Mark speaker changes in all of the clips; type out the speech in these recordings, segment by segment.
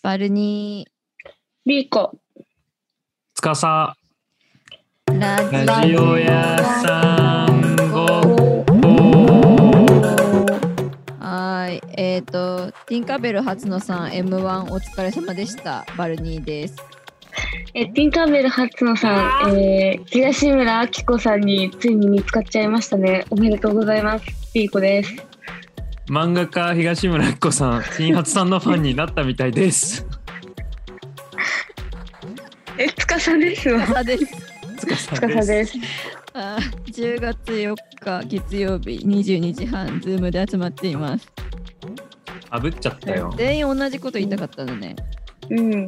Speaker 1: バルニ
Speaker 2: リーコ。
Speaker 3: つかさ
Speaker 1: ーラジ
Speaker 3: ラジオ屋さんごっこ
Speaker 1: はーい。えっ、と、ティンカベル初野さん M1 お疲れ様でした。バルニーです。
Speaker 2: え、ティンカーベル初野さん、えー、東村明子さんについに見つかっちゃいましたね。おめでとうございます。リーコです。
Speaker 3: 漫画家東村彦さん新発さんのファンになったみたいです
Speaker 2: え、つかさですわ。
Speaker 1: 朝です。
Speaker 3: つかさ
Speaker 2: つかさです。
Speaker 1: あー10月4日月曜日22時半、ズームで集まっています。
Speaker 3: あぶっちゃったよ
Speaker 1: 全員同じこと言いたかったのね。
Speaker 2: うん。い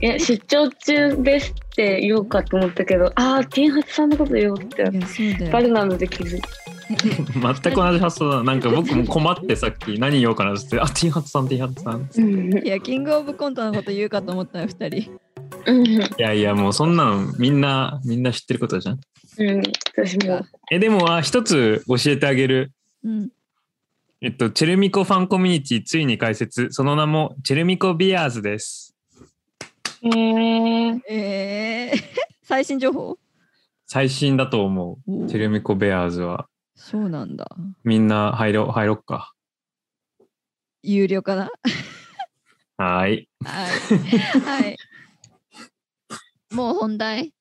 Speaker 2: や、出張中ですって言おうかと思ったけど、あー、ティンハツさんのこと言おうって
Speaker 1: い。や、そうだ
Speaker 2: バ
Speaker 1: よ。
Speaker 2: ルなので気づいた。
Speaker 3: 全く同じ発想だなんか僕も困ってさっき何言おうかなってあ新発さん新発さん
Speaker 2: うん。
Speaker 1: いや、キングオブコントのこと言うかと思ったよ、2人。
Speaker 2: うん。
Speaker 3: いやいやもうそんなのみんなみんな知ってることじゃん
Speaker 2: うん。私も。
Speaker 3: えでもあ一つ教えてあげる
Speaker 1: うん。
Speaker 3: えっと、チェルミコファンコミュニティついに開設、その名もチェルミコビアーズです。
Speaker 2: えー、
Speaker 1: えー、 最新情報
Speaker 3: 最新だと思う。チェルミコベアーズは。
Speaker 1: そうなんだ。
Speaker 3: みんな入ろう、入ろっか。
Speaker 1: 有料かな
Speaker 3: はーい。
Speaker 1: はい。はい。もう本題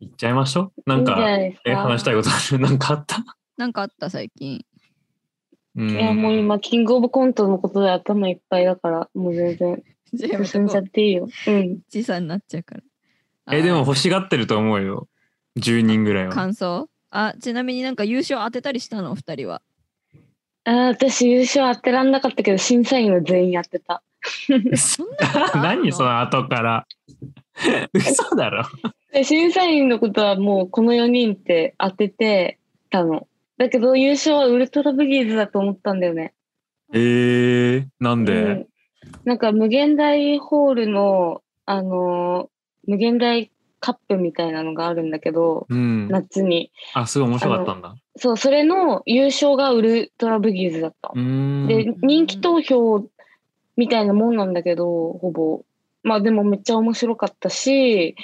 Speaker 3: 行っちゃいましょう。なん
Speaker 2: いいんじゃ
Speaker 3: か、
Speaker 2: ないですか。
Speaker 3: え、話したいことある なんかあった
Speaker 1: なんかあった最 近。
Speaker 3: うん。
Speaker 2: いや、もう今、キングオブコントのことで頭いっぱいだから、もう全然
Speaker 1: じゃあやめと
Speaker 2: 進んじ
Speaker 1: こ
Speaker 2: ゃっ
Speaker 1: う。
Speaker 2: ていいよ。うん。
Speaker 1: 時差になっちゃうから。あ
Speaker 3: え、でも欲しがってると思うよ。10人ぐらいは。
Speaker 1: 感想あ、ちなみになんか優勝当てたりしたのお二 人は。
Speaker 2: あー私優勝当てらんなかったけど、審査員は全員やってた。
Speaker 1: そんなことあん
Speaker 3: 何その後から。 嘘だろ。
Speaker 2: で、審査員のことはもうこの4人って当ててたの。だけど優勝はウルトラブギーズだと思ったんだよね。
Speaker 3: えー、なん
Speaker 2: う
Speaker 3: で
Speaker 2: ん、なんか無限大ホールの、あのー無限大カップみたいなのがあるんだけど、
Speaker 3: うん。
Speaker 2: 夏に。
Speaker 3: あ、すごい面白かったんだ。
Speaker 2: そう、それの優勝がウルトラブギーズだったの
Speaker 3: うーん。
Speaker 2: で
Speaker 1: ん、
Speaker 2: 人気投票みたいなもんなんだけど、ほぼ。まあでもめっちゃ面白かったし、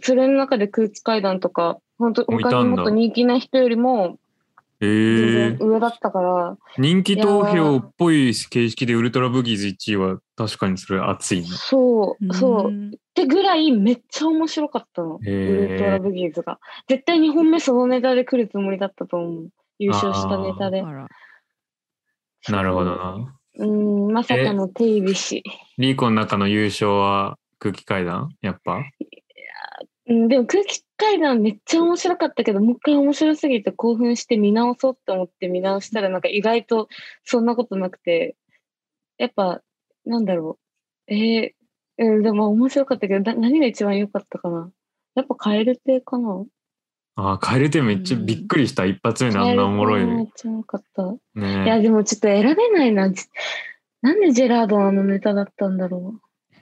Speaker 2: それの中で空気階段とか、本当
Speaker 3: もういたんだ
Speaker 2: 他にもっと人気な人よりも
Speaker 3: え
Speaker 2: 全然。
Speaker 3: ー
Speaker 2: 上だったから、
Speaker 3: 人気投票っぽい形式でウルトラブギーズ1位は確かにそれ熱いね。
Speaker 2: そうう、
Speaker 1: ん
Speaker 2: そう。っ。てぐらいめっちゃ面白かったの。ウ
Speaker 3: へ
Speaker 2: ル
Speaker 3: ー
Speaker 2: トラブギーズが。絶対2本目そのネタで来るつもりだったと思う。優勝したネタで
Speaker 1: あ。ら。
Speaker 3: なるほどな。
Speaker 2: うん、まさかのテイビシ。
Speaker 3: リーコの中の優勝は空気階段やっぱ。
Speaker 2: うん、でも空気階段めっちゃ面白かったけど、もう一回面白すぎて興奮して見直そうって思って見直したら、なんか意外とそんなことなくて、やっぱ、なんだろう。えーうん、でも面白かったけど、な何が一番良かったかなやっぱカエル亭かな
Speaker 3: ああ、カエルテめっちゃびっくりした。一発目であんなおもろい。
Speaker 2: カエル亭がめ
Speaker 3: ね
Speaker 2: っちゃ良かった。いや、
Speaker 3: え
Speaker 2: でもちょっと選べないな。じなんでジェラードンあのネタだったんだろう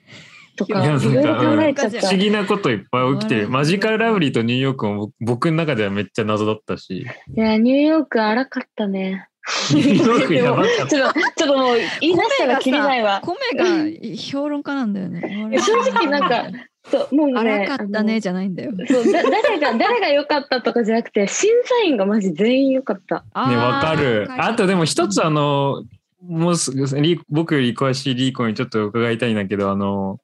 Speaker 2: とか、
Speaker 3: い
Speaker 2: い
Speaker 3: やなんか
Speaker 2: ろいろ考えちゃ
Speaker 1: うん
Speaker 2: っ
Speaker 3: 不
Speaker 2: た
Speaker 3: 思。議なこといっぱい起きてる。マジカルラブリーとニューヨークも僕の中ではめっちゃ謎だったし。
Speaker 2: いや、ニューヨーク荒かったね。
Speaker 3: ニューヨークやばかっ
Speaker 2: ちょっと、ちょっともう言い出したらきりないわ。
Speaker 1: 米が評論家なんだよ ね。
Speaker 2: いや正直なんか、そう、もうね。
Speaker 1: 荒かったね
Speaker 2: あ
Speaker 1: じゃないんだよ。
Speaker 2: の。そうだ誰が、 誰が良かったとかじゃなくて、審査員がマジ全員良かった。
Speaker 1: あ
Speaker 3: ね、
Speaker 1: ー
Speaker 3: わかる。
Speaker 1: わ
Speaker 3: あとでも一つあの、もうすリ僕より詳しいリーコにちょっと伺いたいんだけど、あの、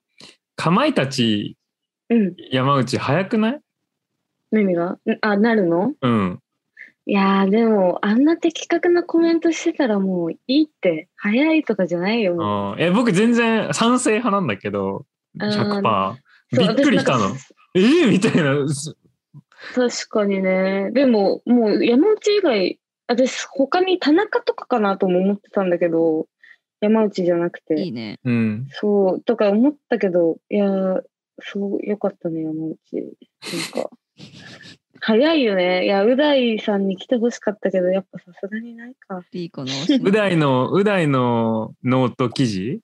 Speaker 3: かまいたち、
Speaker 2: うん。
Speaker 3: 山内、早くない
Speaker 2: 何がんあ、なるの
Speaker 3: うん。
Speaker 2: いやー、でも、あんな的確なコメントしてたらもういいって、早いとかじゃないよ。もう
Speaker 3: あーえ、僕全然賛成派なんだけど、100%。
Speaker 2: そ
Speaker 3: び
Speaker 2: う
Speaker 3: っくりした
Speaker 2: 私な
Speaker 3: の
Speaker 2: んか。
Speaker 3: えーみたいな。す
Speaker 2: 確かにね。でも、もう山内以外、私、他に田中とかかなとも思ってたんだけど、山内じゃなくて。
Speaker 1: いいね。
Speaker 3: うん。
Speaker 2: そう、とか思ったけど、いやー、そう、よかったね、山内。なんか。 早いよね。いや、う大さんに来てほしかったけど、やっぱさすがにないか。
Speaker 1: リーコの推し の。
Speaker 3: うだいの、うだいのノート記事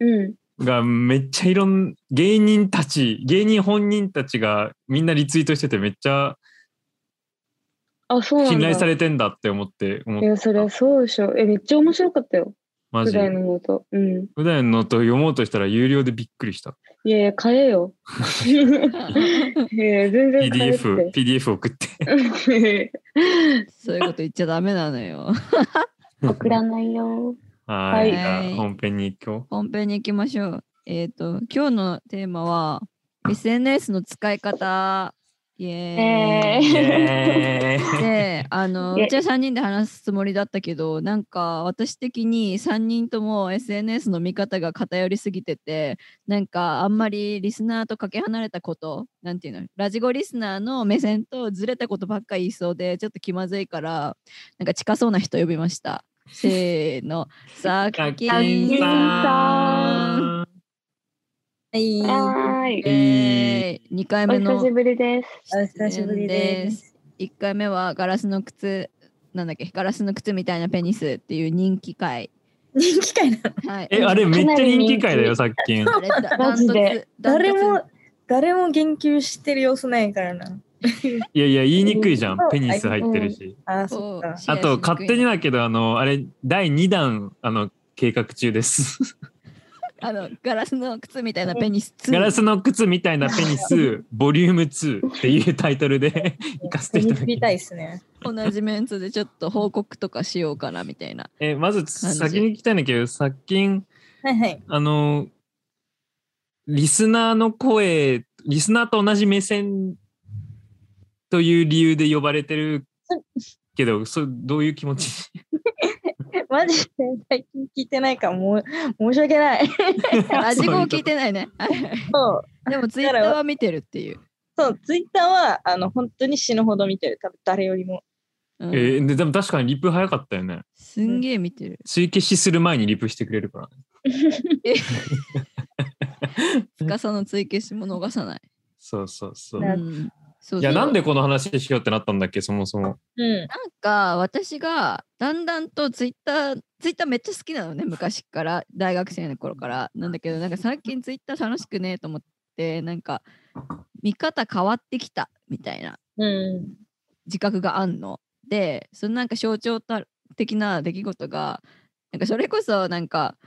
Speaker 2: うん。
Speaker 3: がめっちゃいろん、芸人たち、芸人本人たちがみんなリツイートしててめっちゃ
Speaker 2: あ、そうなんだ。
Speaker 3: 信頼されてんだって思って、思っ
Speaker 2: いや、それはそうでしょ。え、めっちゃ面白かったよ。
Speaker 3: マ
Speaker 2: ぐ
Speaker 3: ジ
Speaker 2: らい
Speaker 3: で。
Speaker 2: のノート。うん。
Speaker 3: 普段のと読もうとしたら有料でびっくりした。
Speaker 2: いやいや、買え よ。いや全然買え
Speaker 3: PDF
Speaker 2: っ、
Speaker 3: PDF 送って。
Speaker 2: て。
Speaker 1: そういうこと言っちゃダメなのよ。
Speaker 2: 送らないよ。
Speaker 3: はい。じゃあ
Speaker 1: はい
Speaker 3: 本編に行こ
Speaker 1: 本編に行きましょう。えっ、と、今日のテーマは、SNS の使い方。イエーイ。
Speaker 3: う。イ
Speaker 2: え
Speaker 3: エー イ
Speaker 1: で、あの、
Speaker 2: イエイ
Speaker 1: うちは3人で話すつもりだったけど、なんか私的に3人とも SNS の見方が偏りすぎてて、なんかあんまりリスナーとかけ離れたこと、なんていうの、ラジゴリスナーの目線とずれたことばっか言いそうで、ちょっと気まずいから、なんか近そうな人呼びました。せーの、さっき
Speaker 2: さっきん
Speaker 1: ん
Speaker 2: さ
Speaker 1: さん。
Speaker 2: んー。
Speaker 1: は。
Speaker 2: はいーい。
Speaker 1: えー、2回
Speaker 2: お
Speaker 1: 目の
Speaker 2: 久しぶりです。
Speaker 4: お久しぶりです。
Speaker 1: 1回目はガラスの靴なんだっけガラスの靴みたいなペニスっていう人気回
Speaker 4: 人気会なの
Speaker 1: はい
Speaker 3: え、あれめっちゃ人気回だよ、さっきん。
Speaker 1: あれだダ
Speaker 2: マ
Speaker 1: ント
Speaker 2: ジ
Speaker 1: ツ
Speaker 2: で
Speaker 1: ダントツ
Speaker 4: 誰も誰も言及してる様子ないからな。
Speaker 3: いやいや、言いにくいじゃん。ペニス入ってるし。
Speaker 4: あー
Speaker 1: そ
Speaker 4: そうっか。
Speaker 1: シェ
Speaker 3: あ
Speaker 1: アしに
Speaker 3: と、
Speaker 1: くい
Speaker 3: 勝手にだけど、あの、あれ、第2弾、あの、計画中です。
Speaker 1: あのガラスの靴みたいなペニス2
Speaker 3: ガラスの靴みたいなペニ ス、ボリューム2っていうタイトルで 行かせていただ
Speaker 4: 見
Speaker 3: き
Speaker 4: たいですね。
Speaker 1: 同じメンツでちょっと報告とかしようかなみたい な
Speaker 3: え、まず、
Speaker 1: じ
Speaker 3: 先に聞きたいんだけど、さっきん、
Speaker 4: はいはい。
Speaker 3: あの、リスナーの声、リスナーと同じ目線という理由で呼ばれてるけど、そどういう気持ち
Speaker 4: マジで最近聞いてないからもう申し訳ない。
Speaker 1: 味語を聞い
Speaker 3: て。
Speaker 1: てないね はい
Speaker 4: そう
Speaker 1: でもツイッターは見てるっていう、
Speaker 4: そうツイッターはあの本当に死ぬほど見てる。多分誰よりも。
Speaker 1: うん
Speaker 3: えーででも確かにリプ早かったよね。
Speaker 1: すんげえ見てる
Speaker 3: 追消しする前にリプしてくれるからね。
Speaker 1: 深さの追消しも逃さない、
Speaker 3: そうそうそうう。
Speaker 1: ん、そうそう
Speaker 3: いや、なんでこの話しようってなったんだっけ、そもそも。
Speaker 4: うん。
Speaker 1: なんか私がだんだんとツイッターツイッターめっちゃ好きなのね昔から大学生の頃からなんだけどなんか最近ツイッター楽しくねえと思ってなんか見方変わってきたみたいな
Speaker 4: うん。
Speaker 1: 自覚があんの。でそのなんか象徴た的な出来事がなんかそれこそなんか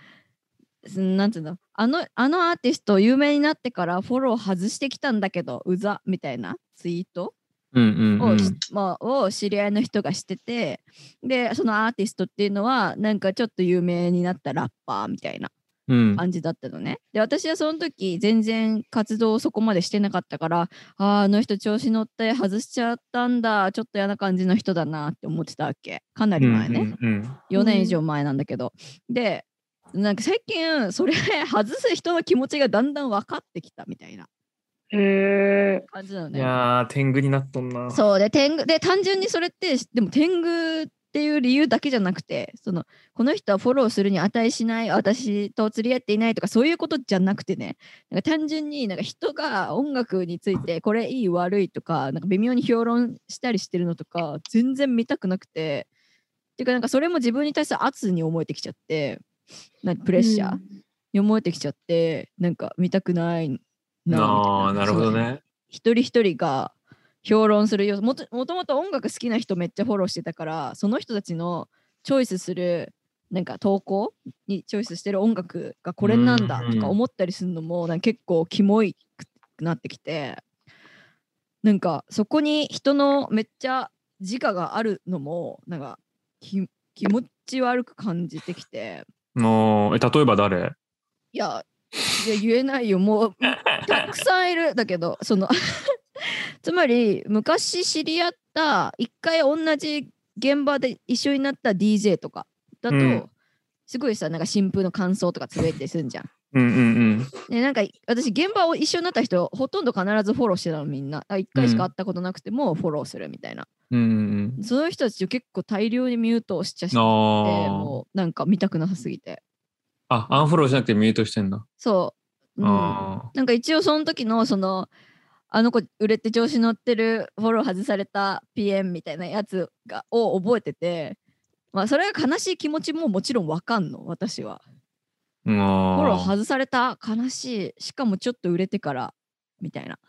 Speaker 1: すなんつうのあのあのアーティスト有名になってからフォロー外してきたんだけどうざみたいなツイート
Speaker 3: うんうん、う
Speaker 1: を,、
Speaker 3: ん。
Speaker 1: まあ、を知り合いの人がしててでそのアーティストっていうのはなんかちょっと有名になったラッパーみたいな
Speaker 3: うん、
Speaker 1: 感じだったのね。で私はその時全然活動をそこまでしてなかったからあーあの人調子乗って外しちゃったんだちょっと嫌な感じの人だなって思ってたわけかなり前ね、
Speaker 3: うんうん
Speaker 1: 4年以上前なんだけど、でなんか最近それ外す人の気持ちがだんだん分かってきたみたいな
Speaker 2: へえ。
Speaker 1: 感じなの
Speaker 3: うん。い
Speaker 1: ね。
Speaker 3: やー、天狗になっとんな。
Speaker 1: そうで天狗で単純にそれってでも天狗っていう理由だけじゃなくてそのこの人はフォローするに値しない私と釣り合っていないとかそういうことじゃなくてねなんか単純になんか人が音楽についてこれいい悪いとかなんか微妙に評論したりしてるのとか全然見たくなくてっていうかなんかそれも自分に対して圧に思えてきちゃってなんかプレッシャーに思えてきちゃってなんか見たくないなみたい
Speaker 3: ああ、なるほどね。
Speaker 1: 一人一人が評論するよもともともと音楽好きな人めっちゃフォローしてたからその人たちのチョイスするなんか投稿にチョイスしてる音楽がこれなんだ
Speaker 3: うんうん
Speaker 1: とか思ったりするのもなんか結構キモいくなってきてなんかそこに人のめっちゃ自我があるのもなんかき気持ち悪く感じてきて
Speaker 3: もう、え、例えば誰
Speaker 1: いや、いや言えないよ。もう、たくさんいる。だけど、その、 つまり、昔知り合った、一回同じ現場で一緒になった DJ とかだと、
Speaker 3: うん
Speaker 1: すごいさ、なんか新風の感想とかつぶえてすんじゃん。
Speaker 3: うんうん
Speaker 1: で、なんか、私、現場を一緒になった人、ほとんど必ずフォローしてたの、みんな。あ一回しか会ったことなくても、フォローするみたいな。
Speaker 3: うん。うん
Speaker 1: その人たちを結構大量にミュートをしちゃして、
Speaker 3: うん。あ
Speaker 1: もう、なんか見たくなさすぎて。
Speaker 3: あ。あ、アンフォローしなくてミュートしてんだ。
Speaker 1: そう。うん
Speaker 3: あ
Speaker 1: なんか一応その時のそのあの子売れて調子乗ってるフォロー外された PM みたいなやつがを覚えてて、まあ、それが悲しい気持ちももちろんわかんの私は。
Speaker 3: あ。うん
Speaker 1: フォロー
Speaker 3: ああ。
Speaker 1: 外された悲しいしかもちょっと売れてからみたいな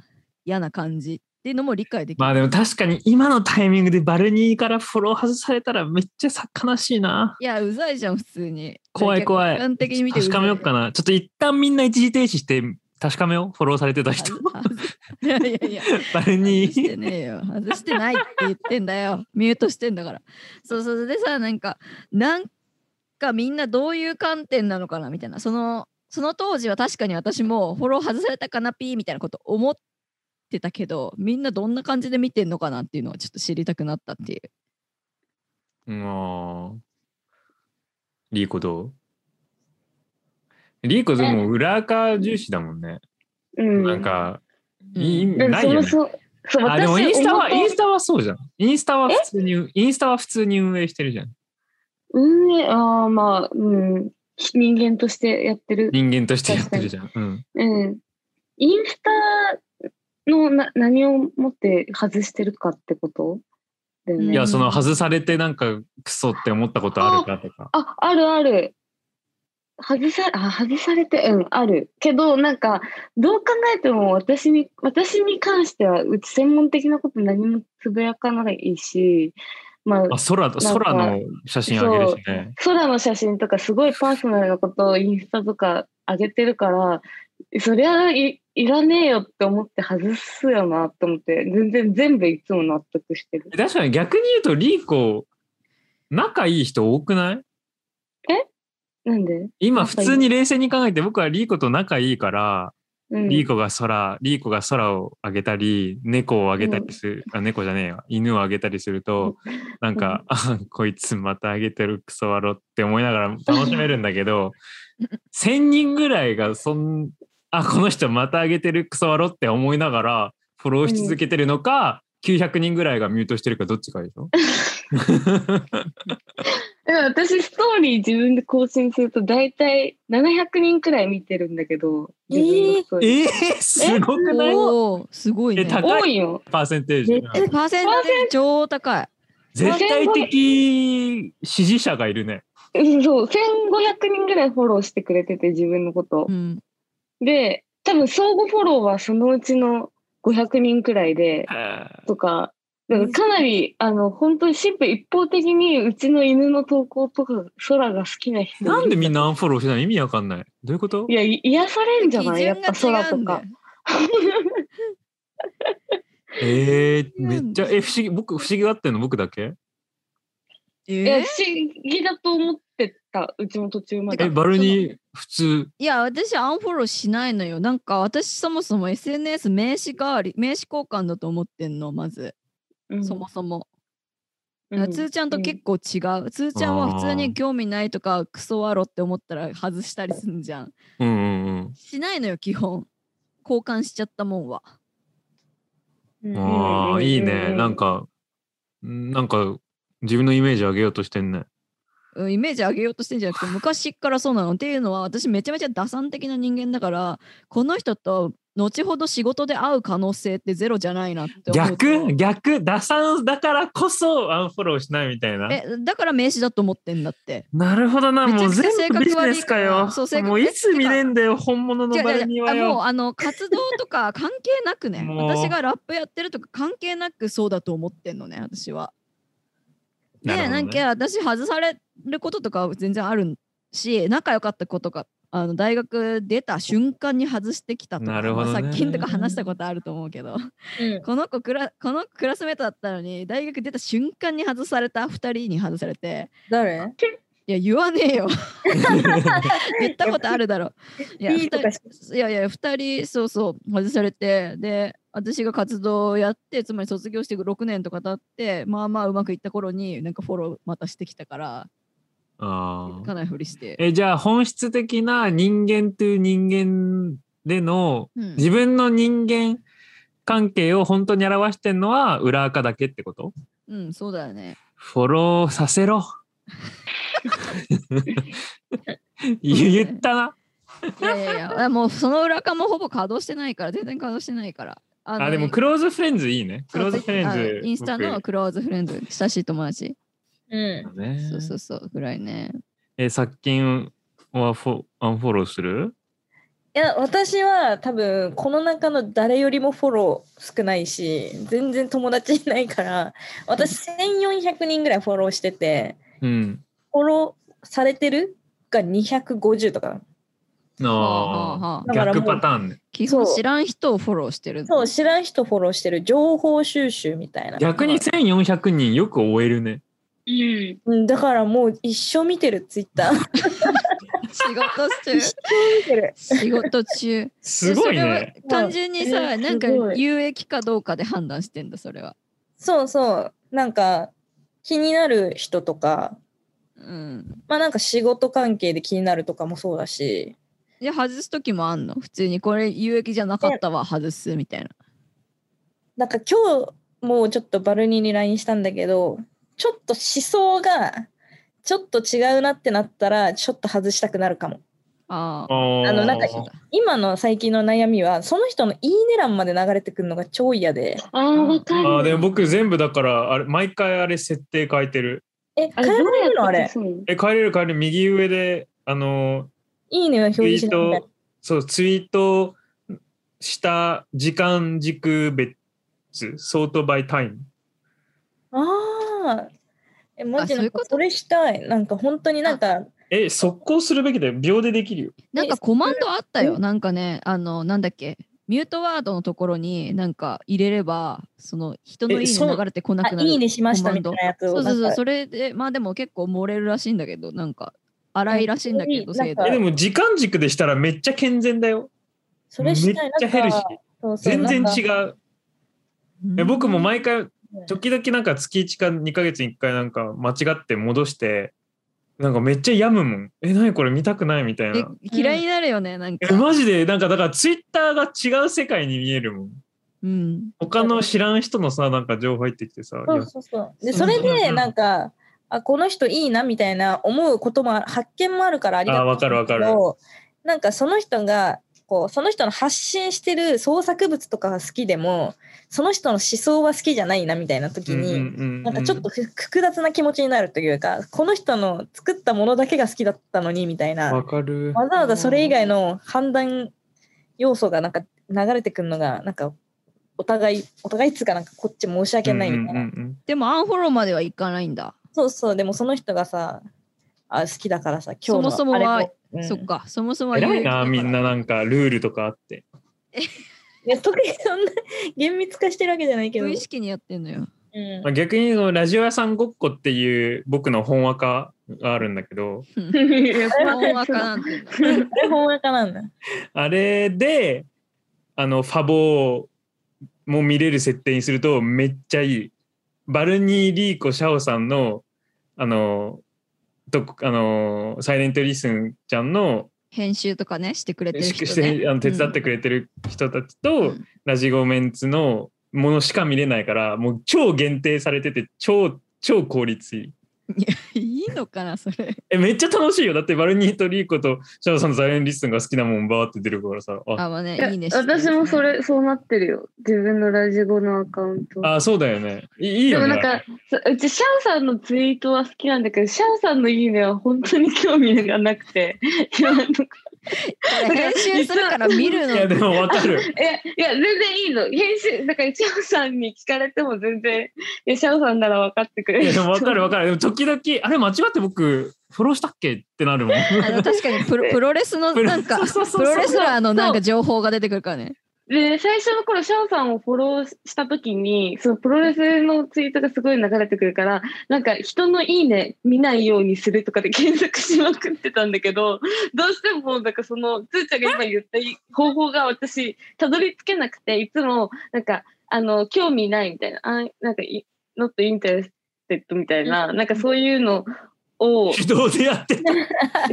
Speaker 1: 嫌な感じっっていうのも理解できる。
Speaker 3: まあでも確かに今のタイミングでバルニーからフォロー外されたらめっちゃさ悲しいな。
Speaker 1: いや、うざいじゃん、普通に。
Speaker 3: 怖い怖い。
Speaker 1: 客観的に見て
Speaker 3: 確かめようかな。ちょっと一旦みんな一時停止して確かめよう。フォローされてた人。
Speaker 1: はずは ずいやいやいや。
Speaker 3: バルニ
Speaker 1: 外し
Speaker 3: ー。
Speaker 1: てねえよ。外してないって言ってんだよ。ミュートしてんだから。そうそう。でさ、なんか、なんかみんなどういう観点なのかなみたいな。その、その当時は確かに私もフォロー外されたかなピーみたいなこと思ってたけど、みんなどんな感じで見てんのかなっていうのはちょっと知りたくなったっていう。
Speaker 3: うん。リーコどうリーコでも裏垢重視だもんね。
Speaker 2: うん。
Speaker 3: なんか、
Speaker 1: うん
Speaker 3: いい
Speaker 2: でも
Speaker 3: ないよね。
Speaker 2: そもそもそう、
Speaker 3: あ、でもインスタは、インス
Speaker 2: タ
Speaker 3: タはそうじゃん。インスタは普通に、インスタは普通に運営してるじゃん。
Speaker 2: 運営、ああ、まあ、うん。人間としてやってる。
Speaker 3: 人間としてやってるじゃん。うん。
Speaker 2: うん。インスタのな何をもって外してるかってことだよね。
Speaker 1: うん
Speaker 3: いや、
Speaker 1: うん
Speaker 3: その外されてなんかクソって思ったことあるかとか。
Speaker 2: あ、あるある。外さ、あ、外されて、うん、ある。けど、なんか、どう考えても私に、私に関しては、うち専門的なこと何もつぶやかないし、まあ、
Speaker 3: あ、空、空の写真あげるしね。
Speaker 2: 空の写真とかすごいパーソナルなことをインスタとか上げてるから、そりゃいいらねえよって思って外すよなって思って、全然全部いつも納得してる。
Speaker 3: 確かに逆に言うと、リーコ、仲いい人多くない
Speaker 2: なんで
Speaker 3: 今
Speaker 2: 仲い
Speaker 3: 普
Speaker 2: い
Speaker 3: 通に冷静に考えて僕はリーコと仲いいから、
Speaker 2: うん。
Speaker 3: リーコが空、リーコが空をあげたり、猫をあげたりする、あ、猫じゃねえよ、犬をあげたりすると、なんか、 あ、こいつまたあげてるクソワロって思いながら楽しめるんだけ ど、1000人ぐらいがそん、あ、この人またあげてるクソワロって思いながらフォローし続けてるのか、900人ぐらいがミュートしてるかどっちかでしょ
Speaker 2: でも私ストーリー自分で更新すると大体700人くらい見てるんだけど自分のストーリー
Speaker 3: えー、すごくない
Speaker 1: おーすごいね。
Speaker 3: え高
Speaker 2: 多いよ
Speaker 3: パーセンテージ。
Speaker 1: えパーセンテージ超高い。
Speaker 3: 絶対的支持者がいるね。
Speaker 2: うんそう1500人くらいフォローしてくれてて自分のこと
Speaker 1: うん。
Speaker 2: で多分相互フォローはそのうちの500人くらいでとかだからかなりあの本当にシンプル一方的にうちの犬の投稿とか空が好きな人
Speaker 3: なんでみんなアンフォローしてない意味わかんない。どういうこと
Speaker 2: いやい癒されんじゃないやっぱ
Speaker 1: 基準が
Speaker 2: 空
Speaker 1: 違う
Speaker 2: と
Speaker 1: んだよ
Speaker 2: か。
Speaker 3: えー、
Speaker 1: な
Speaker 3: め
Speaker 1: んで
Speaker 3: っちゃ、え、不思議、僕、不思議がってんの僕だけ
Speaker 1: え
Speaker 2: いや不思議だと思ってたうちも途中まで
Speaker 3: え、バルニー、普通。
Speaker 1: いや私アンフォローしないのよなんか私そもそも SNS 名刺代わり名刺交換だと思ってんのまず、
Speaker 2: うん
Speaker 1: そもそも、
Speaker 2: うん
Speaker 1: つーちゃんと結構違う、つーちゃんは普通に興味ないとかクソワロって思ったら外したりすんじゃん
Speaker 3: うんうん
Speaker 1: しないのよ基本交換しちゃったもんは
Speaker 2: う
Speaker 3: うんん。ああ、いいね。なん。か、なんか、自分のイメージ上げようとしてんね。
Speaker 1: うんイメージ上げようとしてんじゃなくて昔っからそうなのっていうのは私めちゃめちゃ打算的な人間だからこの人と後ほど仕事で会う可能性ってゼロじゃないなって思うと
Speaker 3: 逆逆打算だからこそアンフォローしないみたいな。
Speaker 1: えだから名刺だと思ってんだって
Speaker 3: なるほどな、
Speaker 1: めち
Speaker 3: も
Speaker 1: ゃ
Speaker 3: う
Speaker 1: くちゃ
Speaker 3: 全
Speaker 1: 性
Speaker 3: 部
Speaker 1: 格
Speaker 3: ビジネスか
Speaker 1: 悪いから
Speaker 3: よ
Speaker 1: そう性。格
Speaker 3: もういつ見れんだよ、本物
Speaker 1: 違
Speaker 3: の
Speaker 1: う
Speaker 3: バ
Speaker 1: 違
Speaker 3: ル
Speaker 1: う
Speaker 3: ニー
Speaker 1: 違う
Speaker 3: は
Speaker 1: あもう
Speaker 3: よ。
Speaker 1: あの活動と か関係なくね
Speaker 3: もう
Speaker 1: 私がラップやってるとか関係なくそうだと思ってんのね私は。で
Speaker 3: るほど
Speaker 1: なんか私外されることとかは全然あるし仲良かった子とかあの大学出た瞬間に外してきたとか
Speaker 3: なるほどね
Speaker 1: まあ、さっきんとか話したことあると思うけど
Speaker 4: うん
Speaker 1: この子クラこの子クラスメートだったのに大学出た瞬間に外された2人に外されて
Speaker 4: 誰
Speaker 1: いや言わねえよ 言ったことあるだろいや
Speaker 4: いいとかし
Speaker 1: いやいや、二人、そうそう、外されて、で、私が活動をやって、つまり卒業して6年とか経って、まあまあうまくいった頃に、なんかフォローまたしてきたから、
Speaker 3: あ
Speaker 1: 行
Speaker 3: ー
Speaker 1: かないふりして。
Speaker 3: えじゃあ本質的な人間という人間での
Speaker 1: うん
Speaker 3: 自分の人間関係を本当に表してんのは裏垢だけってこと
Speaker 1: うん、そうだよね。
Speaker 3: フォローさせろ言ったな。
Speaker 1: いやいやいやあ、もうその裏側もほぼ稼働してないから、全然稼働してないから。あ
Speaker 3: あでもクローズフレンズいいね。クローズフレンズ。
Speaker 1: インスタのクローズフレンズ、親しい友達。
Speaker 4: うん。
Speaker 3: 僕ね
Speaker 1: そうそうそう、ぐらいね。
Speaker 3: え、殺菌はフォアンフォローする
Speaker 4: や私は多分この中の誰よりもフォロー少ないし全然友達いないから私1400人ぐらいフォローしてて
Speaker 3: うん。
Speaker 4: フォローされてるが250とかなの
Speaker 1: はあ
Speaker 3: あ
Speaker 1: はあ
Speaker 3: あ。逆パターンね。
Speaker 1: 基本
Speaker 4: そう
Speaker 1: 知らん人をフォローしてる。
Speaker 4: そう知らん人フォローしてる情報収集みたいな
Speaker 3: 逆に1400人よく終えるね。
Speaker 2: うん。
Speaker 4: うんだからもう一生見てるツイッター
Speaker 1: 仕事中
Speaker 4: 一生見てる
Speaker 1: 仕事中。
Speaker 3: すごい
Speaker 1: それは
Speaker 3: ね。
Speaker 1: 単純に
Speaker 2: うんえ
Speaker 1: さ、
Speaker 2: ー
Speaker 1: なんか
Speaker 2: すごい
Speaker 1: 有益かどうかで判断してんだ、それは。
Speaker 4: そうそうなんか気になる人とか
Speaker 1: うん。
Speaker 4: まあなんか仕事関係で気になるとかもそうだし
Speaker 1: じゃあ外す時もあんの普通にこれ有益じゃなかったわ、外すみたいな。
Speaker 4: なんか今日もうちょっとバルニーに LINE したんだけどちょっと思想がちょっと違うなってなったらちょっと外したくなるかも
Speaker 1: ああ。
Speaker 3: あ
Speaker 4: あのなんか
Speaker 1: そうだ
Speaker 4: 今の最近の悩みはその人の「いいね」欄まで流れてくるのが超嫌で
Speaker 2: ああ、わかる。
Speaker 3: あーでも僕全部だからあれ毎回あれ設定変えてる。
Speaker 4: え
Speaker 2: あ
Speaker 4: 変え
Speaker 2: れ、どう
Speaker 4: られるの
Speaker 2: やっ
Speaker 4: あ
Speaker 2: て
Speaker 4: れ
Speaker 2: そうな の
Speaker 3: え変えれる変えれる右上であの
Speaker 4: いいねは表
Speaker 3: ツイ
Speaker 4: 示し
Speaker 3: ー
Speaker 4: ないみたい
Speaker 3: トそうツイートした時間軸別ソートバイタイム。
Speaker 4: な。ああ。え、マジ
Speaker 1: あそうい
Speaker 4: なん
Speaker 1: うこ
Speaker 4: か
Speaker 1: と
Speaker 4: それしたい。なんか本当になんか、
Speaker 3: え速攻するべきだよ秒でできるよ。
Speaker 1: なんかコマンドあったよ。
Speaker 4: え
Speaker 1: なんかね、あの、なんだっけ、ミュートワードのところになんか入れれば、その人のい
Speaker 3: え
Speaker 1: い
Speaker 3: そ
Speaker 1: ね
Speaker 3: う
Speaker 1: 流れてこな
Speaker 4: あ、
Speaker 1: くなる。
Speaker 4: いいねしまし
Speaker 1: コ
Speaker 4: た
Speaker 1: マン
Speaker 4: みた
Speaker 1: ド
Speaker 4: いなやつ
Speaker 1: そ
Speaker 4: を。
Speaker 1: うそうそ
Speaker 4: な、
Speaker 1: うん
Speaker 4: か
Speaker 1: それで、まあでも結構漏れるらしいんだけど、なんか、荒いらしいんだけど、
Speaker 4: うん
Speaker 1: 精
Speaker 4: は
Speaker 3: え
Speaker 1: 度
Speaker 4: なんか。
Speaker 3: でも時間軸でしたらめっちゃ健全だよ。
Speaker 4: それしたい。
Speaker 3: めっちゃ減るし
Speaker 4: なんかそうそう
Speaker 3: 全然
Speaker 4: なんか
Speaker 3: 違う。え僕も毎回
Speaker 4: ん
Speaker 3: 時々なんか月1か2ヶ月に1回なんか間違って戻してなんかめっちゃ病むもん。え何これ見たくないみたい
Speaker 1: え
Speaker 3: な。
Speaker 1: 嫌いになるよね、なんか
Speaker 3: え。マジでなんかだからツイッターが違う世界に見えるもん。
Speaker 1: うん。
Speaker 3: 他の知らん人のさなんか情報入ってきてさ、
Speaker 4: そ
Speaker 3: いうや
Speaker 4: そうそう。で、
Speaker 1: そ
Speaker 4: そう
Speaker 1: そう
Speaker 4: れで、なんか、あ、この人いいなみたいな思うこともあ発見もあるからありがたい
Speaker 3: あわかるわかる
Speaker 4: けどなんかその人が、こう、その人の発信してる創作物とかが好きでも、その人の思想は好きじゃないなみたいな時に、なんかちょっとふ複雑な気持ちになるというか、この人の作ったものだけが好きだったのにみたいな、
Speaker 3: わ
Speaker 4: わ
Speaker 3: かる。
Speaker 4: ざわざそれ以外の判断要素がなんか流れてくるのが、なんかお互い、お互いっつうかなんかこっち申し訳ないみたいな。
Speaker 3: うんうんうん
Speaker 1: でもアンフォローまではいかないんだ。
Speaker 4: そうそう、でもその人がさ、あ好きだからさ、今
Speaker 1: そ
Speaker 4: 日の
Speaker 1: もそもは
Speaker 4: あれもうん
Speaker 1: そっか、そもそも
Speaker 3: うん
Speaker 1: は有
Speaker 3: 偉
Speaker 1: 益
Speaker 3: い
Speaker 1: だか
Speaker 3: な
Speaker 1: ら
Speaker 3: みんななんかルールとかあって。
Speaker 4: いや特にそんな厳密化してるわけじゃないけど、
Speaker 1: 無意識にやってんの よ。
Speaker 4: うん
Speaker 3: まあ、逆にそのラジオ屋さんごっこっていう僕の本話化があるんだけど
Speaker 1: 本話かなんていうの。
Speaker 4: あれ本かなんだ。
Speaker 3: あれであのファボも見れる設定にするとめっちゃいい。バルニー・リーコ・シャオさんのあのとあのサイレントリスンちゃんの
Speaker 1: 編集とかね、してくれてる
Speaker 3: しし
Speaker 1: 人、ね。
Speaker 3: てあの手伝ってくれてる人たちと、
Speaker 1: うん
Speaker 3: ラジゴメンツのものしか見れないからもう超限定されてて超超効率いい。
Speaker 1: いいのかな、それ。
Speaker 3: えめっちゃ楽しいよだってバルニーとリーコとシャドウさんのサイレンリストが好きなもんバーって出るからさあ
Speaker 1: あ、まあね、いいね
Speaker 2: え。私もそ。れ、そうなってるよ。自分のラジゴのアカウント。
Speaker 3: あそうだよねいいいい
Speaker 2: で
Speaker 3: よ
Speaker 2: もな
Speaker 3: ね
Speaker 2: んか、そうちシャオさんのツイートは好きなんだけど、シャオさんのいいねは本当に興味がなくて。 いや、なんか
Speaker 1: これ編集するから見る
Speaker 3: いや
Speaker 1: の。
Speaker 3: でもわかる
Speaker 2: えいや、全然いいの。編集、だからシャオさんに聞かれても全然、いや、シャオさんなら分かってくれ
Speaker 3: い
Speaker 2: る。
Speaker 3: やでもわかるわかるでも時々あれ間違って僕フォローしたっけってなるもん
Speaker 1: あの確かにプロプロレスの
Speaker 3: プロ
Speaker 1: なんか、
Speaker 3: そうそうそう
Speaker 1: プロレスラーのなんか情報が出てくるからね。
Speaker 2: で、最初の頃、シャオさんをフォローした時に、そのプロレスのツイートがすごい流れてくるから、なんか人のいいね見ないようにするとかで検索しまくってたんだけど、どうしてもなんかその、つーちゃんが今言った方法が私、たどり着けなくて、いつも、なんか、あの、興味ないみたいな、あなんかい、not interested みたいな、なんかそういうのを、
Speaker 3: 手動でやってた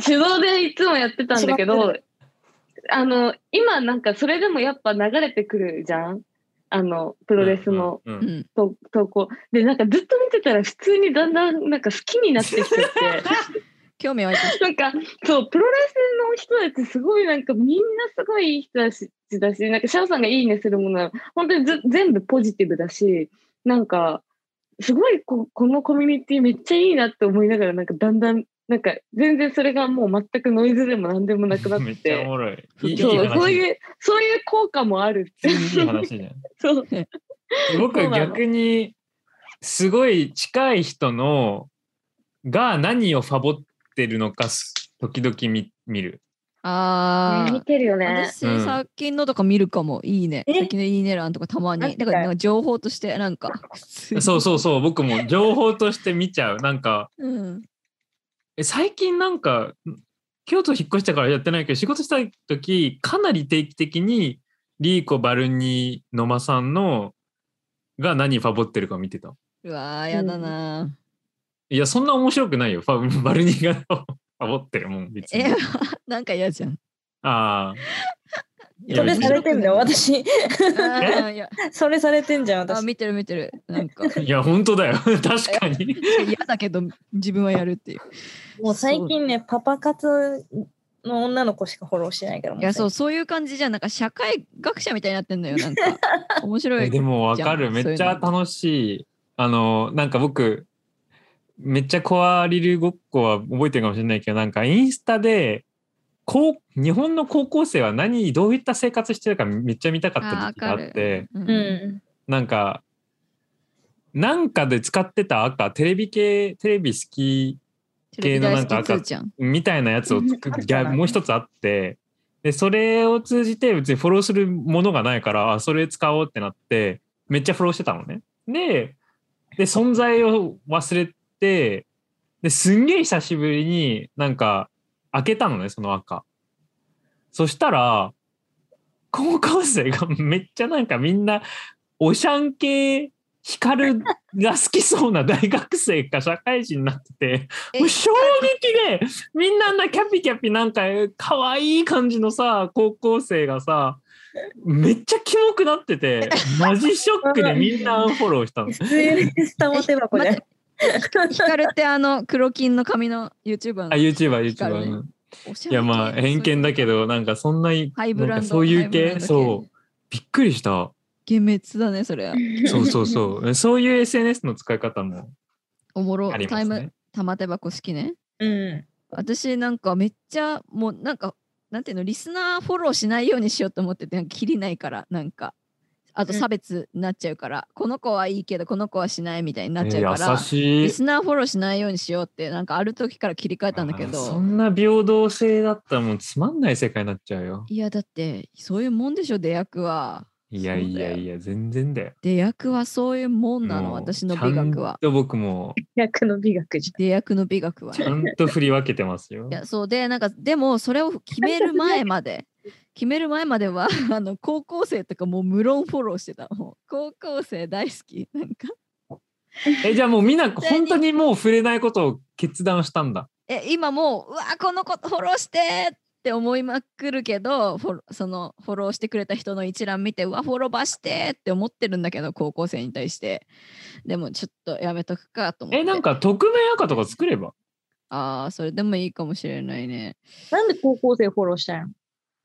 Speaker 2: 手動でいつもやってたんだけ
Speaker 4: しま
Speaker 2: ど、あの、今なんかそれでもやっぱ流れてくるじゃんあの、プ
Speaker 3: プ
Speaker 2: ロレスの
Speaker 3: うん
Speaker 1: うん。
Speaker 2: と投稿。で、なんかずっと見てたら普通にだんだんなんか好きになってきてて、
Speaker 1: 興味湧いてき
Speaker 2: なんか、そう、プロレスの人たちすごいなんかみんなすごいいい人だし、だしなんかシャオさんがいいねするものは本当にず全部ポジティブだし、なんか、すごいここのコミュニティめっちゃいいなって思いながら、なんかだんだん、なんか全然それがもう全くノイズでも何でもなくなっ
Speaker 3: めっちゃお
Speaker 2: て
Speaker 3: もろい。いいいい
Speaker 2: そう
Speaker 3: 話
Speaker 2: そういうそういう効果もある
Speaker 3: 普通にいい話じゃん。
Speaker 2: そう
Speaker 3: 僕
Speaker 2: そうなの
Speaker 3: 逆にすごい近い人のが何をファボってるのかす時々見見る。
Speaker 1: あー
Speaker 2: 見てるよね
Speaker 1: 私、
Speaker 3: うん
Speaker 1: 最近のとか見るかもいいね
Speaker 4: え
Speaker 1: 最近のいいね欄とかたま
Speaker 4: なん
Speaker 1: にだ
Speaker 4: か
Speaker 1: からなんか情報としてなんか
Speaker 3: そうそうそう僕も情報として見ちゃう。なんか
Speaker 1: う、うん、
Speaker 3: え最近なんか京都引っ越したからやってないけど仕事した時かなり定期的にリーコ・バルニー・ノマさんのが何ファボってるか見てた。
Speaker 1: うわーやだなー、
Speaker 3: いやそんな面白くないよファ バルニーがファボってるもん別に
Speaker 1: え。 なんか嫌じゃん
Speaker 3: ああ。いや
Speaker 4: それされてんだよ
Speaker 1: 面
Speaker 4: 私
Speaker 1: 白くないあ ーいや
Speaker 4: それされてんじゃん
Speaker 1: あ
Speaker 4: 私
Speaker 1: 見てる見てるなんか
Speaker 3: いや本当だよ 確かに。
Speaker 1: 嫌だけど自分はやるっていう
Speaker 4: もう最近ねパパ活の女の子しかフォローしてないからも
Speaker 1: いやそううそういう感じじゃんなんか社会学者みたいになってんのよなん か面白
Speaker 3: え
Speaker 1: い
Speaker 3: でもわか
Speaker 1: じゃ
Speaker 3: る
Speaker 1: ん
Speaker 3: めっちゃ
Speaker 1: そういう
Speaker 3: 楽しいあのなんか僕めっちゃコアリルごっこは覚えてるかもしれないけどなんかインスタでこう日本の高校生は何どういった生活してるかめっちゃ見たかった時期があって
Speaker 1: の、うん
Speaker 4: うん
Speaker 3: なんかなんかで使ってた赤テレビ系テレビ好き
Speaker 1: テレビ大好きつーちゃん
Speaker 3: みたいなやつを作
Speaker 4: うん
Speaker 3: るギャもう一つあってでそれを通じて別にフォローするものがないからあそれ使おうってなってめっちゃフォローしてたのね。でで存在を忘れてですんげえ久しぶりになんか開けたのねその赤。そしたら高校生がめっちゃなんかみんなおしゃん系光が好きそうな大学生か社会人になってて
Speaker 1: え
Speaker 3: もう衝撃でみんなあんなキャピキャピなんか可愛い感じのさ高校生がさめっちゃキモくなっててマジショッ クでみんなアンフォローしたの。
Speaker 4: 普通にスタモ手箱じゃん
Speaker 1: ヒカルってあの黒金の髪の YouTuber の
Speaker 3: あ YouTuber、
Speaker 1: 光るね
Speaker 3: YouTuber うん。
Speaker 1: おしゃれ
Speaker 3: いやまあ
Speaker 1: 系
Speaker 3: 偏見だけどなんかそんなに
Speaker 1: ハイブランド
Speaker 3: なんかそういう
Speaker 1: ハイブラン
Speaker 3: 系
Speaker 1: ド系
Speaker 3: そうびっくりした。
Speaker 1: 幻滅だねそれは
Speaker 3: そうそうそ うえ。そういう SNS の使い方も
Speaker 1: おもろ、
Speaker 3: あり
Speaker 1: タ
Speaker 3: ま
Speaker 1: イ
Speaker 3: す
Speaker 1: ム
Speaker 3: ね。
Speaker 1: 玉手箱好きね
Speaker 4: うん
Speaker 1: 私なんかめっちゃもうなんかなんていうのリスナーフォローしないようにしようと思っててなんか切りないからなんかあと
Speaker 4: うん
Speaker 1: 差別になっちゃうから、この子はいいけどこの子はしないみたいになっちゃう
Speaker 3: え
Speaker 1: から、
Speaker 3: 優し
Speaker 1: リ
Speaker 3: い。
Speaker 1: スナーフォローしないようにしようってなんかある時から切り替えたんだけ
Speaker 3: あー
Speaker 1: ど
Speaker 3: そんな平等性だったらもうつまんない世界になっちゃうよ。
Speaker 1: いやだってそういうもんでしょ出役はい
Speaker 3: やいやいや、全然だよ。
Speaker 1: 出役はそういうもんなの
Speaker 3: もう
Speaker 1: 私の美学は
Speaker 3: ちゃんと僕も
Speaker 2: 役の美学じ
Speaker 1: 出役の美学は
Speaker 3: ちゃんと振り分けてますよ
Speaker 1: い。やそうでなんかでもそれを決める前ま で決める前までは あの高校生とかもう無論フォローしてたもう高校生大好きなんか
Speaker 3: え、じゃあもうみんな
Speaker 1: 対に
Speaker 3: 本当にもう触れないことを決断したんだ。
Speaker 1: え今もううわこの子フォローしてって思いまくるけどフォローそのフォローしてくれた人の一覧見てうわフォローばしてって思ってるんだけど高校生に対してでもちょっとやめとくかと思って
Speaker 3: え、なんか匿名赤とか作れば
Speaker 1: ああそれでもいいかもしれないね
Speaker 4: なんで高校生フォローしたんや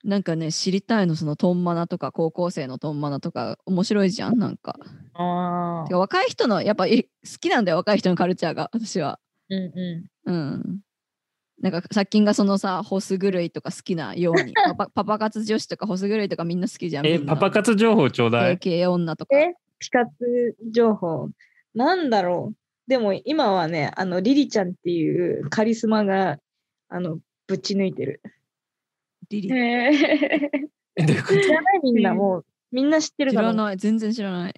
Speaker 1: なんかね知りたいのそのトンマナとか高校生のトンマナとか面白いじゃんなんか
Speaker 4: あ
Speaker 1: てか若い人のやっぱい好きなんだよ若い人のカルチャーが私は
Speaker 4: うんう
Speaker 1: うんなんかさっきんがそのさホス狂いとか好きなよう にパパパパ活女子とかホス狂いとかみんな好きじゃん
Speaker 3: え、
Speaker 1: みんな
Speaker 3: パパ活情報ちょうだい。
Speaker 1: KK 女とか
Speaker 4: えんピカツ情報なんだろうでも今はねあのリリちゃんっていうカリスマがあのぶち抜いてる
Speaker 1: リリ
Speaker 2: ゃん。へー
Speaker 3: えどういうこと
Speaker 4: 知らないみんなもうみんな知ってる
Speaker 1: 知
Speaker 4: からら
Speaker 1: ない全然知らない、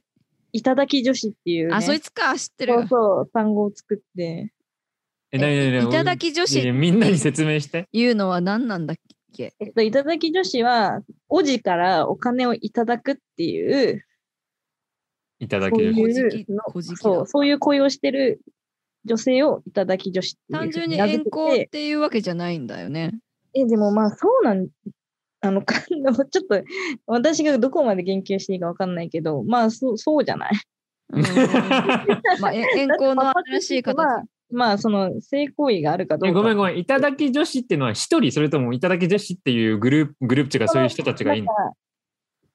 Speaker 4: いただき女子っていう、ね、
Speaker 1: あそいつか知ってる
Speaker 4: そうそう単語を作って
Speaker 3: え、なになになに
Speaker 1: いただき女
Speaker 3: いや
Speaker 1: 子
Speaker 3: みんなに説明して。
Speaker 1: いうのは何なんだっけ
Speaker 4: えっといただき女子はおじからお金をいただくっていう
Speaker 3: いただ
Speaker 4: そう
Speaker 3: ける。
Speaker 1: 小
Speaker 4: い
Speaker 1: じ
Speaker 4: う
Speaker 1: き
Speaker 4: の
Speaker 1: 小じき
Speaker 4: そ
Speaker 1: だ
Speaker 4: うそういう恋をしてる女性をいただき女子っていう
Speaker 1: 単純に
Speaker 4: 名
Speaker 1: 遠
Speaker 4: 付けて
Speaker 1: 行っていうわけじゃないんだよ ね
Speaker 4: え、でもまあそうなん、あの、か ちょっと私がどこまで言及していいかわかんないけど、まあそうそうじ ゃない。
Speaker 1: うんまあえ遠行の新しい形
Speaker 4: はまあその性行為があるかど
Speaker 3: え
Speaker 4: うか。
Speaker 3: ごめんごめん、いただき女子っていうのは一人、それともいただき女子っていうグループ、グループ違う、そういう人たちがいいの。
Speaker 4: なんか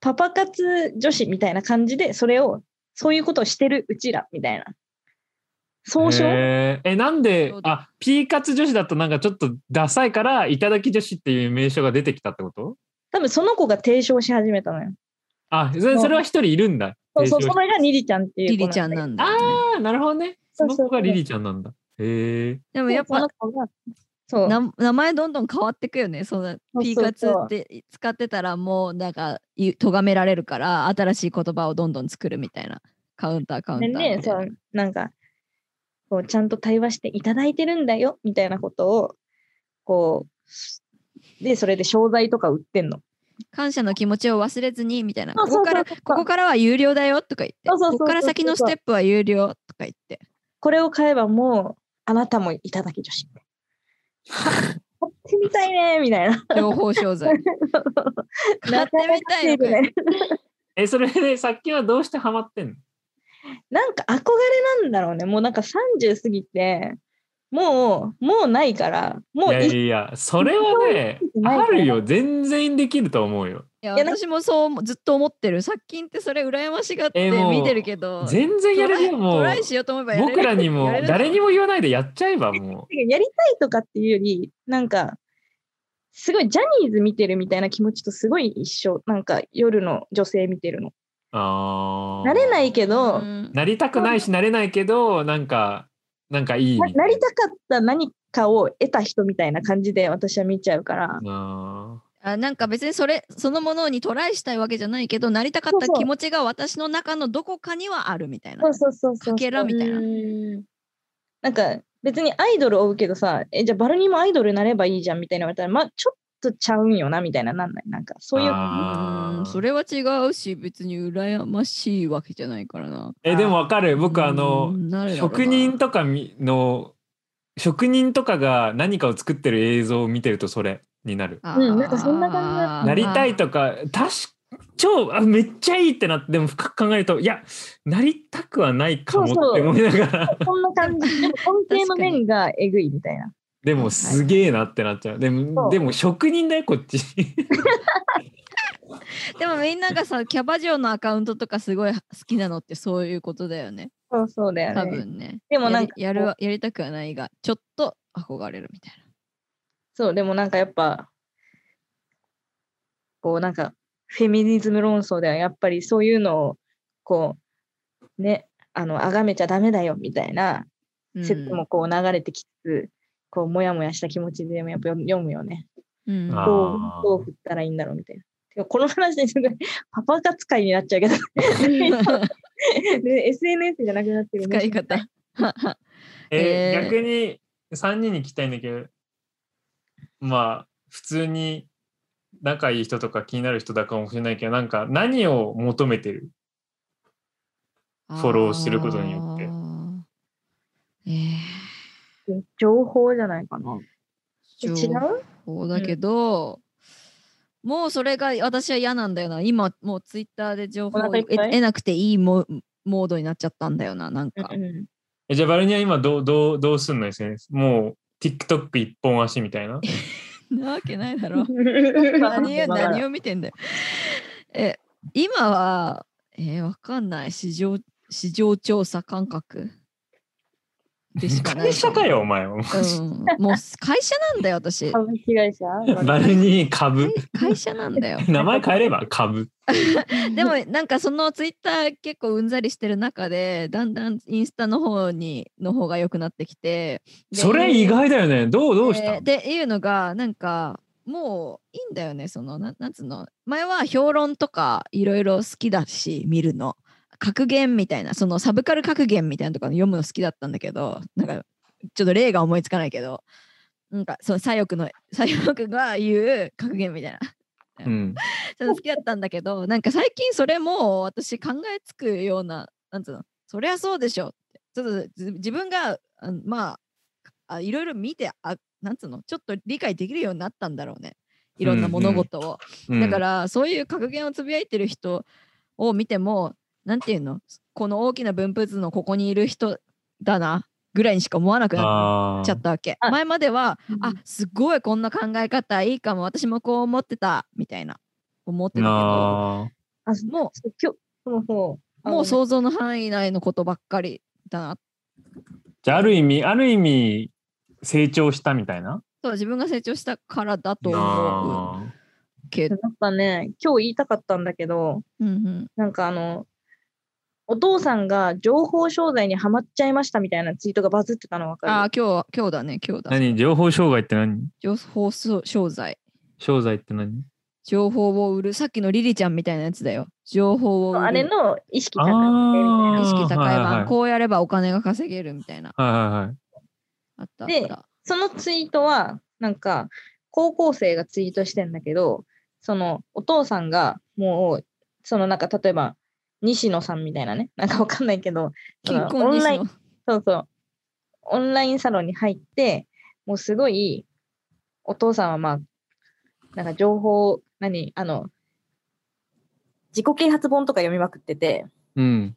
Speaker 4: パパ活女子みたいな感じで、それを、そういうことをしてるうちらみたいな。
Speaker 2: 総称、
Speaker 3: へーえ、なんで
Speaker 1: そう、だ
Speaker 3: あ、ピーカツ女子だとなんかちょっとダサいから、いただき女子っていう名称が出てきたってこと
Speaker 4: 多分その子が提唱し始めたのよ。
Speaker 3: あ、それそれは一人いるんだ。
Speaker 4: そうそう、
Speaker 3: 提唱
Speaker 4: それがリリちゃんっていう
Speaker 1: リ
Speaker 4: 子
Speaker 1: リちゃん
Speaker 4: だけど
Speaker 1: なんだ、ね。
Speaker 3: ああ、なるほどね。そ
Speaker 4: そうそ
Speaker 3: の
Speaker 4: うそう
Speaker 3: 子がリリちゃんなんだ。へえ。
Speaker 1: でもやっ
Speaker 4: そ
Speaker 1: ぱ
Speaker 4: の子が、そう。
Speaker 1: な名前どんどん変わってくよね。その
Speaker 4: そう
Speaker 1: ピーカツって使ってたらもうなんかい咎められるから新しい言葉をどんどん作るみたいなカウンターカウンタ
Speaker 4: で
Speaker 1: ーみたいな。
Speaker 4: ね、そう、なんか、こう、ちゃんと対話していただいてるんだよ、みたいなことを、こう、で、それで商材とか売ってんの。
Speaker 1: 感謝の気持ちを忘れずにみたいな。
Speaker 4: そ
Speaker 1: こ
Speaker 4: うそ
Speaker 1: こ
Speaker 4: うそ
Speaker 1: か
Speaker 4: う
Speaker 1: らここからは有料だよとか言って。
Speaker 4: そうそうそ
Speaker 1: こ
Speaker 4: う
Speaker 1: こから先のステップは有料とか言って。
Speaker 4: これを買えばもう、あなたもいただき女子。買ってみたいね、みたいな。
Speaker 1: 情報商材。買ってみ たいのかよ
Speaker 3: え、それで、さっきはどうしてハマってんの
Speaker 4: なんか憧れなんだろうね。もうなんか30過ぎて、もう、もうないから、も
Speaker 3: いうや
Speaker 4: いい
Speaker 3: いや、それはね
Speaker 4: いい、ない
Speaker 3: あ
Speaker 4: から
Speaker 3: るよ。全然できると思うよ。
Speaker 1: いや
Speaker 4: いやなんか
Speaker 1: 私もそう思ずっと思ってる。殺菌ってそれ羨ましがって
Speaker 3: えーもう
Speaker 1: 見てるけど。
Speaker 3: 全然やれるよ、も
Speaker 1: ト
Speaker 3: う
Speaker 1: ラ。イしようと思えばやれる。
Speaker 3: 僕らにも
Speaker 1: やれ、る
Speaker 3: 誰にも言わないでやっちゃえば、も
Speaker 4: やりたいとかっていうより、なんか、すごいジャニーズ見てるみたいな気持ちとすごい一緒。なんか夜の女性見てるの。
Speaker 3: う。あー
Speaker 4: なれないけど、
Speaker 1: うん
Speaker 3: なりたくないし、なれないけど、なんか、なんかいい
Speaker 4: な
Speaker 3: みた
Speaker 4: ないりたかった何かを得た人みたいな感じで私は見ちゃうから。
Speaker 3: な。
Speaker 1: あなんか別にそれそのものにトライしたいわけじゃないけどなりたかった
Speaker 4: そうそう
Speaker 1: 気持ちが私の中のどこかにはあるみたいな
Speaker 4: そうそうそうそ
Speaker 1: か
Speaker 4: う。
Speaker 1: けらみたいな
Speaker 2: うん
Speaker 4: なんか別にアイドルを追うけどさ、え、じゃあバルニーもアイドルになればいいじゃんみたいな言われたら、まあちょっとちゃうんよなみたいななんない。なんかそういう。
Speaker 3: あー
Speaker 1: うんそれは違うし別に羨ましいわけじゃないからな
Speaker 3: え、でもわかる。僕、あの
Speaker 1: う、んなるだろうな
Speaker 3: 職人とかみの職人とかが何かを作ってる映像を見てるとそれになる。
Speaker 1: あ
Speaker 4: うんなんかそんな感じだ
Speaker 1: ー
Speaker 4: った
Speaker 3: なりたいとか確か超あめっちゃいいってなってでも深く考えるといやなりたくはないかもっ
Speaker 4: そうそう
Speaker 3: て思いながら
Speaker 4: こんな 感じ。でも根底の面がえぐいみたいな。
Speaker 3: でもすげえなってなっちゃう。で
Speaker 4: そ
Speaker 3: も
Speaker 4: う
Speaker 3: でも職人だよこっち。
Speaker 1: でもみんながさキャバ嬢のアカウントとかすごい好きなのってそういうことだよね
Speaker 4: そうそうだよね。
Speaker 1: 多分ね
Speaker 4: でもなんか
Speaker 1: やりやるやりたくはないがちょっと憧れるみたいな
Speaker 4: そう、でもなんかやっぱ、こうなんか、フェミニズム論争ではやっぱりそういうのを、こう、ね、あの、崇めちゃダメだよみたいな
Speaker 1: うん
Speaker 4: 説もこう流れてきつつ、こう、もやもやした気持ちでもやっぱ読むよね。
Speaker 1: うん
Speaker 3: あー
Speaker 4: どう、どう振ったらいいんだろうみたいな。てかこの話ですごい、 パパ活会になっちゃうけど、 で SNS じゃなくなって る。
Speaker 1: 使い方
Speaker 3: え
Speaker 1: えー
Speaker 3: 逆に3人に聞きたいんだけどまあ普通に仲いい人とか気になる人だかもしれないけどなんか何を求めてるフォローすることによって
Speaker 1: あー。え
Speaker 4: 情報じゃないかな。
Speaker 1: え
Speaker 4: 違う
Speaker 1: 情報だけど、もうそれが私は嫌なんだよな。今もうツイッターで情報
Speaker 4: お
Speaker 1: を
Speaker 4: 腹いっ
Speaker 1: 得
Speaker 4: ぱい
Speaker 1: 得なくていいモモードになっちゃったんだよな。なんか、
Speaker 4: うん。
Speaker 3: えじゃあバルニア今どうどうどうすんの SNS もう TikTok 一本足みたいな
Speaker 1: なわけないだろ
Speaker 4: うん。
Speaker 1: 何を何を見てんだよ。え、今は、えーわかんない。市場市場調査感覚でしかない。
Speaker 3: 会社かよお前
Speaker 1: う
Speaker 3: は
Speaker 1: ん、もう会社なんだよ、私。
Speaker 4: 株式 会 社
Speaker 3: バルニー株
Speaker 1: 会社なんだよ。
Speaker 3: 名前変えれば株
Speaker 1: でもなんかそのツイッター結構うんざりしてる中でだんだんインスタの方にの方が良くなってきてで
Speaker 3: それ意外だよねどうどうした
Speaker 1: えーでいうのがなんかもういいんだよねそのななんつうの前は評論とかいろいろ好きだし見るの格言みたいなそのサブカル格言みたいなのとか読むの好きだったんだけどなんかちょっと例が思いつかないけどなんかその左翼の左翼が言う格言みたいな
Speaker 3: うん
Speaker 1: そう好きだったんだけどなんか最近それも私考えつくようななんつうのそりゃそうでしょってちょっとず自分があまああいろいろ見てあなんつうのちょっと理解できるようになったんだろうねいろんな物事を、
Speaker 3: うん
Speaker 1: だからそういう格言をつぶやいてる人を見てもなんていうのこの大きな分布図のここにいる人だなぐらいにしか思わなくな
Speaker 3: あ
Speaker 1: っちゃ
Speaker 3: ー
Speaker 1: ったわけ
Speaker 4: あ
Speaker 1: 前まではあ
Speaker 4: あ、
Speaker 1: すごいこんな考え方いいかも私もこう思ってたみたいな思ってたけど
Speaker 3: あ
Speaker 4: あ
Speaker 1: も
Speaker 4: そう今日、もう、
Speaker 1: うもう
Speaker 4: う。
Speaker 1: 想像の範囲内のことばっかりだなっ
Speaker 3: じゃあある意味ある意味成長したみたいな
Speaker 1: そう自分が成長したからだと思
Speaker 3: あ
Speaker 1: うけ
Speaker 4: な
Speaker 1: ど、
Speaker 4: んかね今日言いたかったんだけど
Speaker 1: うんうん、
Speaker 4: なんかあのお父さんが情報商材にはまっちゃいましたみたいなツイートがバズってたの分
Speaker 1: あ
Speaker 4: か
Speaker 1: あ今日今日だね今日だ
Speaker 3: ー何情報障害って何
Speaker 1: 情報商材
Speaker 3: 商材って何
Speaker 1: 情報を売るさっきのリリちゃんみたいなやつだよ情報を売
Speaker 4: る
Speaker 1: る
Speaker 4: あれの意識高くて
Speaker 3: あー
Speaker 1: 意識高い版、
Speaker 3: はいはい
Speaker 1: こうやればお金が稼げるみたいな
Speaker 3: はいはいはい。
Speaker 1: あったあっ
Speaker 4: で
Speaker 1: た
Speaker 4: そのツイートは、なんか、高校生がツイートしてんだけど、その、お父さんが、もう、その、なんか、例えば、西野さんみたいなね、なんかわかんないけど、その
Speaker 1: 結婚
Speaker 4: オン
Speaker 1: 西
Speaker 4: ライ
Speaker 1: 野
Speaker 4: ン、そうそう、オンラインサロンに入って、もうすごい、お父さんはまあ、なんか情報、何、あの、自己啓発本とか読みまくってて、
Speaker 3: うん。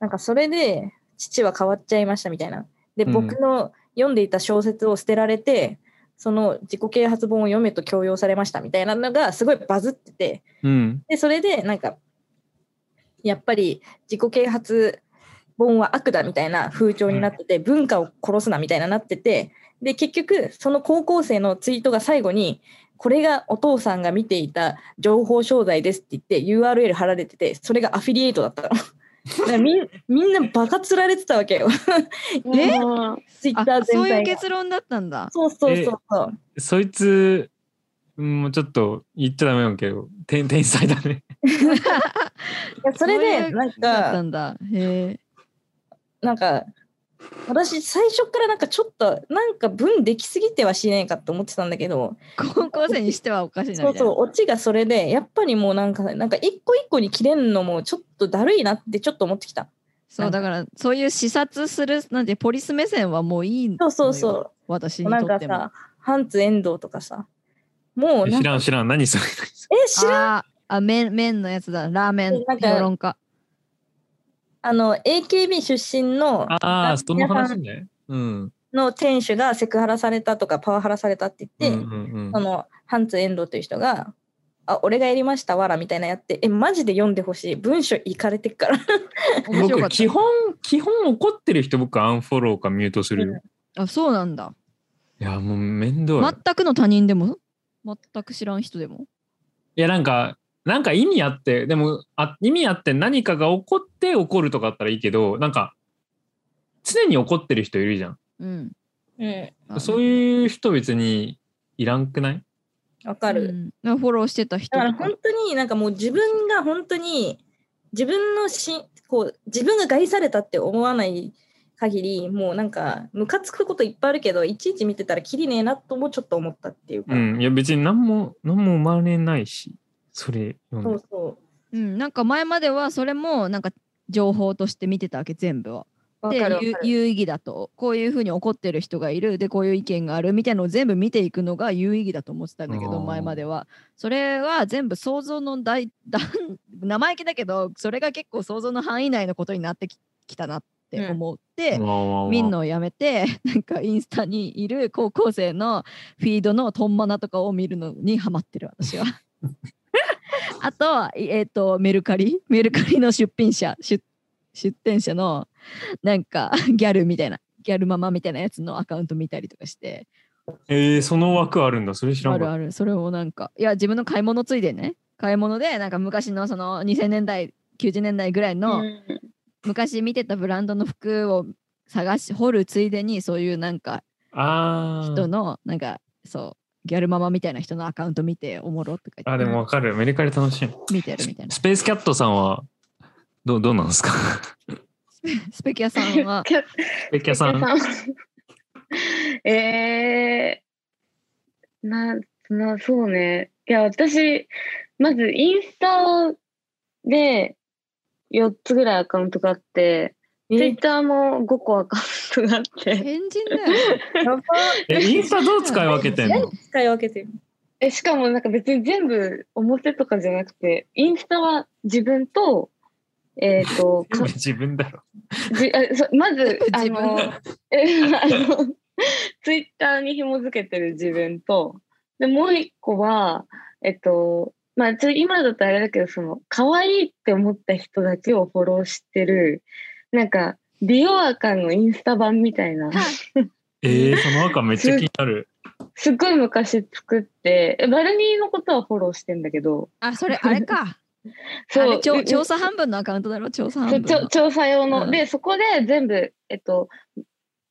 Speaker 4: なんかそれで父は変わっちゃいましたみたいな。で、
Speaker 3: うん
Speaker 4: 僕の読んでいた小説を捨てられて、その自己啓発本を読めと強要されましたみたいなのがすごいバズってて、
Speaker 3: うん。
Speaker 4: で、それでなんか、やっぱり自己啓発本は悪だみたいな風潮になってて、文化を殺すなみたいななってて、で、結局、その高校生のツイートが最後に、これがお父さんが見ていた情報商材ですって言って URL 貼られてて、それがアフィリエイトだったの。だからみんみんなバカつられてたわけよ。
Speaker 1: え
Speaker 2: うん
Speaker 4: ツイッター
Speaker 1: あ
Speaker 4: 全
Speaker 1: そういう
Speaker 4: 体が。
Speaker 1: 結論だったんだ
Speaker 4: そうそうそうそう。
Speaker 3: そいつ、もうちょっと言っちゃダメなんけど、 天天才だね。
Speaker 4: いやそれ
Speaker 1: そう
Speaker 4: で、
Speaker 1: いう
Speaker 4: なん
Speaker 1: だった
Speaker 4: か、
Speaker 1: んだ へえ
Speaker 4: なんか、私、最初からなんかちょっと、なんか文できすぎてはしねえかって思ってたんだけど、
Speaker 1: 高校生にしてはおかしいなみたい
Speaker 4: そ
Speaker 1: な
Speaker 4: うそう、オチがそれで、やっぱりもうなんか、なんか一個一個に切れんのもちょっとだるいなってちょっと思ってきた。
Speaker 1: そうだからそういう視察するなんてポリス目線はもういいの
Speaker 4: そ
Speaker 1: よ
Speaker 4: うそうそう
Speaker 1: 私。にと
Speaker 4: なん
Speaker 1: っ
Speaker 4: か
Speaker 1: ても
Speaker 4: さ、ハンツ遠藤とかさ、もうなん
Speaker 3: 知
Speaker 4: か、
Speaker 3: らん知らん。何それ。
Speaker 4: え、知らん
Speaker 1: あーあ麺麺のやつだラーメン
Speaker 4: なんか
Speaker 1: 評論家
Speaker 4: あの、AKB 出身の、
Speaker 3: ああ、その
Speaker 4: 皆
Speaker 3: 話
Speaker 4: さん
Speaker 3: ね。うん。
Speaker 4: の店主がセクハラされたとか、パワハラされたって
Speaker 3: う
Speaker 4: 言
Speaker 3: ん
Speaker 4: って、
Speaker 3: うん
Speaker 4: そのハンツ遠藤という人が「あ俺がやりましたわら」みたいなやってえマジで読んでほしい文章いかれてっから
Speaker 3: うん、
Speaker 1: 面白か
Speaker 3: 僕
Speaker 1: っ
Speaker 3: 基
Speaker 1: た
Speaker 3: 本基本怒ってる人僕アンフォローかミュートするよ、
Speaker 4: う
Speaker 1: あそうなんだ
Speaker 3: いやもう面倒い、
Speaker 1: 全くの他人でも全く知らん人でも
Speaker 3: いやなんかなんか意味あってでもあ意味あって何かが起こって怒るとかあったらいいけどなんか常に怒ってる人いるじゃん
Speaker 1: うん
Speaker 4: うん
Speaker 3: そう
Speaker 1: う
Speaker 3: いう人別にいらんくない
Speaker 4: わかる、
Speaker 1: んフォローしてた人
Speaker 4: だから
Speaker 1: とか
Speaker 4: 本当になんかもう自分が本当に自分のしこう自分が害されたって思わない限りもうなんかムカつくこといっぱいあるけどいちいち見てたらキリねえなともちょっと思ったっていうか、
Speaker 3: うん、いや別に何も何も生まれないしそれ読ん
Speaker 4: そ
Speaker 3: で
Speaker 4: うそう
Speaker 1: うんなんか前まではそれもなんか情報として見てたわけ全部を
Speaker 4: わ
Speaker 1: で
Speaker 4: かるわか
Speaker 1: 有
Speaker 4: る
Speaker 1: 有意義だとこういうふうに怒ってる人がいるでこういう意見があるみたいのを全部見ていくのが有意義だと思ってたんだけ
Speaker 3: あ
Speaker 1: ど
Speaker 3: ー
Speaker 1: 前まではそれは全部想像の大 だ生意気だけどそれが結構想像の範囲内のことになってききたなって思って、
Speaker 3: わあわあわあ
Speaker 1: 見んのをやめて なんかインスタにいる高校生のフィードのトンマナとかを見るのにハマってる私 は。あとは、いえっ、と、メルカリメルカリの出品者、出出店者の、なんか、 ギャルみたいな、ギャルママみたいなやつのアカウント見たりとかして、
Speaker 3: えー、その枠あるんだそれ知ら
Speaker 1: あ
Speaker 3: ん
Speaker 1: る
Speaker 3: かっ
Speaker 1: ある、それをなんか、いや、自分の買い物ついでね、買い物で、なんか昔のその2000年代、90年代ぐらいの、
Speaker 2: うん
Speaker 1: 昔見てたブランドの服を探し、掘るついでに、そういうなんか、
Speaker 3: たあ
Speaker 1: 人
Speaker 3: ー
Speaker 1: の、なんか、そう、ギャルママみたいな人のアカウント見て、おもろとか言
Speaker 3: あ
Speaker 1: って
Speaker 3: でもわかるメルカリ楽しい
Speaker 1: 見てるみたいな。
Speaker 3: スペースキャットさんはどうどうなんです か
Speaker 1: スペキャさんは、
Speaker 3: スペキャさん
Speaker 2: えー、な、な、そうね。いや、私、まずインスタで4つぐらいアカウントがあって、
Speaker 4: え
Speaker 2: ツイッターも5個アカウントがあって、
Speaker 1: 変人だよ。
Speaker 4: やば
Speaker 3: えインスタどう使い分けて んの
Speaker 1: 何、
Speaker 4: 使い分けてる
Speaker 2: え、しかもなんか別に全部表とかじゃなくて、インスタは自分と、えっ、と、か
Speaker 3: 自分だろ
Speaker 2: じあそまずあ
Speaker 1: 自分
Speaker 2: の
Speaker 1: だ、
Speaker 2: えあの、ツイッターに紐付けてる自分と、で、もう一個は、えっと、まあ、ちょ今だとあれだけど、その、可愛いって思った人だけをフォローしてる、なんか、美容アカンのインスタ版みたいな。
Speaker 3: えー、その赤めっちゃ気になる。
Speaker 2: すっごい昔作って、えバルニーのことはフォローしてんだけど、
Speaker 1: あ、それあれか。あれ調調査半分のアカウントだろ調査
Speaker 2: そ
Speaker 1: 半
Speaker 2: う
Speaker 1: 分
Speaker 2: ちょ
Speaker 1: の。
Speaker 2: 調査用の、
Speaker 1: うん
Speaker 2: でそこで全部えっと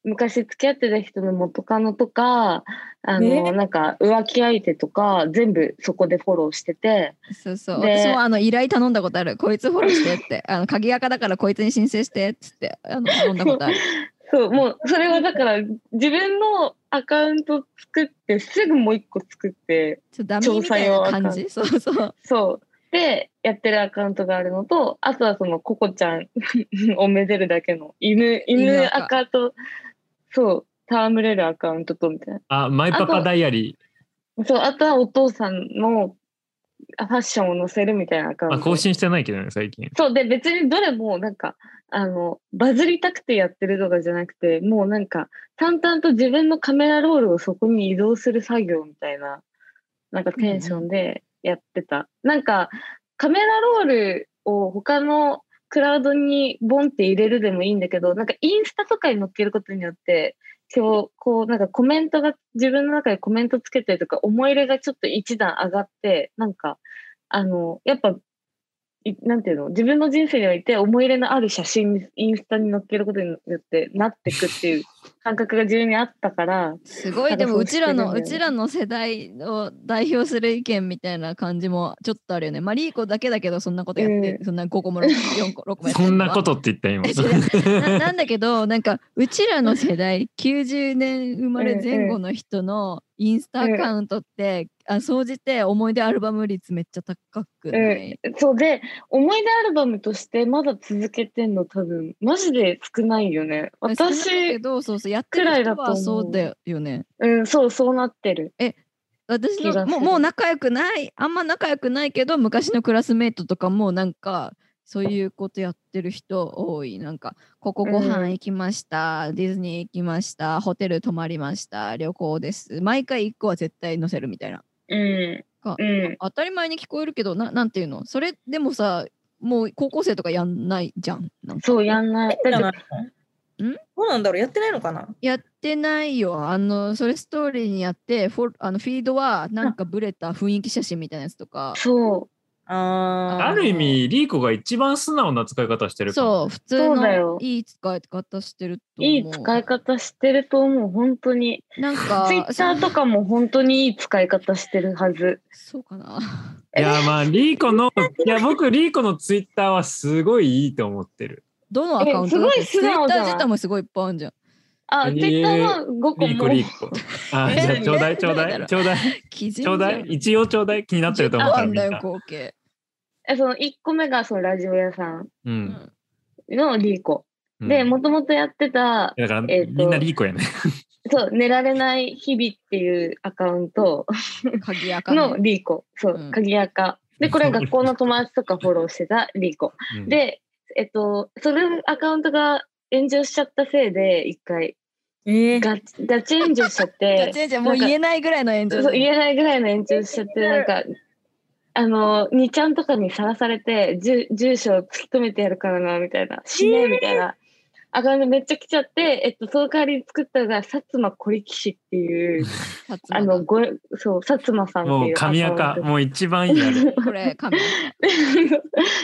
Speaker 2: 昔付き合ってた人の元カノとかあの、
Speaker 4: ね
Speaker 2: なんか浮気相手とか全部そこでフォローしてて
Speaker 1: そうそう。
Speaker 2: で
Speaker 1: 私もあの依頼頼んだことある。こいつフォローしてって。あの鍵垢だからこいつに申請してっつってあの頼んだ ことある。
Speaker 2: そうもうそれはだから自分のアカウント作ってすぐもう一個作って
Speaker 1: ちょっとダミーみたいな感じ。そうそう。
Speaker 2: そうでやってるアカウントがあるのとあとはそのココちゃん をめでるだけの犬
Speaker 1: 犬
Speaker 2: 犬
Speaker 1: ア
Speaker 2: ア
Speaker 1: カ
Speaker 2: カとそう戯れるアカウントとみたいな。
Speaker 3: あ、マイパパダイアリ
Speaker 2: そう、あとはお父さんのあファッションを載せるみたいなアカウン
Speaker 3: ー。
Speaker 2: ト。
Speaker 3: あ、更新してないけどね、最近。
Speaker 2: そう、で、別にどれも、なんか、あの、バズりたくてやってるとかじゃなくて、もうなんか、淡々と自分のカメラロールをそこに移動する作業みたいな、なんかテンションでやってた。なんか、カメラロールを他のクラウドにボンって入れるでもいいんだけど、なんかインスタとかに載っけることによって、今日、こう、なんかコメントが、自分の中でコメントつけてとか、思い入れがちょっと一段上がって、なんか、あの、やっぱ、いなんていうの自分の人生において思い入れのある写真にインスタに載っけることによってなってくっていう感覚が自分にあったから
Speaker 1: すごい
Speaker 2: た
Speaker 1: で
Speaker 2: だ
Speaker 1: も
Speaker 2: そううして
Speaker 1: ち
Speaker 2: る
Speaker 1: ら
Speaker 2: んだよ
Speaker 1: の
Speaker 2: ね
Speaker 1: うちらの世代を代表する意見みたいな感じもちょっとあるよね。マリーコだけだけどそんなことやって、
Speaker 2: う
Speaker 1: そんな5個も4個6個もやって
Speaker 3: そんなこととって言った今。
Speaker 1: ななんだけどなんかうちらの世代90年生まれ前後の人のインスタアカウントって、あ総じて思い出アルバム率めっちゃ高くない、
Speaker 2: そうで思い出アルバムとしてまだ続けてんの多分マジで少ないよね
Speaker 1: 少ないけ
Speaker 2: 私
Speaker 1: どそうそうやってる
Speaker 2: くらい
Speaker 1: 人
Speaker 2: だと
Speaker 1: は
Speaker 2: 思う
Speaker 1: そうだよね
Speaker 2: うんそうそうなってる
Speaker 1: 私
Speaker 2: 気
Speaker 1: の
Speaker 2: がす
Speaker 1: もう
Speaker 2: る
Speaker 1: もう仲良くないあんま仲良くないけど昔のクラスメートとかもなんかそういうことやってる人多いなんかここご
Speaker 2: う
Speaker 1: 飯
Speaker 2: ん
Speaker 1: 行きました、ディズニー行きましたホテル泊まりました旅行です毎回1個は絶対載せるみたいな
Speaker 2: うん
Speaker 1: か
Speaker 2: うん
Speaker 1: 当たり前に聞こえるけどななんていうのそれでもさもう高校生とかやんないじゃんなんか
Speaker 2: そうやんないだって
Speaker 4: んどうなんだろうやってないのかな
Speaker 1: やってないよあのそれストーリーにやってフォあのフィードはなんかブレた雰囲気写真みたいなやつとか
Speaker 2: そ
Speaker 4: あー
Speaker 3: ある意味、リーコが一番素直な使い方してるから
Speaker 1: そう普通
Speaker 2: そうだ
Speaker 1: の
Speaker 2: よ
Speaker 1: いい使い方してると
Speaker 2: う
Speaker 1: 思う
Speaker 2: いい使い方してると思う本当に
Speaker 1: なんか
Speaker 2: ツイッターとかも本当にいい使い方してるはず
Speaker 1: そうそうかない
Speaker 3: や、まあ、リーコの、いや、僕、リーコのツイッターはすごいいいと思ってる。
Speaker 1: どのアカウント
Speaker 2: えす
Speaker 1: だっ
Speaker 2: ごい
Speaker 1: て
Speaker 2: 素直
Speaker 1: ツイ
Speaker 2: じ
Speaker 1: ッター
Speaker 2: ゃない
Speaker 1: 自体もすごいいっぱいあるじゃん
Speaker 2: あ
Speaker 3: えー
Speaker 2: ツイッターの5個
Speaker 3: リーコ、
Speaker 2: も
Speaker 3: リーコ。あ、
Speaker 1: え
Speaker 3: じゃあちょうだい、ちょう
Speaker 1: な
Speaker 3: だ
Speaker 1: んだろう
Speaker 3: い、ちょうだい、
Speaker 1: 基準
Speaker 3: ちょうだい、一応ちょうだい、気になってると思う
Speaker 1: あ
Speaker 3: から、
Speaker 1: るん
Speaker 3: みん
Speaker 1: だよ
Speaker 3: な。
Speaker 1: 合計、
Speaker 2: えその1個目がそのラジオ屋さん
Speaker 3: う。
Speaker 1: うん
Speaker 2: のリーコ。
Speaker 3: うん
Speaker 2: で、もともとやってた、
Speaker 3: だから、
Speaker 2: えーと
Speaker 3: みんなリーコやね。
Speaker 2: そう、寝られない日々っていうアカウント
Speaker 1: ん、鍵アカ、
Speaker 2: の
Speaker 1: ね、
Speaker 2: リーコ。そうう、
Speaker 1: ん
Speaker 2: 鍵垢。で、これは学校の友達とかフォローしてたリーコ。
Speaker 3: うん、
Speaker 2: で、えっと、そのアカウントが炎上しちゃったせいで、一回、
Speaker 4: えー
Speaker 2: ガチ、ガチ炎上しちゃっ
Speaker 1: じゃあ
Speaker 2: て、
Speaker 1: じゃあじゃあもう言えないぐらいの炎上
Speaker 2: そう言えないぐらいの炎上しちゃって、なんか、あの、2ちゃんとかにさらされて、住住所を突き止めてやるからな、みたいな。死ね、みたいな。あかんねめっちゃ来ちゃって、えっと、その代わりに作ったのが、薩摩小力士っ ていう、
Speaker 1: 薩摩
Speaker 2: あ
Speaker 1: が
Speaker 2: の、ご、そう、薩摩さんって
Speaker 3: も、
Speaker 2: いうう。
Speaker 3: 神垢、もう一番いいやる。
Speaker 1: これ神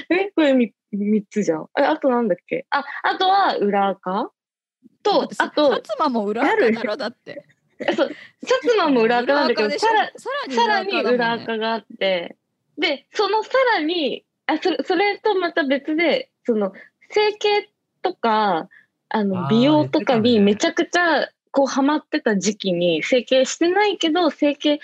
Speaker 2: え、これみ3つじゃん。え、あとなんだっけあ、あとは裏垢
Speaker 1: だっ
Speaker 2: と
Speaker 1: て、さ
Speaker 2: あと
Speaker 1: 薩、摩も裏垢だろだって
Speaker 2: えそう、薩摩も裏垢なんだけ
Speaker 1: 裏垢で
Speaker 2: ど、
Speaker 1: しょ
Speaker 2: さら、さ
Speaker 1: さ
Speaker 2: ら
Speaker 1: ら
Speaker 2: に
Speaker 1: に
Speaker 2: 裏
Speaker 1: 裏垢だもんね
Speaker 2: 垢があって、で、そのさらに、あそれそれとまた別で、その、整形とか、あ
Speaker 3: あ
Speaker 2: の
Speaker 3: ー
Speaker 2: 美容とかに
Speaker 3: 言って
Speaker 2: め
Speaker 3: た
Speaker 2: ちゃくちゃこうハマってた時期に整形してないけど整形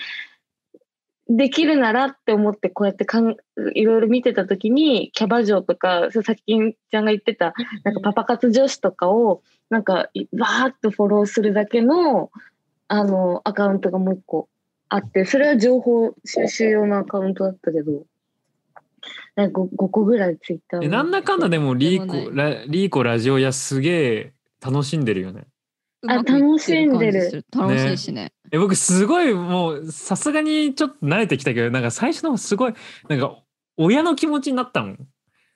Speaker 2: できるならって思ってこうやってかんいろいろ見てた時にキャバ嬢とかそうさっきんちゃんが言ってたなんかパパ活女子とかをなんかいわーっとフォローするだけのあのアカウントがもう一個あってそれは情報収集用のアカウントだったけどなんか 5, 個ぐらいツイッター
Speaker 3: えなんだかんだでもリー
Speaker 1: でも
Speaker 3: コラリーコラジオやすげえ楽しんでるよね。
Speaker 1: うまくいってる感じする
Speaker 3: んで
Speaker 1: 楽
Speaker 3: る
Speaker 1: しいしね
Speaker 3: え僕すごいもうさすがにちょっと慣れてきたけどなんか最初の方すごいなんか親の気持ちになったもん。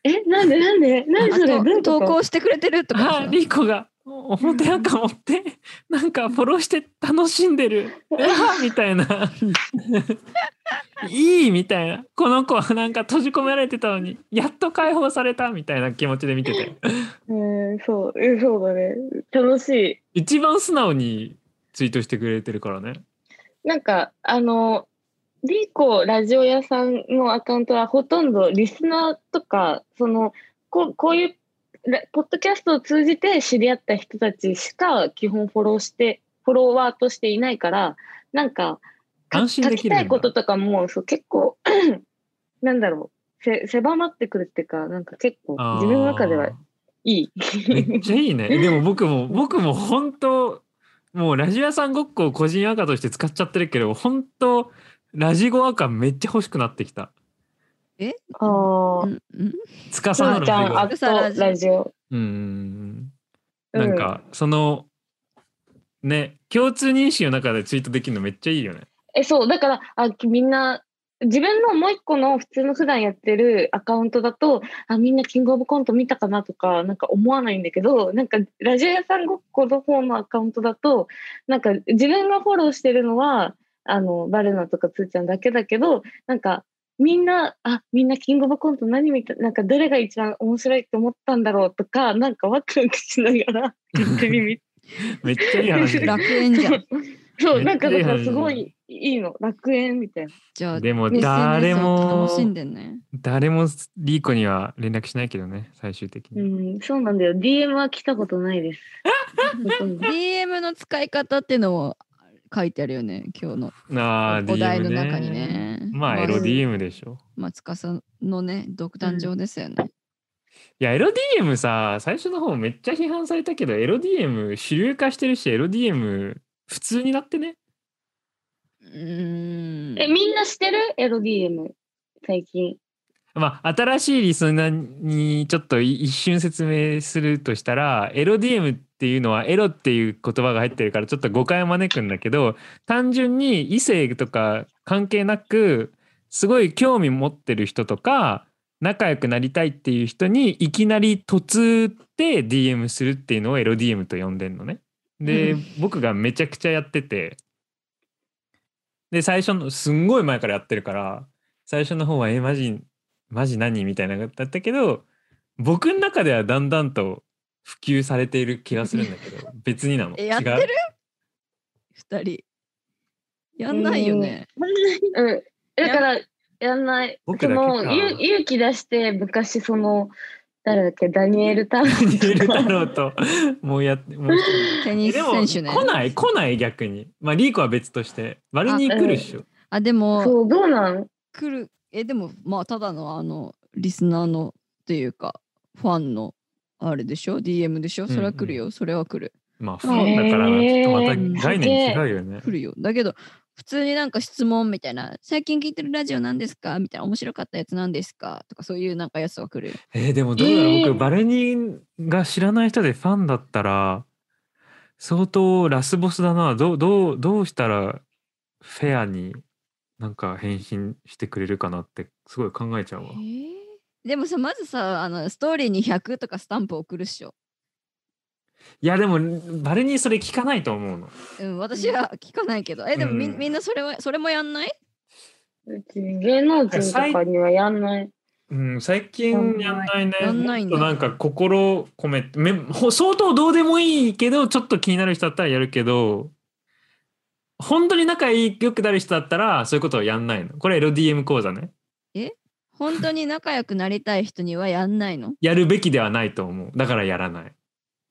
Speaker 2: え、なんでなんで何それ
Speaker 1: あ
Speaker 2: どういう
Speaker 1: と投
Speaker 2: こ
Speaker 1: 稿してくれてるとか
Speaker 3: あ
Speaker 1: さ
Speaker 3: ー、リコが表なんか持って、なんかフォローして楽しん でる。うわーみたいな。いいみたいな。この子はなんか閉じ込められてたのに、やっと解放されたみたいな気持ちで見 てて。
Speaker 2: とうん、そう、うんそうだね。楽しい。
Speaker 3: 一番素直にツイートしてくれてるからね。
Speaker 2: なんか、あの、リーコラジオ屋さんのアカウントはほとんどリスナーとか、その、こうこういうラ、ポッドキャストを通じて知り合った人たちしか基本フォローして、フォロワーとしていないから、なんか、か
Speaker 3: 安心できるんだ
Speaker 2: 書きたいこととかも、そう結構、 なんだろう、せ狭まってくるっていうか、なんか結構
Speaker 3: あー
Speaker 2: 自分の中ではいい。
Speaker 3: めっちゃいいね。でも僕も、僕も本当、もうラジオ屋さんごっこを個人赤として使っちゃってるけど、本当、ラジゴ赤めっちゃ欲しくなってきた。
Speaker 2: ああ
Speaker 1: う
Speaker 2: ー、
Speaker 1: んうん
Speaker 3: つか
Speaker 2: つ
Speaker 3: さん
Speaker 2: なち
Speaker 3: のラジ
Speaker 2: ゃ
Speaker 3: ゴ
Speaker 2: ん、あ
Speaker 3: アカ。
Speaker 2: とラジオ。
Speaker 3: うんうんうん。
Speaker 2: う
Speaker 3: なんか、その、ね、共通認識の中でツイートできるのめっちゃいいよね。
Speaker 2: え、そう、だから、あ、みんな、自分のもう一個の普通の普段やってるアカウントだと、あ、みんなキングオブコント見たかなとか、なんか思わないんだけど、なんかラジオ屋さんごっこの方のアカウントだと、なんか自分がフォローしてるのは、あの、バルナとかつーちゃんだけだけど、なんか、みんな、あ、みんなキングオブコント何見た、なんか誰が一番面白いと思ったんだろうとか、なんかワクワクしなが ら、テレビ見て
Speaker 3: めっちゃいい話だよ
Speaker 1: 楽園じゃん。
Speaker 2: そう、なんかだ
Speaker 3: めっちゃいい話
Speaker 2: からすごいいいの、楽園みたいな。
Speaker 1: じゃあ、
Speaker 3: でも
Speaker 1: SNS を
Speaker 3: 誰も
Speaker 1: 楽しんでんね。
Speaker 3: 誰もリーコには連絡しないけどね、最終的
Speaker 2: う
Speaker 3: に。
Speaker 2: ん、そうなんだよ。DM は来たことないです。ほとんど
Speaker 1: DM の使い方ってのも書いてあるよね、今日の
Speaker 3: ああ、
Speaker 1: お題
Speaker 3: DM
Speaker 1: の中に
Speaker 3: ね。
Speaker 1: ね。
Speaker 3: まあ、エロ DM でしょ。
Speaker 1: まつかさんのね、独壇場ですよね。
Speaker 3: いや、エロ DM さ、最初の方めっちゃ批判されたけど、エロ DM 主流化してるし、エロ DM 普通になってね。
Speaker 1: うーん。
Speaker 2: え、みんなしてるエロ DM、最近。
Speaker 3: まあ、新しいリスナーにちょっとい一瞬説明するとしたら、エロ DM っていうのはエロっていう言葉が入ってるからちょっと誤解を招くんだけど、単純に異性とか関係なく、すごい興味持ってる人とか、仲良くなりたいっていう人にいきなり突で DM するっていうのをエロ DM と呼んでんのね。で、
Speaker 1: う
Speaker 3: 僕がめちゃくちゃやってて、で、最初の、すんごい前からやってるから、最初の方は、え、マジ、マジ何みたいなのだったけど、僕の中ではだんだんと普及されている気がするんだけど、 別になの。
Speaker 1: えやって
Speaker 3: 違
Speaker 1: る
Speaker 3: う
Speaker 1: 二人。やんないよね。
Speaker 2: うん。だから、やんない。
Speaker 3: 僕
Speaker 2: そ
Speaker 3: だけか
Speaker 2: の、ゆ勇気出して、昔、その、誰だっけ、ダニエル・タウンとか。
Speaker 3: ニエル太郎と、 もうやって、もう一人
Speaker 1: テニス
Speaker 3: でも
Speaker 1: 選手ね。
Speaker 3: 来ない、来ない逆に。まあ、リーコは別として。割に来るっしょ。
Speaker 1: あ、でも、
Speaker 2: そう、どうなん
Speaker 1: 来る。え、でも、まあ、ただのあの、リスナーのっていうか、ファンの、あれでしょ ?DM でしょそれは来るよ、それは来る。
Speaker 3: まあ、ファンだから、ちょっとまた概念違うよね。
Speaker 1: 来るよ。だけど、普通になんか質問みたいな、最近聞いてるラジオなんですかみたいな、面白かったやつなんですかとか、そういうなんかやつは来るよ。
Speaker 3: えーでもどうだろう、
Speaker 2: えー
Speaker 3: 僕バルニーが知らない人でファンだったら相当ラスボスだなどうどうどうしたらフェアになんか返信してくれるかなってすごい考えちゃうわ
Speaker 1: でもさ、まずさ、あの、ストーリーに100とかスタンプ送るっしょ。
Speaker 3: いやでもバルニーそれ聞かないと思うの
Speaker 1: うん、私は聞かないけど。え、でもみ,、
Speaker 3: うん
Speaker 1: ん、みんなそれは、それもやんないう
Speaker 2: ち、芸能人とかにはやんない。
Speaker 3: うん最近やんないね
Speaker 1: やんないん
Speaker 3: も
Speaker 1: だ
Speaker 3: っとなんか心を込めてめほ相当どうでもいいけどちょっと気になる人だったらやるけど本当に仲良くなる人だったらそういうことはやんないのこれ LDM 講座ね
Speaker 1: 本当に仲良くなりたい人にはやんないの
Speaker 3: やるべきではないと思う。だからやらない。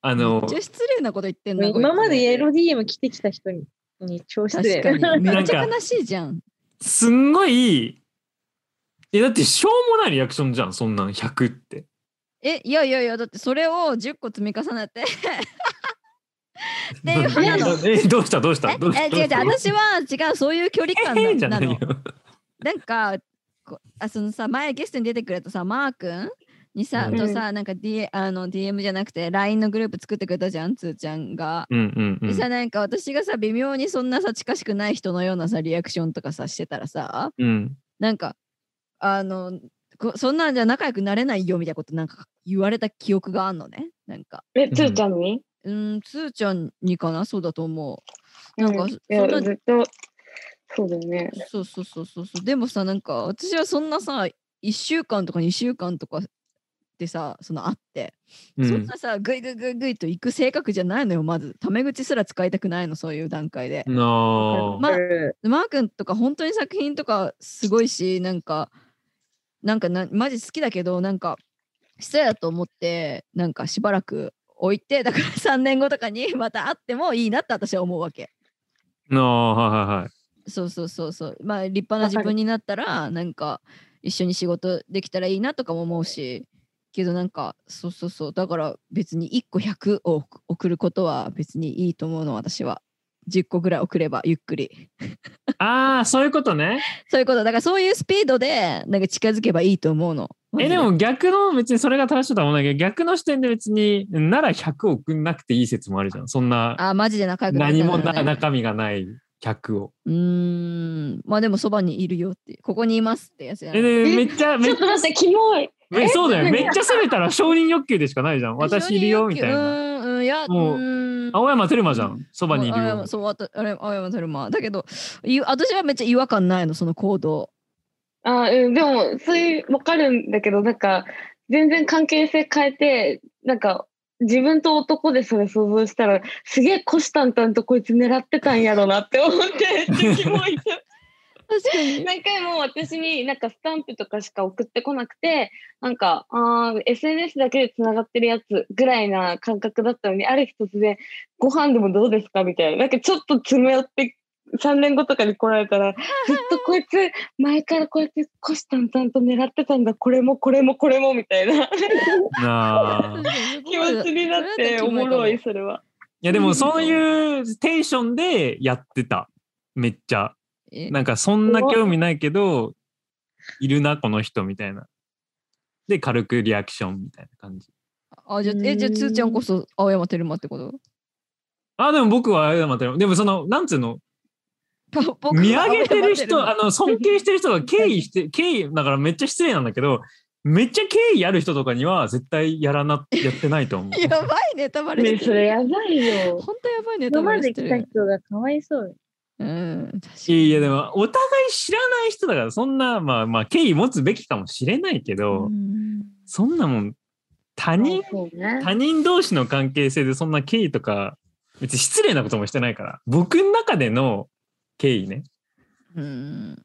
Speaker 3: あの
Speaker 1: めっち、ゃ失礼なこと言ってんな。こいつ
Speaker 4: 今までエロ DM 来てきた人にに超失
Speaker 1: 確
Speaker 4: 礼
Speaker 1: かに。めっちゃ
Speaker 3: なんか
Speaker 1: 悲しいじゃん。
Speaker 3: すんごい、え、だってしょうもないリアクションじゃん、そんなん100って。
Speaker 1: え、いやいやいや、だってそれを10個積み重ね て。っていう
Speaker 2: 花の
Speaker 3: え、どうしたどうし
Speaker 1: え
Speaker 3: たどうし、た
Speaker 1: え違う違う、
Speaker 3: どう
Speaker 1: 私
Speaker 3: し
Speaker 1: は違う、そういう距離
Speaker 3: た
Speaker 1: 感
Speaker 3: えーじ
Speaker 1: な
Speaker 3: ゃな
Speaker 1: ない
Speaker 3: よ
Speaker 1: の。。なんかこあそのさ前ゲストに出てくれたさマー君にさ、
Speaker 3: うん
Speaker 1: とさなんか、D、あの DM じゃなくて LINE のグループ作ってくれたじゃんつーちゃんが。
Speaker 3: うんうんう
Speaker 1: で
Speaker 3: ん。
Speaker 1: さなんか私がさ微妙にそんなさ近しくない人のようなさリアクションとかさしてたらさ
Speaker 3: うん、
Speaker 1: なんかあのこそんなんじゃ仲良くなれないよみたいなことなんか言われた記憶があんのねなんか
Speaker 2: え、つーちゃんに、
Speaker 1: うーんつーちゃんにかなそうだと思
Speaker 2: う
Speaker 1: なんか
Speaker 2: い
Speaker 1: そ
Speaker 2: や、
Speaker 1: んな
Speaker 2: ずっと、そうだよね
Speaker 1: う。そうそうそうそうそうでもさなんか私はそんなさ1週間とか2週間とかでさそのあって、
Speaker 3: うん
Speaker 1: そんなさグイグイグイグイと行く性格じゃないのよまずタメ口すら使いたくないのそういう段階で、
Speaker 3: の
Speaker 1: まあ
Speaker 4: うん
Speaker 1: マー君とか本当に作品とかすごいしなんかなんかなマジ好きだけどなんか失礼だと思ってなんかしばらく置いてだから3年後とかにまた会ってもいいなって私は思うわけ
Speaker 3: のはいはいはい。
Speaker 1: そうそうそうそうまあ立派な自分になったらなんか一緒に仕事できたらいいなとかも思うしけどなんかそうそうそうだから別に1個100を送ることは別にいいと思うの私は10個ぐらい送ればゆっくり
Speaker 3: ああ、そういうことね。
Speaker 1: そういうこと。だからそういうスピードで、なんか近づけばいいと思うの。マ
Speaker 3: え、
Speaker 1: ジ
Speaker 3: でも逆の、別にそれが正しいとは思うんだけど、逆の視点で別に、なら100を送んなくていい説もあるじゃん。そんな、
Speaker 1: あ、マジで仲良くなり
Speaker 3: 何
Speaker 1: たい
Speaker 3: も
Speaker 1: な
Speaker 3: な
Speaker 1: らね
Speaker 3: 中身がない100を。
Speaker 1: うーん。まあでもそばにいるよって、ここにいますってやつや
Speaker 3: え、
Speaker 1: ね。
Speaker 3: でめっちゃ、
Speaker 2: ち
Speaker 3: め
Speaker 2: ょ
Speaker 3: っ
Speaker 2: っと待って、キモい。
Speaker 3: めそうだよ。
Speaker 2: え
Speaker 3: めっちゃ攻めたら承認欲求でしか ないじゃん。私いるよ、みたいな。
Speaker 1: な。うーん、うん、いや、
Speaker 3: もう
Speaker 1: うーん。
Speaker 3: 青山テルマじゃん。そばにいる
Speaker 1: あ青
Speaker 3: よ
Speaker 1: 山。そう、あと、あれ、青山テルマ。だけど、い私はめっちゃ違和感ないの、その行動。
Speaker 2: あうん、でも、そういう、わかるんだけど、なんか、全然関係性変えて、なんか、自分と男でそれ想像したら、すげえ腰たんたんとこいつ狙ってたんやろなって思って、めっちゃキモい。
Speaker 1: 確か に。
Speaker 2: 何回も私になんかスタンプとかしか送ってこなくて、なんか、あー SNS だけで繋がってるやつぐらいな感覚だったのに、ある日突然、ご飯でもどうですかみたいな。なんかちょっと詰め寄って、3年後とかに来られたら、ずっとこいつ、前からこうやって腰たんたんと狙ってたんだ、これもこれもこれもみたい な
Speaker 3: なあ。い
Speaker 2: 気持ちになっ
Speaker 1: それだ
Speaker 2: て、
Speaker 1: と
Speaker 2: お
Speaker 1: キモいかも
Speaker 2: もろい、それは。
Speaker 3: や、でもそういうテンションでやってた。めっちゃ。
Speaker 1: え
Speaker 3: なんかそんな興味ないけど、いるな、この人みたいな。で、軽くリアクションみたいな感じ。
Speaker 1: あ、じゃあ、え、じゃあ、つーちゃんこそ青山テルマってこと
Speaker 3: あ、でも僕はあれだまた、でもその、なんつうの、
Speaker 1: ぼ僕は
Speaker 3: 見上げてる人、
Speaker 1: 青
Speaker 3: あ
Speaker 1: 山テルマ
Speaker 3: の、尊敬してる人が敬意 して、敬意、だからめっちゃ失礼なんだけど、めっちゃ敬意ある人とかには絶対やらな、やってないと思う。
Speaker 1: やばいネタバレして
Speaker 2: ね、
Speaker 1: る
Speaker 2: それやばいよ。
Speaker 1: 本当やばいネタバ
Speaker 4: 今ま
Speaker 1: レ
Speaker 4: で
Speaker 1: して
Speaker 4: 来
Speaker 1: る
Speaker 4: た。人がかわいそう。
Speaker 1: うん、確かに。
Speaker 3: いや、でも、お互い知らない人だから、そんな、まあまあ、敬意持つべきかもしれないけど、
Speaker 1: うん
Speaker 3: そんなもん、他人
Speaker 2: そうね。
Speaker 3: 他人同士の関係性でそんな敬意とか別に失礼なこともしてないから僕の中での敬意ね
Speaker 1: うん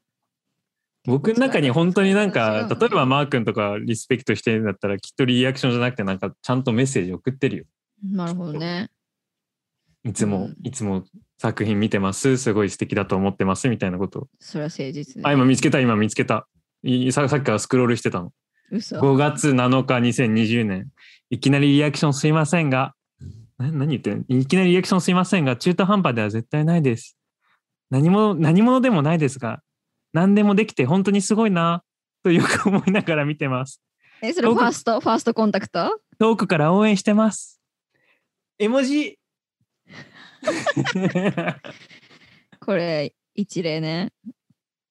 Speaker 3: 僕の中に本当になんか
Speaker 1: そう
Speaker 3: 例えばマー君とかリスペクトしてるんだったらきっとリアクションじゃなくてなんかちゃんとメッセージ送ってるよ
Speaker 1: なるほどね。
Speaker 3: いつも、
Speaker 1: うん
Speaker 3: いつも作品見てますすごい素敵だと思ってますみたいなことを
Speaker 1: それは誠実
Speaker 3: あ
Speaker 1: ね。
Speaker 3: 今見つけた今見つけたいささっきからスクロールしてたの
Speaker 1: 嘘。
Speaker 3: 5月7日2020年いきなりリアクションすいませんがな何言ってんのいきなりリアクションすいませんが中途半端では絶対ないです何も何者でもないですが何でもできて本当にすごいなとよく思いながら見てます
Speaker 1: え、それファースト、ファーストコンタクト
Speaker 3: 遠くから応援してます絵文字
Speaker 1: これ、一例ね。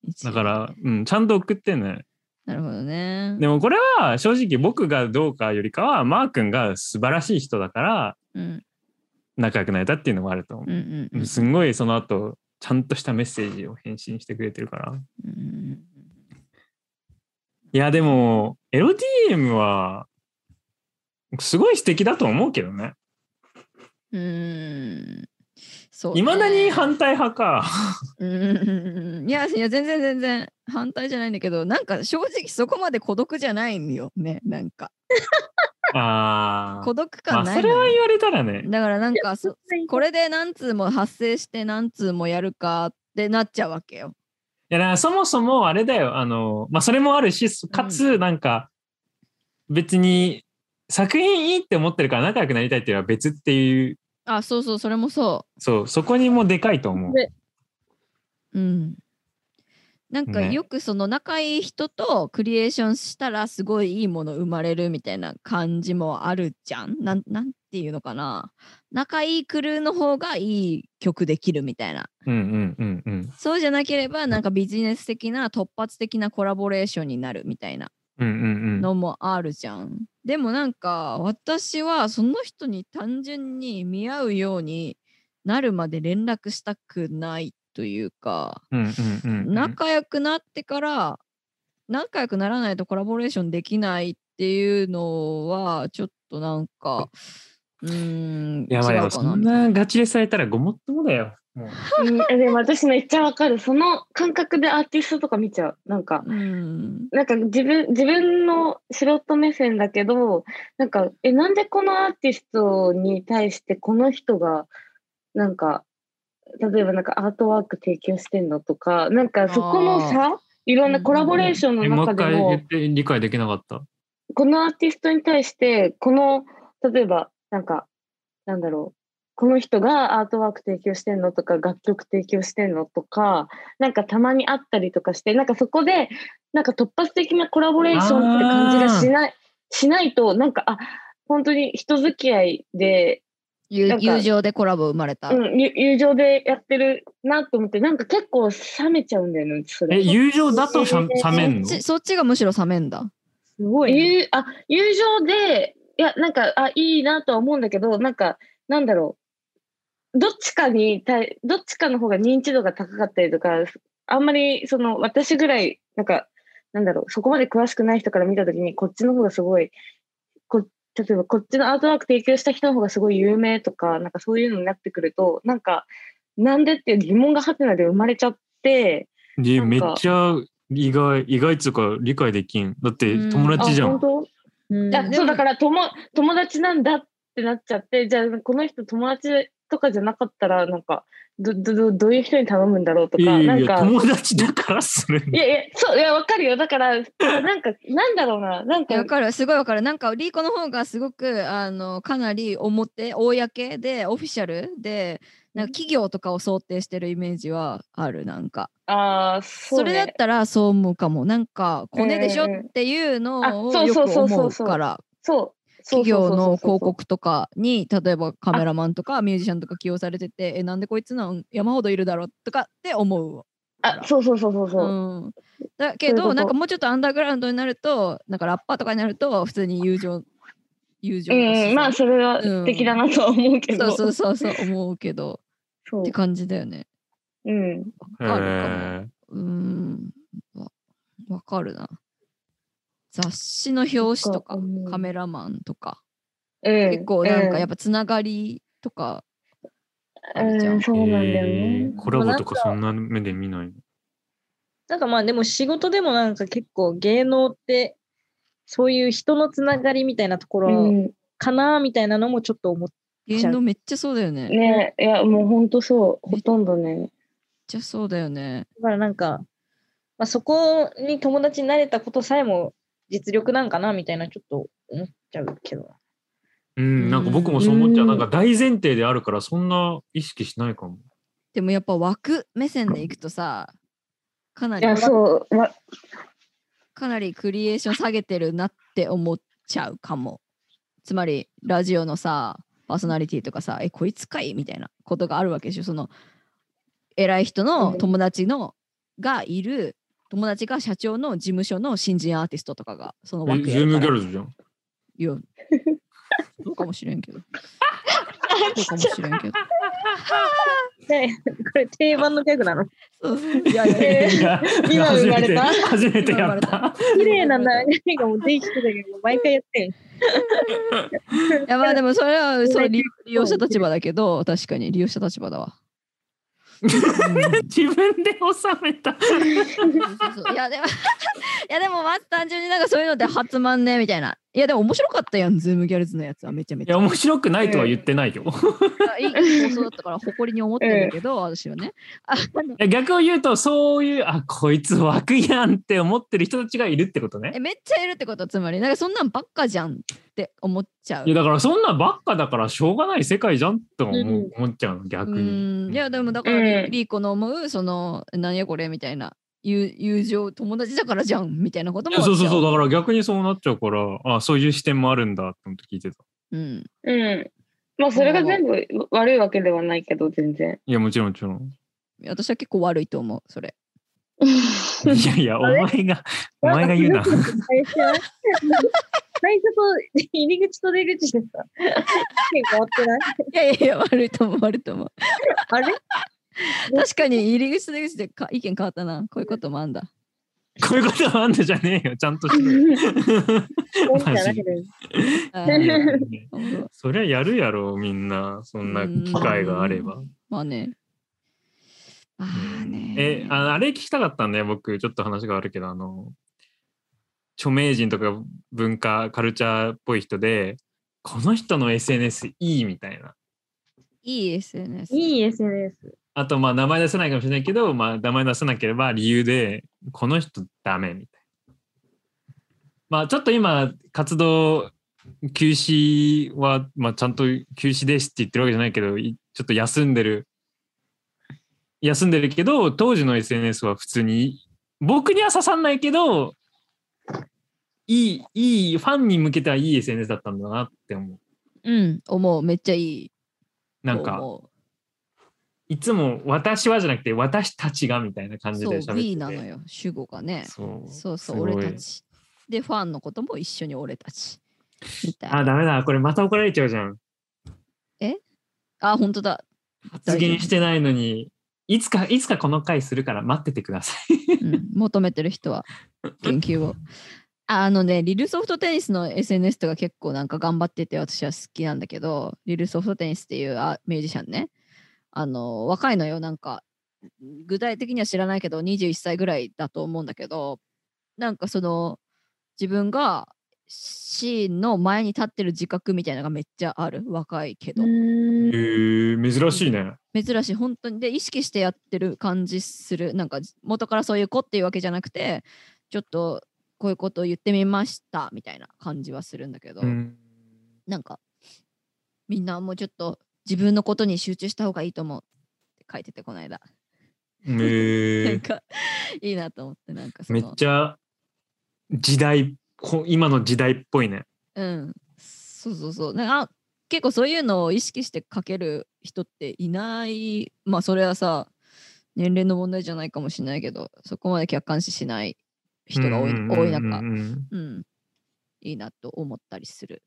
Speaker 1: 一例
Speaker 3: だから、うん、ちゃんと送ってんのよ
Speaker 1: なるほどね。
Speaker 3: でもこれは正直僕がどうかよりかはマー君が素晴らしい人だから
Speaker 1: うん、
Speaker 3: 仲良くなれたっていうのもあると思う
Speaker 1: うん、うんうん。
Speaker 3: すんごいその後ちゃんとしたメッセージを返信してくれてるから。
Speaker 1: うんうん
Speaker 3: いや、でも、LDM は、すごい素敵だと思うけどね。
Speaker 1: うん。うん。そうね。
Speaker 3: いまだに反対 派か。
Speaker 1: うんうんうんうんいや、いや、全然全然反対じゃないんだけど、なんか正直そこまで孤独じゃないんよね。なんか、
Speaker 3: あー
Speaker 1: 孤独
Speaker 3: ま
Speaker 1: 感
Speaker 3: あ、
Speaker 1: ない
Speaker 3: そ
Speaker 1: の
Speaker 3: れ
Speaker 1: よ
Speaker 3: は言われたらね。
Speaker 1: だからなんか、そこれ
Speaker 4: れ
Speaker 1: で何通も発生して何通もやるかってなっちゃうわけよ。
Speaker 3: いや、だからそもそもあれだよ。あの、まあ、それもあるし、かつ、なんか、別に、作品いいって思ってるから仲良くなりたいっていうのは別っていう、
Speaker 1: あ、そうそう、それもそ
Speaker 3: そう、そこにもでかいと思う。
Speaker 1: う。うん。なんか
Speaker 3: ね
Speaker 1: よくその仲いい人とクリエーションしたらすごいいいもの生まれるみたいな感じもあるじゃん。なんなんていうのかな。仲いいクルーの方がいい曲できるみたいな。
Speaker 3: うんうんうんうん。
Speaker 1: そうじゃなければなんかビジネス的な突発的なコラボレーションになるみたいな。
Speaker 3: うんうんうん。
Speaker 1: のもあるじゃん。でもなんか私はその人に単純に見合うようになるまで連絡したくないというか
Speaker 3: うんうんうんうん。
Speaker 1: 仲良くなってから仲良くならないとコラボレーションできないっていうのはちょっとなんかうーん
Speaker 3: いやまあ
Speaker 1: 違
Speaker 3: で
Speaker 1: う
Speaker 3: も
Speaker 1: か
Speaker 3: そ
Speaker 1: なんみたいな
Speaker 3: なガチでされたらごもっともだよ。もう
Speaker 2: うん、でも私めっちゃわかる。その感覚でアーティストとか見ちゃう。なんか、
Speaker 1: うん
Speaker 2: なんか自分、自分の素人目線だけど、なんか、え、なんでこのアーティストに対してこの人が、なんか、例えばなんかアートワーク提供してんのとか、なんかそこのさ、いろんなコラボレーション
Speaker 3: え
Speaker 2: の
Speaker 3: もう
Speaker 2: 中
Speaker 3: 一
Speaker 2: で
Speaker 3: 回
Speaker 2: も、
Speaker 3: 言って理解できなかった。
Speaker 2: このアーティストに対して、この、例えば、なんか、なんだろう、この人がアートワーク提供してんのとか、楽曲提供してんのとか、なんかたまに会ったりとかして、なんかそこで、なんか突発的なコラボレーションって感じがしない、しないと、なんか、あ、本当に人付き合いで、な
Speaker 1: 友
Speaker 2: んか
Speaker 1: 友情でコラボ生まれた、
Speaker 2: うん、ゆ友情でやってるなと思って、なんか結構冷めちゃうんだよね、それ。
Speaker 3: え、友情だとさ
Speaker 2: えー
Speaker 3: 冷めんの
Speaker 1: そっちそっちがむしろ冷めんだ
Speaker 4: すごいね、
Speaker 2: 友あ友情でいやなんかあいいなとは思うんだけどなんかなんだろうどっちかに対どっちかの方が認知度が高かったりとかあんまりその私ぐらいなんかなんだろうそこまで詳しくない人から見た時にこっちの方がすごいこ例えばこっちのアートワーク提供した人の方がすごい有名とかなんかそういうのになってくるとなんかなんでっていう疑問がハテナで生まれちゃって
Speaker 3: で
Speaker 2: なん
Speaker 3: めっ
Speaker 2: か
Speaker 3: ちゃ意外、意外っつうか理解できん。だって
Speaker 1: うん
Speaker 3: 友
Speaker 2: あ
Speaker 3: 達じゃん。
Speaker 2: 本当
Speaker 4: うん
Speaker 2: あ
Speaker 1: でも
Speaker 2: そうだから友友達なんだってなっちゃってじゃあこの人友達とかじゃなかったらなんかどどどどういう人に頼むんだろうとか
Speaker 3: いやいや
Speaker 2: ないん
Speaker 3: や、
Speaker 2: か
Speaker 3: 友達だからするん
Speaker 2: い
Speaker 3: だ。
Speaker 2: やいやそういやわかるよだからなんかなんだろうななん
Speaker 1: いや
Speaker 2: か
Speaker 1: わかるすごいわかるなんかリーコの方がすごくあのかなり表公でオフィシャルでなんか企業とかを想定してるイメージはあるなんか
Speaker 2: あー
Speaker 1: そ,、
Speaker 2: そう、ね、
Speaker 1: れだったらそう思うかもなんかコネでしょ
Speaker 2: うんうんうん
Speaker 1: っていうのを
Speaker 2: あそう
Speaker 1: よく
Speaker 2: そうそう
Speaker 1: 思
Speaker 2: そううそう
Speaker 1: から
Speaker 2: そうそ
Speaker 1: 企
Speaker 2: うそう
Speaker 1: 業
Speaker 2: そうそう
Speaker 1: の広告とかに例えばカメラマンとかミュージシャンとか起用されててえなんでこいつなん山ほどいるだろうとかって思う
Speaker 2: あそうそうそうそうそう、
Speaker 1: うん、だ
Speaker 2: そうい
Speaker 1: け
Speaker 2: うこ
Speaker 1: ど
Speaker 2: と
Speaker 1: なんかもうちょっとアンダーグラウンドになるとなんかラッパーとかになると普通に友情友情
Speaker 2: う
Speaker 1: だ
Speaker 2: ん
Speaker 1: し
Speaker 2: まあそれは素敵だなとは思うけど、
Speaker 1: そうそうそうそう思うけど
Speaker 2: そう
Speaker 1: って感じだよね
Speaker 2: うん
Speaker 1: あ
Speaker 3: え
Speaker 1: るかも
Speaker 3: ー
Speaker 1: うーんわわかるな雑誌の表紙とか
Speaker 2: そっかうん
Speaker 1: カメラマンとか
Speaker 2: うん、
Speaker 1: 結構なんかや
Speaker 2: っ
Speaker 1: っぱつながりとか
Speaker 2: ぱ
Speaker 1: あるじゃん
Speaker 2: そうなんだよ
Speaker 3: え
Speaker 2: ね
Speaker 3: ー、コラボとかそんな目で見ない。
Speaker 4: なんかまあでも仕事でもなんか結構芸能ってそういう人のつながりみたいなとこ
Speaker 2: う
Speaker 4: ろ
Speaker 2: ん
Speaker 4: かなみたいなのもちょっと思っ
Speaker 1: 芸能めっちゃそうだよねめっ
Speaker 2: ねいやもうほんとそうほとんどね
Speaker 1: ちゃそうだよね
Speaker 4: だからなんか、まあ、そこに友達になれたことさえも実力なんかなみたいなちょっと思っちゃうけど。
Speaker 3: うん、なんか僕もそう思っちゃ
Speaker 2: う
Speaker 3: う。
Speaker 2: ん
Speaker 3: なんか大前提であるから、そんな意識しないかも。
Speaker 1: でもやっぱ枠目線でいくとさかないり
Speaker 2: やそうわ
Speaker 1: かなりクリエーション下げてるなって思っちゃうかも。つまりラジオのさパーソナリティとかさ「えこいつかい?」みたいなことがあるわけでしょその偉い人の友達のがいる友達が社長の事務所の新人アーティストとかがその
Speaker 3: え
Speaker 1: 枠
Speaker 3: ズームギャ
Speaker 1: ル
Speaker 3: ルズじゃん。
Speaker 1: いやそうかもしれん けどそうかもしれんけど
Speaker 4: ね、これ定番のギャグなの。
Speaker 1: そうそういやいやいや
Speaker 2: えー
Speaker 3: いや
Speaker 2: 今生まれた
Speaker 3: 初めて初めて やった。
Speaker 4: 綺麗な流れがもうできてたけど、毎回やってん。
Speaker 1: いやまあでもそれ はそう利利用者立場だけど確かに利用者立場だわ
Speaker 3: 自分で収めた。
Speaker 1: そうそうそういやでも いやでもまず単純になんかそういうので初まんねみたいないやでも面白かったやんズームギャルズのやつはめちゃめ
Speaker 3: い
Speaker 1: ちゃ
Speaker 3: や、面白くないとは言ってないよ。
Speaker 1: いい放送だったから誇りに思ってるけど、私はねあの
Speaker 3: え逆を言うと、そういう、あ、こいつ枠やんって思ってる人たちがいるってことね
Speaker 1: え。めっちゃいるってことつまりなんかそんなんばっかじゃんって思っちゃう
Speaker 3: いや、だからそんなばっかだからしょうがない世界じゃんと思
Speaker 4: うん
Speaker 3: う思っちゃうの、逆
Speaker 1: う
Speaker 3: に。
Speaker 1: んいやでもだからリ,、
Speaker 2: うん
Speaker 1: リーコの思うそのなんやこれみたいな友友情友達だからじゃんみたいなこと
Speaker 3: い
Speaker 1: も
Speaker 3: やそうそうそう、
Speaker 1: う、
Speaker 3: だから逆にそうなっちゃうから、あ、そういう視点もあるんだって思って聞いてた。
Speaker 1: うん、
Speaker 2: うん。まあ、それが全部悪いわけではないけど、全然。
Speaker 3: いや、もちろんもちろん。
Speaker 1: 私は結構悪いと思うそれ
Speaker 3: いやいや、お前が、お前が言うな。
Speaker 4: 最初
Speaker 2: 最初と入り口と出口でさ、
Speaker 4: 変わってな い。
Speaker 1: いやいやいや、悪いと思う、悪いと思う。
Speaker 4: あれ
Speaker 1: 確かに入り口と出口でか意見変わったな。こういうことも あんだ。
Speaker 3: こういうことはあんたじゃねえよ、ちゃんとして。
Speaker 4: ポンってなる
Speaker 1: あ
Speaker 3: い
Speaker 1: ー
Speaker 3: や
Speaker 1: 本当
Speaker 3: そりゃやるやろ、みんな。そんな機会があれば。
Speaker 1: まあね。ああね。
Speaker 3: え、ああれ聞きたかったんだよ、僕。ちょっと話があるけど、あの、著名人とか文化、カルチャーっぽい人で、この人の SNS いいみたいな。
Speaker 1: いい SNS。
Speaker 2: いい SNS。
Speaker 3: あと、まあ、名前出せないかもしれないけど、まあ、名前出せなければ理由で、この人ダメみたいな。まあ、ちょっと今、活動休止は、まあ、ちゃんと休止ですって言ってるわけじゃないけど、いちょっと休んでる。休んでるけど、当時の SNS は普通に、僕には刺さんないけど、いい、いい、ファンに向けてはいい SNS だったんだなって思
Speaker 1: うん、思う。めっちゃいい。
Speaker 3: う。なんか、
Speaker 1: 思
Speaker 3: いつも私はじゃなくて、私たちがみたいな感
Speaker 1: う
Speaker 3: じで
Speaker 1: そう、
Speaker 3: 喋ってて。
Speaker 1: we なのよ、主語がね。
Speaker 3: そう
Speaker 1: そうそ
Speaker 3: す
Speaker 1: う、
Speaker 3: ごい
Speaker 1: 俺たち。で、ファンのことも一緒に俺たち。みたい
Speaker 3: あ、
Speaker 1: な。
Speaker 3: ダメだ。これまた怒られちゃうじゃん。
Speaker 1: あ、本当だ。
Speaker 3: 発言してないのに、いつか、いつかこの回するから待っててください。
Speaker 1: うん求めてる人は研究を。あのね、リルソフトテニスの SNS とか結構なんか頑張ってて私は好きなんだけど、リルソフトテニスっていうあミュージシャンね、あの、若いのよ、なんか、具体的には知らないけど、21歳ぐらいだと思うんだけど、なんかその、自分がシーンの前に立ってる自覚みたいなのがめっちゃある、若いけど。
Speaker 2: ん
Speaker 3: え、珍しいね。
Speaker 1: 珍しい本当にで意識してやってる感じするなんか元からそういう子っていうわけじゃなくてちょっとこういうことを言ってみましたみたいな感じはするんだけど、
Speaker 3: うん。
Speaker 1: なんかみんなもうちょっと自分のことに集中した方がいいと思うって書いててこの間、
Speaker 3: え
Speaker 1: なん
Speaker 3: ー、
Speaker 1: かいいなと思ってなんかそ
Speaker 3: めっ
Speaker 1: の
Speaker 3: ちゃ時代、こ今の時代っぽいね。
Speaker 1: うんそうそうそうなんかあ結構そういうのを意識して書ける人っていないまあそれはさ年齢の問題じゃないかもしれないけどそこまで客観視しない人が多い,、
Speaker 3: うん
Speaker 1: 多い
Speaker 3: うんう
Speaker 1: 中、
Speaker 3: んうん
Speaker 1: うん、いいなと思ったりする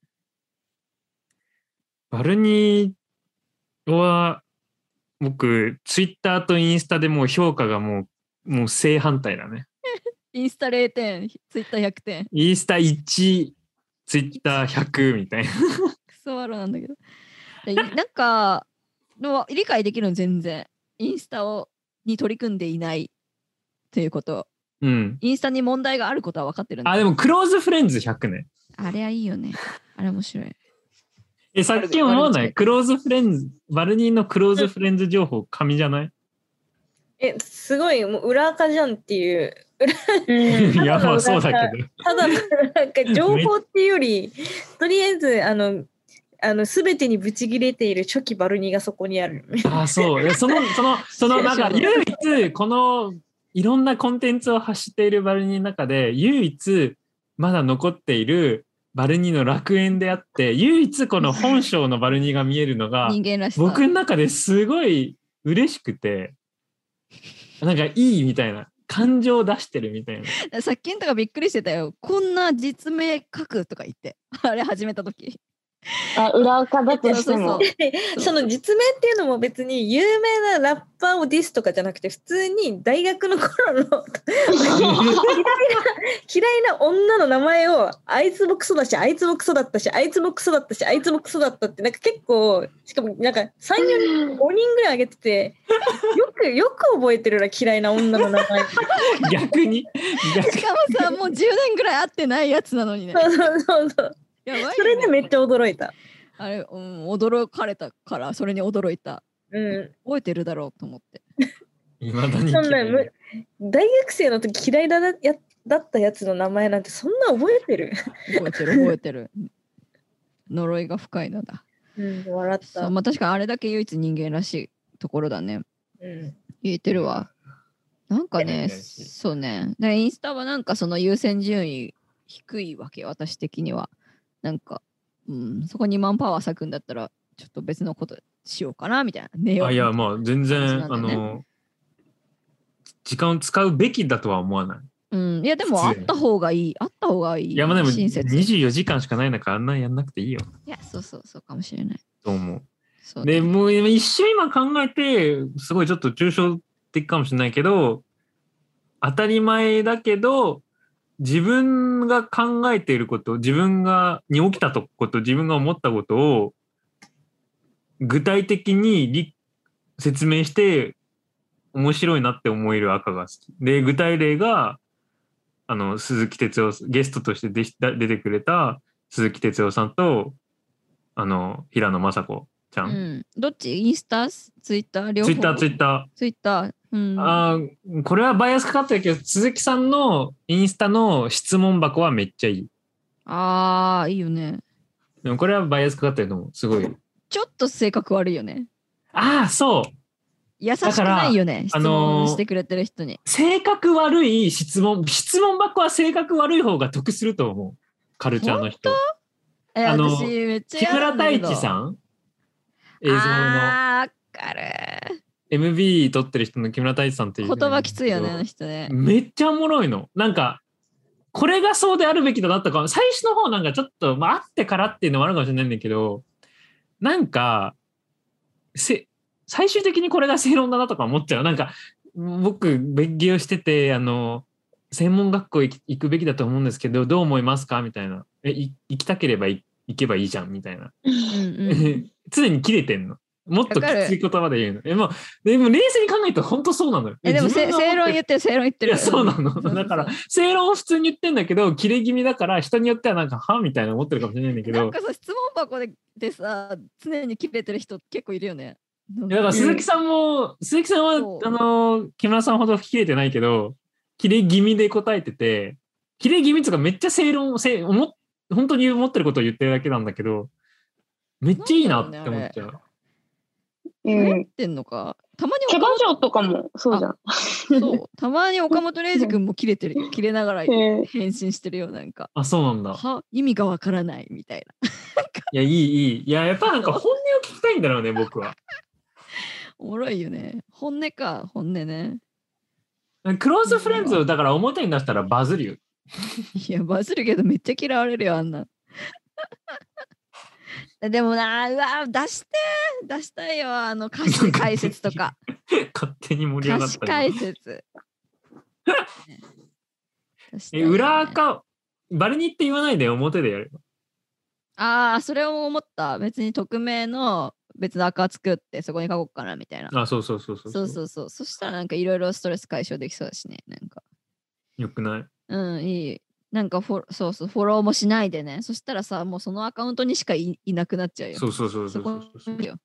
Speaker 3: バルニーは、僕、ツイッターとインスタでもう評価がもう、もう正反対だね。
Speaker 1: インスタ0点ツイッター100点
Speaker 3: インスタ1、ツイッター100みたいな。
Speaker 1: クソワロなんだけどでいなんかの理解できるの全然インスタをに取り組んでいないということ
Speaker 3: うん。
Speaker 1: インスタに問題があることは分かってるんだ
Speaker 3: あ、でも、クローズフレンズ100ね。
Speaker 1: あれはいいよねあれ面白い
Speaker 3: え、さっき思わな
Speaker 1: バルニ
Speaker 3: いクローズフレンズ、バルニーのクローズフレンズ情報、紙じゃない
Speaker 4: え、すごい、もう裏垢じゃんっていう、
Speaker 2: うん
Speaker 3: いや、
Speaker 4: ただの
Speaker 3: まあそうだ
Speaker 4: な
Speaker 3: けど。
Speaker 4: ただのなんか情報っていうより、とりあえず、あの、あの全てにブチ切れている初期バルニーがそこにある。
Speaker 3: あ、そう。いやその、その、その、なんか、唯一、この、いろんなコンテンツを発しているバルニーの中で、唯一、まだ残っているバルニーの楽園であって、唯一、この本性のバルニーが見えるのが、
Speaker 1: 人間らしさ
Speaker 3: 僕の中ですごい嬉しくて、なんか、いいみたいな。感情を出してるみたいな。
Speaker 1: さっきんとかびっくりしてたよこんな実名書くとか言ってあれ始めた時
Speaker 2: あ、裏垢だと
Speaker 1: そう
Speaker 2: し
Speaker 1: そ
Speaker 2: て
Speaker 1: うそ
Speaker 2: も
Speaker 1: う。そう
Speaker 4: その実名っていうのも別に有名なラッパーをディスとかじゃなくて普通に大学の頃の 嫌いな女の名前をあいつもクソだしあいつもクソだったしあいつもクソだったしあいつもクソだったってなんか結構しかもなんか34人5人ぐらい挙げ ててよくよく覚えてるな嫌いな女の名前
Speaker 3: 逆に、逆
Speaker 1: しかもさもう10年ぐらい会ってないやつなのにね
Speaker 4: そうそうそうそう
Speaker 1: やばいよね
Speaker 4: それでめっちゃ驚いた、
Speaker 1: あれ、うん、驚かれたからそれに驚いた
Speaker 4: うん、
Speaker 1: 覚えてるだろうと思って
Speaker 3: いまだに
Speaker 4: そんな
Speaker 3: 嫌い
Speaker 4: む大学生の時嫌いだなやだったやつの名前なんてそんな覚えてる
Speaker 1: 覚えてる覚えてる呪いが深いのだ
Speaker 4: うん、笑っ
Speaker 1: そ
Speaker 4: た。
Speaker 1: うまあ確かにあれだけ唯一人間らしいところだね
Speaker 4: うん、
Speaker 1: 言えてるわなんかね
Speaker 3: いやいや
Speaker 1: そうねでインスタはなんかその優先順位低いわけ私的にはなんか、うん、そこにマンパワー割くんだったらちょっと別のことしようかなみたいな寝よう
Speaker 3: あいやまあ全
Speaker 1: 感じ
Speaker 3: 然、
Speaker 1: なんだ
Speaker 3: あ
Speaker 1: よね
Speaker 3: の時間を使うべきだとは思わない。
Speaker 1: うん、いやでもあ
Speaker 3: 普
Speaker 1: っ
Speaker 3: 通
Speaker 1: た方がいいあった方がいい
Speaker 3: いやまあでも
Speaker 1: 親切い
Speaker 3: 24時間しかない中あんなんやんなくていいよ
Speaker 1: やそうそうそうかもしれない
Speaker 3: と思。
Speaker 1: そううだね
Speaker 3: でもう一瞬今考えてすごいちょっと抽象的かもしれないけど当たり前だけど自分が考えていること自分がに起きたこと自分が思ったことを具体的に理説明して面白いなって思える赤が好き。で具体例があの鈴木哲夫ゲストとして出し出てくれた鈴木哲夫さんとあの平野雅子ちゃ。
Speaker 1: うんん、どっちインスタツイッター両方
Speaker 3: ツイッターツイッター。
Speaker 1: ツイッターうん
Speaker 3: あーこれはバイアスかかってるけど鈴木さんのインスタの質問箱はめっちゃいい。
Speaker 1: あーいいよね
Speaker 3: でもこれはバイアスかかってると思う。すごい。
Speaker 1: ちょっと性格悪いよね
Speaker 3: ああそう
Speaker 1: 優しくないよね質
Speaker 3: あの
Speaker 1: 問
Speaker 3: ー
Speaker 1: してくれてる人に、
Speaker 3: 性格悪い質問質問箱は性格悪い方が得すると思うカルチャーの人
Speaker 1: え
Speaker 3: あのー
Speaker 1: 私めっちゃ
Speaker 3: 木村太一
Speaker 1: ん
Speaker 3: さん映像の
Speaker 1: あーわかる
Speaker 3: MV 撮ってる人の木村太一さんっていう
Speaker 1: 言葉きついよねあの人ね
Speaker 3: めっちゃおもろいのなんかこれがそうであるべきだなとか最初の方なんかちょっと、まあ、あってからっていうのもあるかもしれないんだけどなんかせ最終的にこれが正論だなとか思っちゃうなんか僕勉強しててあの専門学校行き行くべきだと思うんですけどどう思いますかみたいなえい行きたければい行けばいいじゃんみたいな
Speaker 1: うんうん
Speaker 3: 常に切れてんのもっとき
Speaker 1: わかる
Speaker 3: つい言葉で言うのえもうでも冷静に考えると本当そうなのよ
Speaker 1: えでもせ
Speaker 3: 自分が思
Speaker 1: 正論言っ
Speaker 3: って
Speaker 1: てる正論言って
Speaker 3: いや
Speaker 1: る
Speaker 3: そうなの
Speaker 1: んそうそう
Speaker 3: だから正論を普通に言ってんだけど切れ気味だから人によってはなんかはみたいな思ってるかもしれないんだけ
Speaker 1: な
Speaker 3: ど
Speaker 1: んかさ質問箱ででさ常に切れてる人結構いるよね
Speaker 3: いやだから鈴木さんも鈴木さんはあ
Speaker 1: そう
Speaker 3: の木村さんほど切れてないけど切れ気味で答えてて切れ気味とかめっちゃ正論正思っ本当に思ってることを言ってるだけなんだけどめっちゃいいなって思っちゃう。
Speaker 2: う
Speaker 1: 流行っ
Speaker 2: ん。
Speaker 1: てんのかたまに
Speaker 2: キャバ
Speaker 1: 岡
Speaker 2: 嬢とかもそうじゃん。
Speaker 1: 本そうたまに岡本玲二君も切れてるよ切れながら
Speaker 2: えー
Speaker 1: 返信してるよなんか
Speaker 3: あそうなんだ。
Speaker 1: は意味がわからないみたい
Speaker 3: いやいいいい。いややっぱなんか本音を聞きたいんだろうね僕は。
Speaker 1: なおもろいよね本音か本音ね
Speaker 3: クローズフレンズをだから表に出したらバズるよ。
Speaker 1: いやバズるけどめっちゃ嫌われるよあんな でもなうわ出して出したいよあ の歌詞解説とか
Speaker 3: 勝手に盛り上
Speaker 1: 歌
Speaker 3: がっ
Speaker 1: 詞
Speaker 3: た。
Speaker 1: 解説ね出 したい
Speaker 3: え
Speaker 1: よね
Speaker 3: 裏垢バルニって言わないで表でやる。
Speaker 1: ああ、それを思った。別に匿名の別のアカ作ってそこに書こうかなみたいな。
Speaker 3: あ、そうそうそうそう
Speaker 1: そうそうそう。そしたらなんかいろいろストレス解消できそうだしね。なんか。
Speaker 3: よくない。
Speaker 1: うん、いい。なんかフォローそうそう、フォローもしないでね。そしたらさ、もうそのアカウントにしかいいなくなっちゃうよ。
Speaker 3: そうそうそうそうそうそう
Speaker 1: そこよ。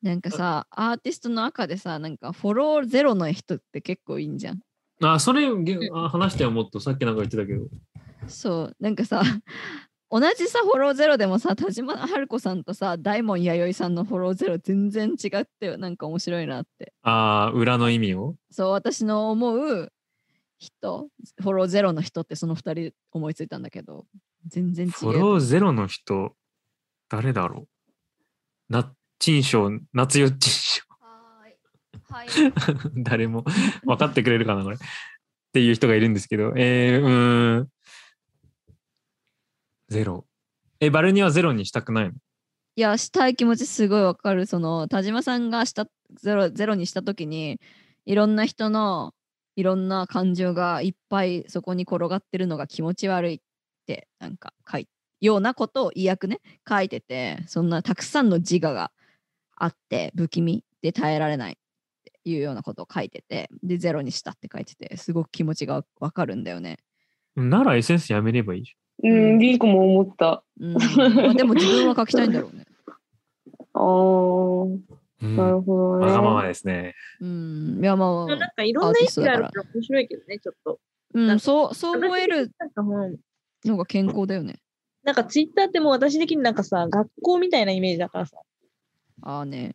Speaker 1: なんかさ、アーティストの赤でさ、なんかフォローゼロの人って結構いいんじゃん。
Speaker 3: あ、それげあ話してよ、もっと。さっきなんか言ってたけど。
Speaker 1: そう、なんかさ、同じさ、フォローゼロでもさ、田島春子さんとさ、大門弥生さんのフォローゼロ全然違って、なんか面白いなって。
Speaker 3: ああ、裏の意味を
Speaker 1: そう、私の思う人、フォローゼロの人ってその2人思いついたんだけど、全然違
Speaker 3: フォ
Speaker 1: う。
Speaker 3: ローゼロの人、誰だろうなっちんしょう、夏よっちんし
Speaker 1: はい。
Speaker 3: ょう 誰も分かってくれるかな、これ。っていう人がいるんですけど。えー、うーん。ゼロ。え、バルニはゼロにしたくないの
Speaker 1: いや、したい気持ちすごいわかる。その、田島さんがしたゼロゼロにしたときに、いろんな人のいろんな感情がいっぱいそこに転がってるのが気持ち悪いって、なんか書い、ようなことを意訳ね、書いてて、そんなたくさんの自我があって、不気味で耐えられないっていうようなことを書いてて、で、ゼロにしたって書いてて、すごく気持ちがわかるんだよね。
Speaker 3: なら SNS やめればいいじ
Speaker 2: うん、リーコも思った。
Speaker 1: うん、まあでも自分は書きたいんだろうね。
Speaker 2: あー、
Speaker 3: ゃん。うん
Speaker 2: なるほどね。
Speaker 3: わがままですね。
Speaker 1: うん、いや、ま
Speaker 4: な
Speaker 1: あ
Speaker 4: ん、かいろんな意見があるから面白いけどね、ちょっと。
Speaker 1: うん、そう、そう思える
Speaker 4: なんかもう、
Speaker 1: のが健康だよね。
Speaker 4: なんかツイッターってもう私的になんかさ、学校みたいなイメージだからさ、
Speaker 1: ああね、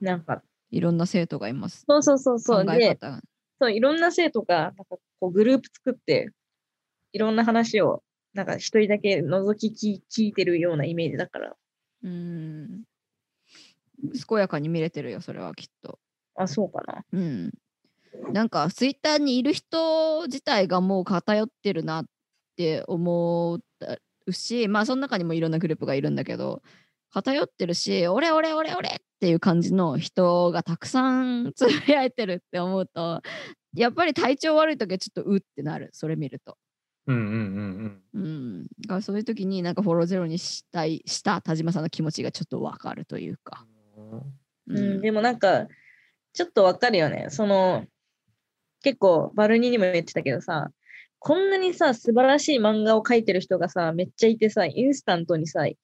Speaker 4: なんか、
Speaker 1: いろんな生徒がいます。
Speaker 4: そうそうそうそう。
Speaker 1: 考
Speaker 4: で
Speaker 1: え、方が。
Speaker 4: そういろんな生徒がなんかこうグループ作っていろんな話をなんか一人だけ覗き聞い聞いてるようなイメージだから
Speaker 1: うん。健やかに見れてるよ、それはきっと。
Speaker 4: あそうかな
Speaker 1: うん。なんかツイッターにいる人自体がもう偏ってるなって思うしまあその中にもいろんなグループがいるんだけど偏ってるし俺俺俺俺っていう感じの人がたくさんつぶやいてるって思うとやっぱり体調悪い時はちょっとうってなるそれ見ると。
Speaker 3: うんうんうん
Speaker 1: うん、だからそういう時になんかフォローゼロにしたいした田島さんの気持ちがちょっとわかるというか。
Speaker 3: うん。
Speaker 1: う
Speaker 4: うん、でもなんかちょっとわかるよねその結構バルニーにも言ってたけどさこんなにさ素晴らしい漫画を描いてる人がさめっちゃいてさインスタントにさ一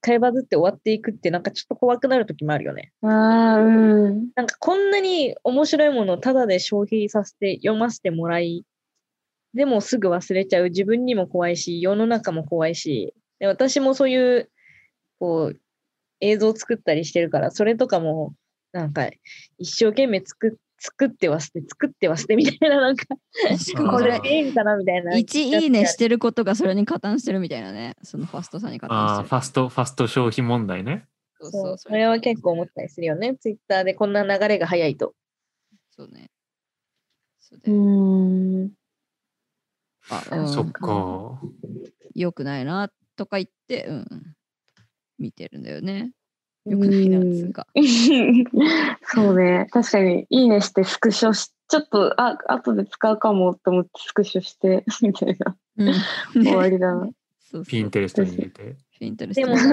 Speaker 4: 回バズって終わっていくってなんかちょっと怖くなる時もあるよね
Speaker 2: ああ、うん。
Speaker 4: なんかこんなに面白いものをただで消費させて読ませてもらいでもすぐ忘れちゃう自分にも怖いし世の中も怖いしで私もそういうこう映像作ったりしてるからそれとかもなんか一生懸命作作っては捨て作っては捨てみたいななんか
Speaker 1: しかも
Speaker 4: こ
Speaker 1: こ
Speaker 4: れ
Speaker 1: れ
Speaker 4: でいいんかなみたいな
Speaker 1: 1いいねしてることがそれに加担してるみたいなねそのファストさんに加担
Speaker 3: ああ、
Speaker 1: し
Speaker 3: フ
Speaker 1: てる
Speaker 3: ァスト、ファスト消費問題ね。
Speaker 1: そう
Speaker 4: そ
Speaker 1: そう
Speaker 4: うそれは結構思
Speaker 1: っ
Speaker 4: ったりするよねツイッターでこんな流れが早いと
Speaker 1: そうねそう
Speaker 2: う
Speaker 1: だよ
Speaker 2: ん。
Speaker 1: あうん
Speaker 3: そっか。
Speaker 1: よくないなとか言って、うん、見てるんだよねよくないなっつうか
Speaker 2: そうね。確かに、いいねしてスクショし、ちょっと、あ、後で使うかもと思ってスクショして、みたいな。
Speaker 1: うんね
Speaker 2: 終わりだな。
Speaker 1: そうそう
Speaker 3: ピンテレストに入れて。
Speaker 1: フィンタレス
Speaker 4: で
Speaker 1: ト
Speaker 4: もファ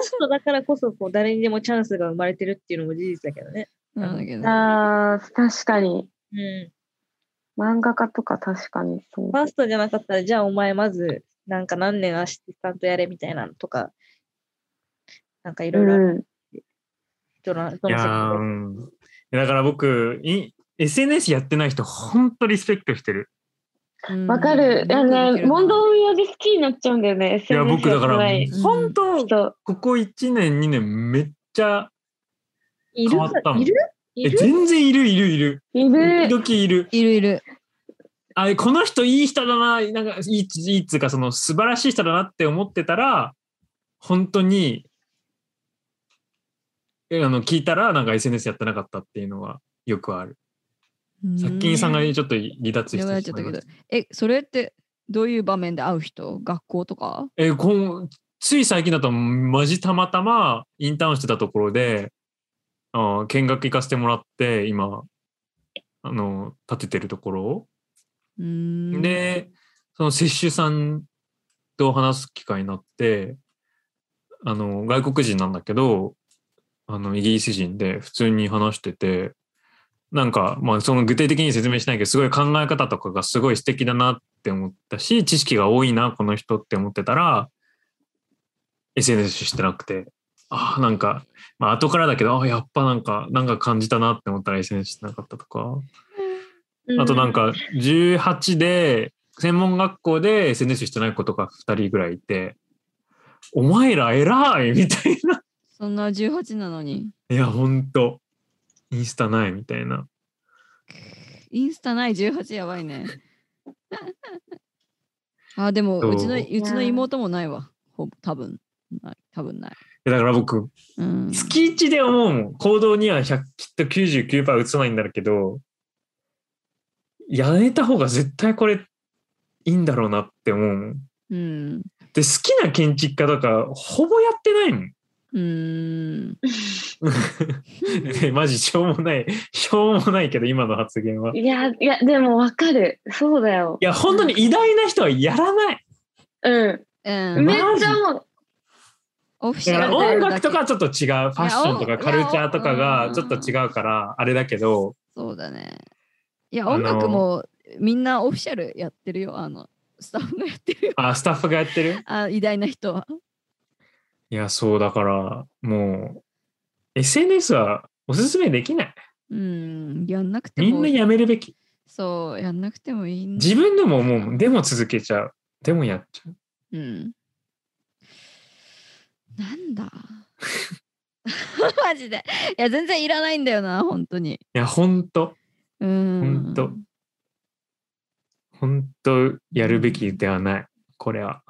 Speaker 4: ストだからこそこう誰にでもチャンスが生まれてるっていうのも事実だけどね。
Speaker 1: なんだけど
Speaker 2: ああ、確かに。
Speaker 4: うん、
Speaker 2: 漫画家とか確かにそう
Speaker 4: フ。ァストじゃなかったらじゃあお前まずなんか何年アシスタントやれみたいなのとかなんかいろいろある
Speaker 2: うん。
Speaker 4: 人の人
Speaker 3: い
Speaker 4: の
Speaker 3: やー
Speaker 4: 世
Speaker 3: うん。だから僕、い SNS やってない人、本当リスペクトしてる。
Speaker 1: うん
Speaker 2: わかる。あのね、問答無用で好きになっちゃうんだよね。
Speaker 3: いや、僕だから
Speaker 2: ない、
Speaker 3: 本当、
Speaker 2: 人。
Speaker 3: ここ1年、2年、めっちゃ、
Speaker 4: 界
Speaker 3: 変わったもん
Speaker 4: いるいるい
Speaker 3: え、
Speaker 4: る
Speaker 3: 全然いるいるいる。
Speaker 2: い
Speaker 3: 時
Speaker 2: る。
Speaker 3: 々いる。
Speaker 1: いるいる
Speaker 3: あこの人いい人だな、なんかいい、いいっつうか、その素晴らしい人だなって思ってたら、本当に、えあの聞いたら、なんか SNS やってなかったっていうのはよくある。さっきんさんがちょっと離脱して
Speaker 1: やば
Speaker 3: しまい
Speaker 1: や
Speaker 3: ま
Speaker 1: っちゃったけど
Speaker 3: した
Speaker 1: えそれってどういう場面で会う人学校とか
Speaker 3: えこんつい最近だと、マジたまたまインターンしてたところで、あ見学行かせてもらって、今、あの、立ててるところを。
Speaker 1: うーん
Speaker 3: で、その接種さんと話す機会になって、あの、外国人なんだけど、あの、イギリス人で普通に話してて、なんか、まあ、その具体的に説明しないけど、すごい考え方とかがすごい素敵だなって思ったし、知識が多いな、この人って思ってたら、SNS してなくて、ああ、なんか、まあ、後からだけど、ああ、やっぱなんか、なんか感じたなって思ったら SNS してなかったとか。あとなんか18で専門学校で SNS してない子とか2人ぐらいいて「お前ら偉い!」みたいな
Speaker 1: そんな18なのに
Speaker 3: いやほんとインスタないみたいな
Speaker 1: インスタない18やばいね。 あでも
Speaker 3: そう
Speaker 1: うちのうちの
Speaker 2: いや
Speaker 1: 妹もないわ。ほぼ多分ない多分ない。
Speaker 3: だから僕
Speaker 1: うん。
Speaker 3: 月1で思うもん行動には100きっと99%移さないんだろうけどやめた方が絶対これいいんだろうなって思うもん
Speaker 1: うん。
Speaker 3: で好きな建築家とかほぼやってないもん
Speaker 1: うん。
Speaker 3: ね マジしょうもないしょうもないけど今の発言はい
Speaker 2: や、いや、でもわかる。そうだよ
Speaker 3: い。や、本当に偉大な人はやらない。
Speaker 2: うん。
Speaker 1: うん
Speaker 2: めっちゃもう。
Speaker 1: オフィシ
Speaker 3: だか
Speaker 1: ャ
Speaker 3: ら
Speaker 1: ルであるだ
Speaker 3: 音
Speaker 1: け
Speaker 3: 楽とかはちょっと違う、ファッションと
Speaker 1: いや
Speaker 3: か
Speaker 1: お
Speaker 3: カルチャーとか
Speaker 1: い
Speaker 3: が
Speaker 1: や
Speaker 3: ちょっと違うから、あれだけど、
Speaker 1: そうだね。いや
Speaker 3: あ
Speaker 1: 音
Speaker 3: の
Speaker 1: 楽もみんなオフィシャルやってるよ。あのスタッフがやってるよ。
Speaker 3: あ、スタッフがやってる
Speaker 1: あ偉大な人は。
Speaker 3: いや、そうだから、もう、SNS はおすすめできない。
Speaker 1: うん。やんなくて
Speaker 3: みん
Speaker 1: も
Speaker 3: なやめるべき。
Speaker 1: そうやんなくてもいいんだ
Speaker 3: 自分でも思うもん。でも続けちゃう。でもやっちゃう。
Speaker 1: うん。なんだマジで。いや、全然いらないんだよな、本当に。
Speaker 3: いや、ほんと、
Speaker 1: うーん。
Speaker 3: 本当ほんとやるべきではない。これは。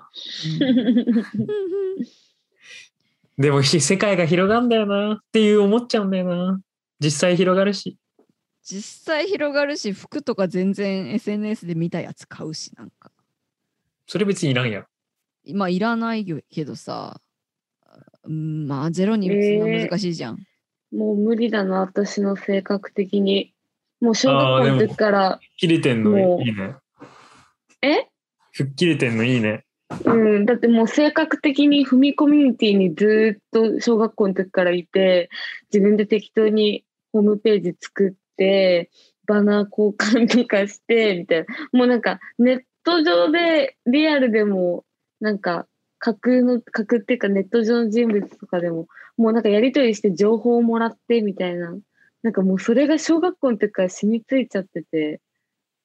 Speaker 3: でも、ひ世界が広がるんだよなっていう思っちゃうんだよな。実際広がるし。
Speaker 1: 実際広がるし服とか全然 SNS で見たやつ買うしなんか
Speaker 3: それ別にいらんやろ。
Speaker 1: まあいらないけどさうんまあゼロに打つのは難しいじゃん、
Speaker 2: もう無理だな、私の性格的に。もう小学校の時から、
Speaker 3: 切れてん
Speaker 2: も
Speaker 3: の
Speaker 2: う
Speaker 3: いいね。
Speaker 2: え
Speaker 3: 吹っ切れてんのいいね。
Speaker 2: うん、だってもう性格的に踏みコミュニティにずーっと小学校の時からいて、自分で適当にホームページ作って、バナー交換とかして、みたいな。もうなんかネット上でリアルでも、なんか架空の、架空っていうかネット上の人物とかでも、もうなんかやりとりして情報をもらってみたいな。なんかもうそれが小学校の時から染みついちゃってて。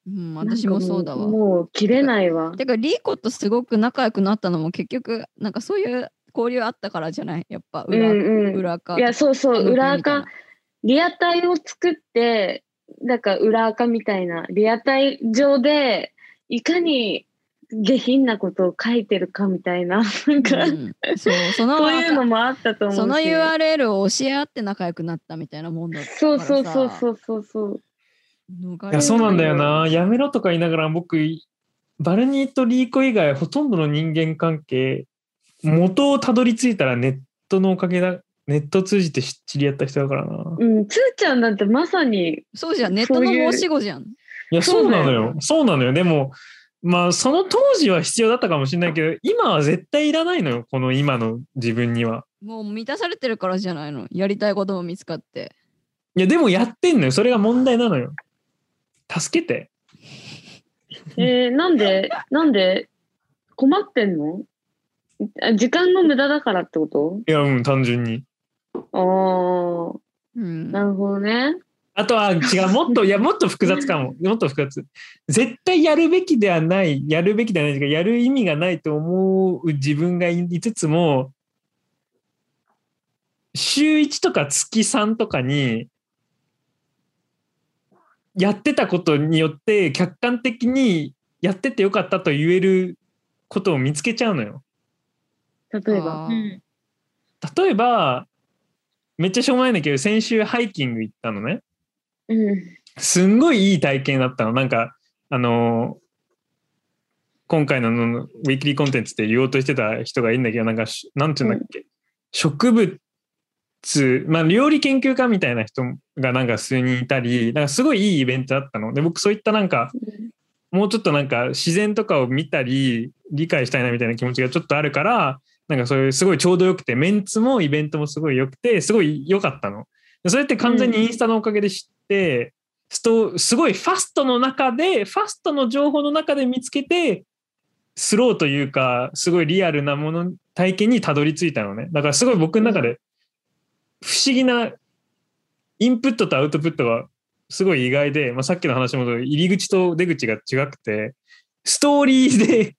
Speaker 1: うん、私もそうだ
Speaker 2: なん
Speaker 1: わ
Speaker 2: かもうもう切れないわ。
Speaker 1: てかリーコとすごく仲良くなったのも結局なんかそういう交流あったからじゃないやっぱ裏,、
Speaker 2: うんうん
Speaker 1: 裏か
Speaker 2: いや、そうそう、裏
Speaker 1: みたい
Speaker 2: 垢
Speaker 1: な、
Speaker 2: リアタイを作って、なんか裏垢みたいな、リアタイ上で、いかに下品なことを書いてるかみたいな、なんか、
Speaker 1: うんそうその
Speaker 2: そういうのもあったと思うし。
Speaker 1: その URL を教え合って仲良くなったみたいなもんだった
Speaker 2: そうそうそう
Speaker 1: う
Speaker 2: そうそうそう。
Speaker 1: 逃
Speaker 3: い
Speaker 1: れ
Speaker 3: や、そうなんだよ
Speaker 1: ら
Speaker 3: な。やめろとか言いながら、僕、バルニーとリーコ以外、ほとんどの人間関係、元をたどり着いたらネットのおかげだ。ネットを通じて知り合った人だからな。
Speaker 2: うん、つーちゃんなんてま さに、
Speaker 1: そうじゃんネット
Speaker 2: そうい
Speaker 1: の
Speaker 2: う
Speaker 1: 申し子じゃん
Speaker 3: いや、そうなの
Speaker 2: そうだ
Speaker 3: よ
Speaker 2: よ。
Speaker 3: そうなのよ。でも、まあ、その当時は必要だったかもしれないけど、今は絶対いらないのよ。この今の自分には。
Speaker 1: もう満たされてるからじゃないのやりたいことも見つかって
Speaker 3: いや、でもやってんのよ。それが問題なのよ。助けて。
Speaker 2: えー、なんで、なんで、困ってんのあ時間の無駄だからってこと
Speaker 3: いや、うん、単純に。
Speaker 2: あ
Speaker 1: うん
Speaker 2: あ、なるほどね。
Speaker 3: あとは違う、もっと、いや、もっと複雑かも。もっと複雑。絶対やるべきではない、やるべきではないというか、やる意味がないと思う自分がいつつも、週1とか月3とかに、やってたことによって、客観的にやっててよかったと言えることを見つけちゃうのよ。
Speaker 2: 例えば。
Speaker 1: あー
Speaker 3: 例えば、めっちゃしょうもないんだけど、先週ハイキング行ったのね。
Speaker 2: うん。
Speaker 3: すんごいいい体験だったの。なんか、あのー今回のののウィークリーコンテンツで言おうとしてた人がいるんだけど、なんかし、なんていうんだっけ、植物、まあ、料理研究家みたいな人がなんか数人いたり、なんかすごいいいイベントだったの。で、僕そういったなんか、もうちょっとなんか自然とかを見たり理解したいなみたいな気持ちがちょっとあるからなんかそういうすごいちょうどよくてメンツもイベントもすごい良くてすごい良かったの。でそれって完全にインスタのおかげで知って、ストすごいファストの中でファストの情報の中で見つけてスローというかすごいリアルなもの体験にたどり着いたのねだからすごい僕の中で不思議なインプットとアウトプットがすごい意外で、まあ、さっきの話もそう入り口と出口が違くてストーリーで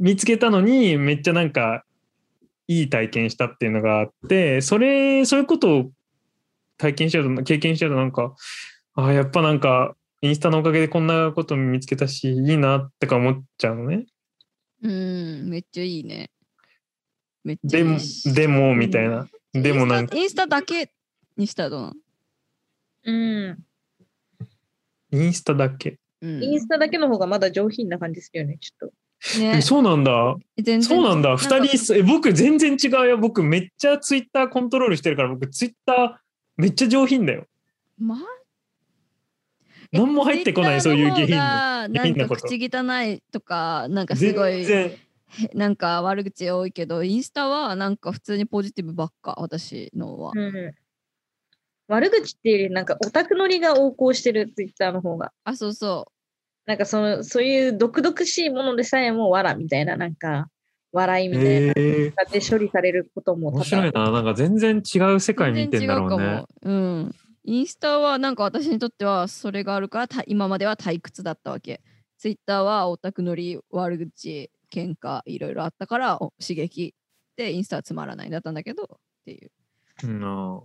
Speaker 3: 見つけたのにめっちゃなんかいい体験したっていうのがあってそれそういうことを体験しちゃうと経験しちゃうとなんかあーやっぱなんかインスタのおかげでこんなこと見つけたしいいなってか思っちゃうのね
Speaker 1: うんめっちゃいいねめっちゃ
Speaker 3: で
Speaker 1: い
Speaker 3: も
Speaker 1: いし
Speaker 3: でもみたいなでもなんか
Speaker 1: インスタインスタだけにしたらどうなの
Speaker 4: うん。
Speaker 3: インスタだけ
Speaker 1: うん
Speaker 4: インスタだけの方がまだ上品な感じするよね、ちょっと。
Speaker 1: ね
Speaker 3: え、そうなんだ
Speaker 1: 全然
Speaker 3: そうなんだ。
Speaker 1: か
Speaker 3: 2人す、え僕全然違うよ。僕めっちゃツイッターコントロールしてるから、僕ツイッターめっちゃ上品だよ。
Speaker 1: まえ
Speaker 3: 何も入ってこない、そういう下
Speaker 1: Twitter
Speaker 3: 品
Speaker 1: の
Speaker 3: な。
Speaker 1: 方がな
Speaker 3: 下品なんこ
Speaker 1: か
Speaker 3: と
Speaker 1: 口汚いとか、なんかす
Speaker 3: 全
Speaker 1: ごい、
Speaker 3: 然。
Speaker 1: なんか悪口多いけど、インスタはなんか普通にポジティブばっか、私のは。
Speaker 4: うん。悪口っていうより、なんかオタクノリが横行してる、ツイッターの方が。
Speaker 1: あ、そうそ
Speaker 4: なんかその、そういう毒々しいものでさえも、わらみたいな、なんか、笑いみたいな。
Speaker 3: えー、
Speaker 4: だって処理されることも
Speaker 3: 面白い
Speaker 4: 多
Speaker 3: な。なんか全然違う世
Speaker 1: う。
Speaker 3: 界見てんだろう
Speaker 1: 全然違
Speaker 3: ね
Speaker 1: か。も。うん。インスタはなんか私にとってはそれがあるからた今までは退屈だったわけ。ツイッターはオタクノリ、悪口、喧嘩、いろいろあったからお刺激でインスタはつまらないだったんだけどっていう。
Speaker 3: うんあ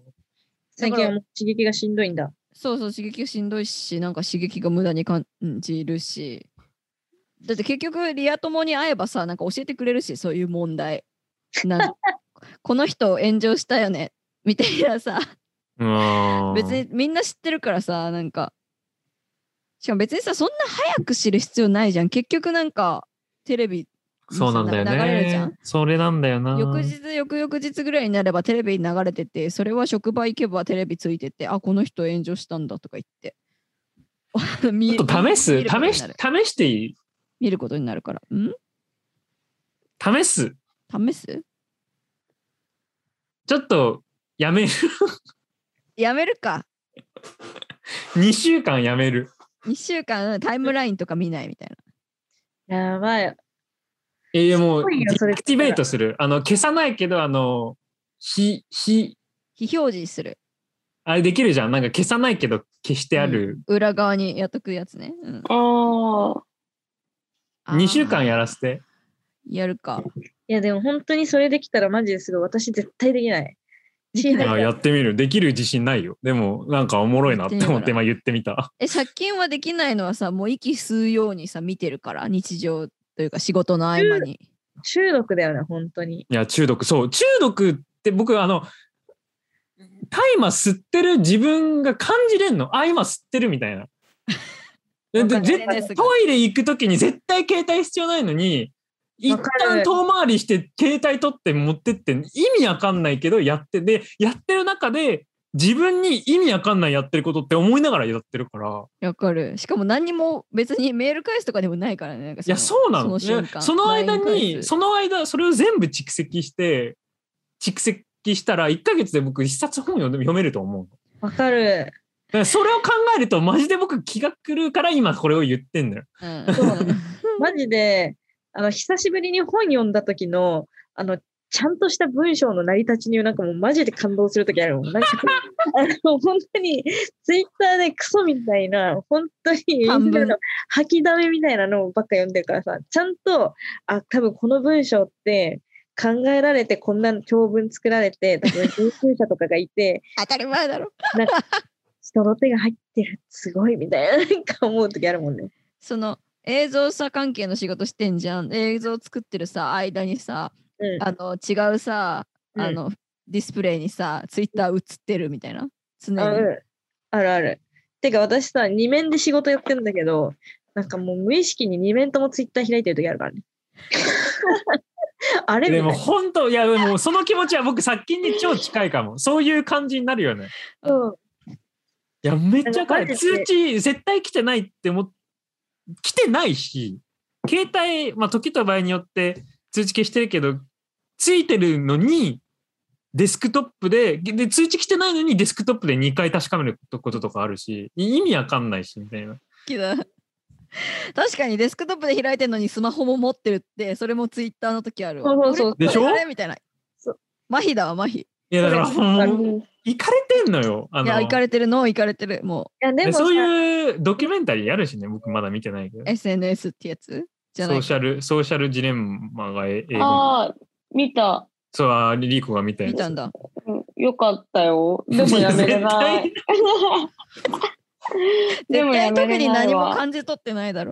Speaker 4: 最近はもう刺激がしんどいんだ。
Speaker 1: そうそう刺激がしんどいしなんか刺激が無駄に感じるしだって結局リア友に会えばさなんか教えてくれるしそういう問題なんこの人を炎上したよねみたいなさ
Speaker 3: ーうんあー。
Speaker 1: 別にみんな知ってるからさなんかしかも別にさそんな早く知る必要ないじゃん結局なんかテレビ
Speaker 3: そうなんだよ
Speaker 1: 流れるじゃ
Speaker 3: ね
Speaker 1: ん。
Speaker 3: それなんだよな。
Speaker 1: 翌日翌々日ぐらいになればテレビに流れててそれは職場行けばテレビついててあこの人炎上したんだとか言って 見
Speaker 3: ちょっと試
Speaker 1: 見
Speaker 3: す、
Speaker 1: ることになる
Speaker 3: 試し、試していい
Speaker 1: 見ることになるからん
Speaker 3: 試す。
Speaker 1: 試す
Speaker 3: ちょっとやめる。
Speaker 1: やめるか
Speaker 3: 2週間やめる。
Speaker 1: 1週間タイムラインとか見ないみたいな
Speaker 4: やばい。
Speaker 3: えー、もう、
Speaker 4: すごいよそ
Speaker 3: デ
Speaker 4: れ
Speaker 3: アクティベートする。あの、消さないけど、あの、非、非、
Speaker 1: 非表示する
Speaker 3: あれできるじゃん。なんか消さないけど、消してある。
Speaker 1: 裏側にやっとくやつね、うん、
Speaker 2: ああ。
Speaker 1: あー
Speaker 3: 2週間やらせて。
Speaker 1: やるか
Speaker 4: いやでも本当にそれできたらマジですごい。私絶対できない。
Speaker 1: 支
Speaker 4: い
Speaker 1: 配
Speaker 4: や
Speaker 3: あやってみる。できる自信ないよ。でも、なんかおもろいなって思って今言ってみた。
Speaker 1: え借金はできないのはさもう息吸うようにさ見てるから日常というか仕事の合間に
Speaker 4: 中毒だよね、本当に。
Speaker 3: いや、中毒、そう、中毒って僕、あの、大麻吸ってる自分が感じれんの。あ、今吸ってるみたいな。 で
Speaker 4: わ
Speaker 3: で
Speaker 4: かる
Speaker 3: 絶対トイレ行く時に絶対携帯必要ないのに、一
Speaker 4: わかる
Speaker 3: 旦遠回りして携帯取って持ってって意味わかんないけどやってでやってる中で自分に意味わかんないやってることって思いながらやってるから
Speaker 1: わかるしかも何にも別にメール返すとかでもないからねなんか
Speaker 3: いやそうなの
Speaker 1: その瞬
Speaker 3: いや
Speaker 1: 間
Speaker 3: その間
Speaker 1: LINE 返
Speaker 3: に
Speaker 1: す
Speaker 3: その間それを全部蓄積して蓄積したら1ヶ月で僕一冊本読んで読めると思うのだ
Speaker 4: わかる。
Speaker 3: からそれを考えるとマジで僕気が狂うから今これを言ってんだよ
Speaker 1: うん
Speaker 4: そう マジで、あの、久しぶりに本読んだ時の、あの、ちゃんとした文章の成り立ちになんかもうマジで感動する時あるもん。なんかあの本当にツイッターでクソみたいな、本当に
Speaker 1: 短文
Speaker 4: みんなの吐きだめみたいなのばっか読んでるからさ、ちゃんと、あ、多分この文章って考えられてこんな長文作られて、多分編集者とかがいて、
Speaker 1: 当たり前だろ
Speaker 4: 人の手が入ってる、すごいみたいな、 なんか思う時あるもんね。
Speaker 1: その映像さ関係の仕事してんじゃん映像作ってるさ間にさ
Speaker 4: うん。
Speaker 1: あの違うさ
Speaker 4: うん
Speaker 1: あの、ディスプレイにさツイッター映ってるみたいな常に
Speaker 4: あうんあるある。てか私さ、二面で仕事やってんだけど、なんかもう無意識に二面ともツイッター開いてる時あるからね。あれ
Speaker 3: で
Speaker 4: みた
Speaker 3: も
Speaker 4: いな
Speaker 3: 本当いやもうその気持ちは僕殺菌に超近いかもそういう感じになるよね
Speaker 4: うん
Speaker 3: いやめっちゃわかる
Speaker 4: マジ
Speaker 3: 通
Speaker 4: で
Speaker 3: 知絶対来てないっても来てないし携帯まあ時と場合によって通知消してるけどついてるのにデスクトップでで通知来てないのにデスクトップで2回確かめることとかあるし意味わかんないしみたいな
Speaker 1: 好きだ 確かにデスクトップで開いてんのにスマホも持ってるってそれもツイッターの時あるわ
Speaker 4: そうそうそう
Speaker 1: あれ
Speaker 3: でしょ
Speaker 1: あれみたいな
Speaker 4: そう
Speaker 1: 麻痺だわ麻痺い
Speaker 3: いやだから
Speaker 4: そ
Speaker 3: もう
Speaker 2: うん
Speaker 3: 行かれてんのよあの
Speaker 1: や行かれてるの行かれてるも
Speaker 4: いやで
Speaker 3: で
Speaker 4: もさ
Speaker 3: そういうドキュメンタリーやるしね僕まだ見てないけ
Speaker 1: う
Speaker 3: ど
Speaker 1: SNS ってやつじゃ
Speaker 3: ソ
Speaker 1: ない
Speaker 3: ーシャルソーシャルジレンマがえ英語
Speaker 2: ああ、見た。
Speaker 3: そうあリリーコが見たや
Speaker 1: 見
Speaker 3: つ
Speaker 1: たんだ
Speaker 2: うんよかったよ。でもやめれない
Speaker 3: 絶。
Speaker 2: で
Speaker 1: 絶
Speaker 2: も
Speaker 1: 対
Speaker 2: やめ
Speaker 1: 特
Speaker 2: れ
Speaker 1: に
Speaker 2: ない
Speaker 1: 何も
Speaker 2: わ。
Speaker 1: 感じ取ってないだろ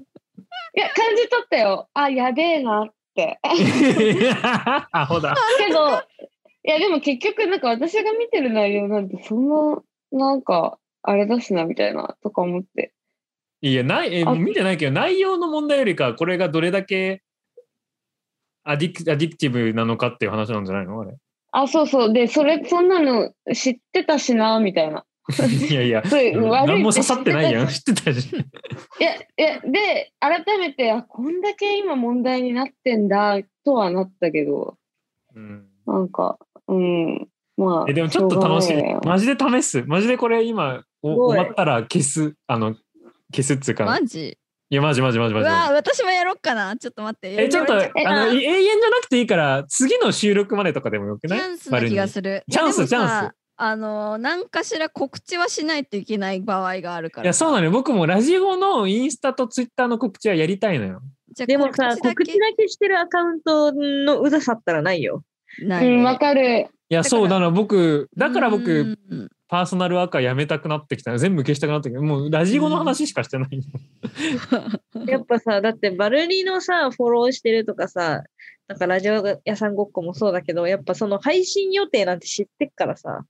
Speaker 2: いや、感じ取ったよ。あ、やべえな って。
Speaker 3: アホだ
Speaker 2: けど、いや、でも結局、なんか私が見てる内容なんて、そんな、なんか、あれだしな、みたいな、とか思って。
Speaker 3: いや、ない、え
Speaker 2: あ
Speaker 3: 見てないけど、内容の問題よりか、これがどれだけアディクアディクティブなのかっていう話なんじゃないのあれ。
Speaker 2: あ、そうそう。で、それ、そんなの知ってたしな、みたいな。
Speaker 3: いやいや、
Speaker 2: そういう悪い
Speaker 3: 何も刺さってないやん。
Speaker 2: 知
Speaker 3: 知ってたじゃん。
Speaker 2: いや、いや、で、改めて、あ、こんだけ今問題になってんだ、とはなったけど、
Speaker 3: うん
Speaker 2: なんか、うん、まあ。
Speaker 3: えでもちょっと楽し
Speaker 2: ょう
Speaker 3: み
Speaker 2: がないよ。
Speaker 3: マジで試す。マジでこれ今、お
Speaker 4: すごい
Speaker 3: 終わったら消す。あの、消すっつうか。
Speaker 1: マジ
Speaker 3: いや、マジマジマジ
Speaker 1: う
Speaker 3: マジ。
Speaker 1: わ私もやろっかなちょっと待って
Speaker 3: え、ちょっと、あ
Speaker 1: やめちゃ
Speaker 3: の、い永遠じゃなくていいから、次の収録までとかでもよく
Speaker 1: チ
Speaker 3: ない
Speaker 1: ャンスな気がする
Speaker 3: チャンス
Speaker 1: いやでもさ
Speaker 3: チャンス
Speaker 1: あの何かしら告知はしないといけない場合があるか
Speaker 3: いや、
Speaker 1: ら
Speaker 3: そうなのよ。僕もラジオのインスタとツイッターの告知はやりたいのよ。
Speaker 1: じゃあ
Speaker 4: でもさ、告
Speaker 1: 告知
Speaker 4: 知だけしてるアカウントのうざさったらないよ。
Speaker 1: けな
Speaker 2: う
Speaker 1: いね
Speaker 2: ん、わかる。
Speaker 3: いや、
Speaker 1: だから
Speaker 3: そうなの。僕、だから僕、
Speaker 1: うん
Speaker 3: パーソナルワーカーやめたくなってきた全部消したくなってきたもうラジオの話しかしてない、
Speaker 4: やっぱさ、だってバルニのさ、フォローしてるとかさ、なんかラジオ屋さんごっこもそうだけど、やっぱその配信予定なんて知ってっからさ、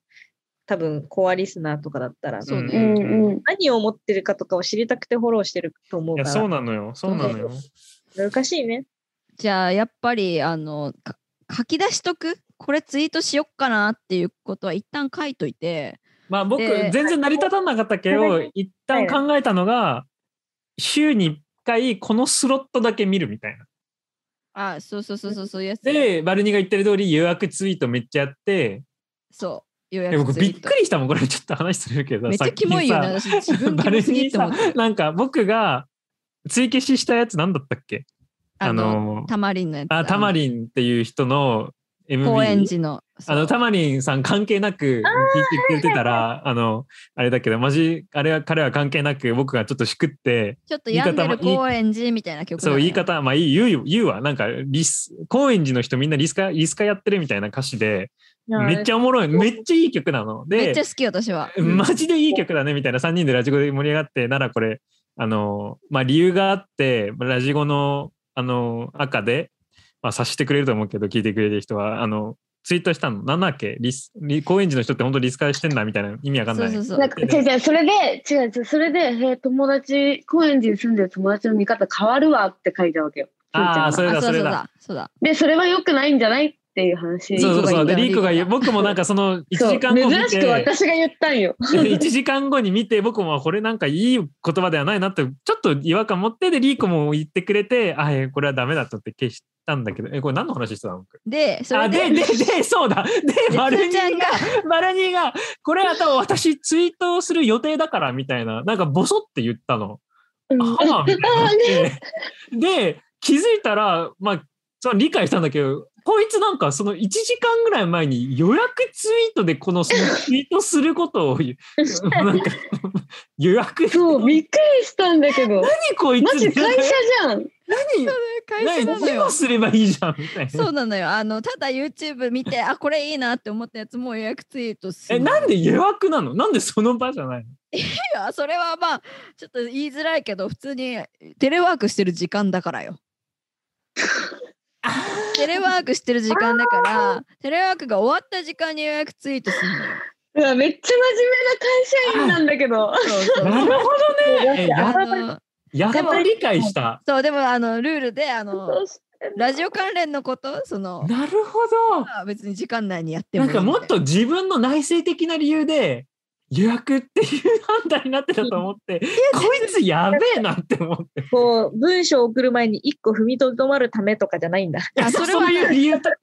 Speaker 4: 多分コアリスナーとかだったら、
Speaker 1: そう
Speaker 2: う
Speaker 1: ね
Speaker 2: んうん。
Speaker 4: 何を思ってるかとかを知りたくてフォローしてると思う
Speaker 3: い
Speaker 4: か
Speaker 3: や、
Speaker 4: ら
Speaker 3: そうなのよ。そうなのよ。
Speaker 4: 難しいね
Speaker 1: じゃあやっぱりあのか書き出しとくこれツイートしよっかなっていうことは一旦書いといて
Speaker 3: まあ僕、
Speaker 1: で
Speaker 3: 全然成り立たなかったけど、一旦考えたのが、週に1回このスロットだけ見るみたいな。
Speaker 1: あそうそうそうそうそういうやつ
Speaker 3: で、バルニが言ってる通り、予約ツイートめっちゃやって、
Speaker 1: そう予
Speaker 3: で
Speaker 1: 約
Speaker 3: 僕
Speaker 1: ツイ
Speaker 3: び
Speaker 1: ー
Speaker 3: っ
Speaker 1: ト
Speaker 3: くりしたもん、これちょっと話するけど。
Speaker 1: めっちゃキモいよね私自分キ
Speaker 3: バ
Speaker 1: モ
Speaker 3: ル
Speaker 1: すぎ
Speaker 3: ニ
Speaker 1: って思
Speaker 3: さ、
Speaker 1: って
Speaker 3: なんか僕が追消ししたやつなんだったっけ
Speaker 1: あ
Speaker 3: あ
Speaker 1: の
Speaker 3: の、
Speaker 1: たまりんのやつ
Speaker 3: あ、たまりんっていう人の MV。
Speaker 1: 高円寺の
Speaker 3: あの、たまりんさん関係なく聞いてくれてたら、あの、あれだけど、マジ、あれは、彼は関係なく僕がちょっとしくって、
Speaker 1: ちょっと病んでる
Speaker 3: 言い方も
Speaker 1: 高円寺みたいな曲だ
Speaker 3: そう、
Speaker 1: ね
Speaker 3: 言い方、まあいい、言うよ、言うわ。なんか、リス、高円寺の人みんなリスカ、リスカやってるみたいな歌詞で、めっち
Speaker 4: ゃ
Speaker 3: ゃおもろい、めっちゃいい曲なの。
Speaker 1: めっ
Speaker 3: で
Speaker 1: ちゃ、好き私は
Speaker 3: マジでいい曲だねみたいな3人でラジコで盛り上がってならこれあのまあ理由があってラジゴのあの赤で、まあ、察してくれると思うけど聞いてくれる人はあのツイートしたのなんだっけリスリ高円寺の人って本当リスカしてんだみたいな意味わかん
Speaker 1: そ
Speaker 3: な
Speaker 1: うそう
Speaker 3: い。
Speaker 1: そう
Speaker 2: なんか、違う違う、それで、違う違う、それで、へー友達、高円寺に住んでる友達の見方変わるわって書いたわけよ。
Speaker 3: あー
Speaker 2: すーちゃ
Speaker 1: あそう
Speaker 2: んが
Speaker 3: れだそ
Speaker 1: そう
Speaker 3: れ
Speaker 1: だ
Speaker 3: だ
Speaker 1: そうだ
Speaker 2: で、それは良くないんじゃないっていう話。
Speaker 3: そうそうそうで
Speaker 1: リ
Speaker 3: リ
Speaker 1: ー
Speaker 3: ー
Speaker 1: コ
Speaker 3: コ
Speaker 1: が
Speaker 3: が
Speaker 1: 言
Speaker 3: 言
Speaker 1: う
Speaker 3: う僕もなんかその1
Speaker 2: そう
Speaker 3: 時間後見
Speaker 2: 珍しく
Speaker 3: て
Speaker 2: 私が言ったんよ。
Speaker 3: 1時間後に見て僕もこれなんかいい言葉ではないなってちょっと違和感持ってでリーコも言ってくれてあえーこれはダメだと思って消したんだけどえこれ何の話してたの僕
Speaker 1: でそ
Speaker 3: あ
Speaker 1: れ
Speaker 3: でででそうだでバル
Speaker 1: つー
Speaker 3: ニ
Speaker 1: ちゃ
Speaker 3: ー
Speaker 1: んが
Speaker 3: がバルニーがこれは多分私ツイートをする予定だからみたいななんかボソって言ったの。
Speaker 2: うん
Speaker 3: はあみたいな
Speaker 2: あ
Speaker 3: で気づいたらまあその理解したんだけどこいつなんかその1時間ぐらい前に予約ツイートでこのそのツイートすることを言うなんか予約
Speaker 2: そう、びっくりしたんだけど。
Speaker 3: 何こい
Speaker 2: マジ
Speaker 3: つ
Speaker 2: 会社じゃん。
Speaker 1: 会社
Speaker 3: 何
Speaker 1: なの
Speaker 3: 何
Speaker 1: よ
Speaker 3: をすればいいじゃんみたい
Speaker 1: そ
Speaker 3: な。
Speaker 1: うなのよあのただ YouTube 見てあこれいいなって思ったやつもう予約ツイートする
Speaker 3: えなんで予約なのなんでその場じゃないの
Speaker 1: いやそれはまあちょっと言いづらいけど普通にテレワークしてる時間だからよ。テレワークしてる時間だからテレワークが終わった時間に予約ツイートするのよ。
Speaker 2: うわ、めっちゃ真面目な会社員なんだけど。
Speaker 1: そうそう
Speaker 3: な
Speaker 1: そう
Speaker 3: るほ どね。えや
Speaker 1: あの
Speaker 3: やっ
Speaker 1: でも
Speaker 3: と理解した。
Speaker 1: そうでもあのルールであの
Speaker 2: そうしてんの
Speaker 1: ラジオ関連のことその
Speaker 3: なるほど。
Speaker 1: まあ別に時間内にやっても
Speaker 3: ない
Speaker 1: い
Speaker 3: んかもっと自分の内省的な理由で予約っていう判断になってたと思って、こいつやべえなって思って。
Speaker 4: こう文章を送る前に一個踏みとどまるためとかじゃないんだ
Speaker 1: あそ
Speaker 3: そ
Speaker 1: れは
Speaker 3: ういう理由とか。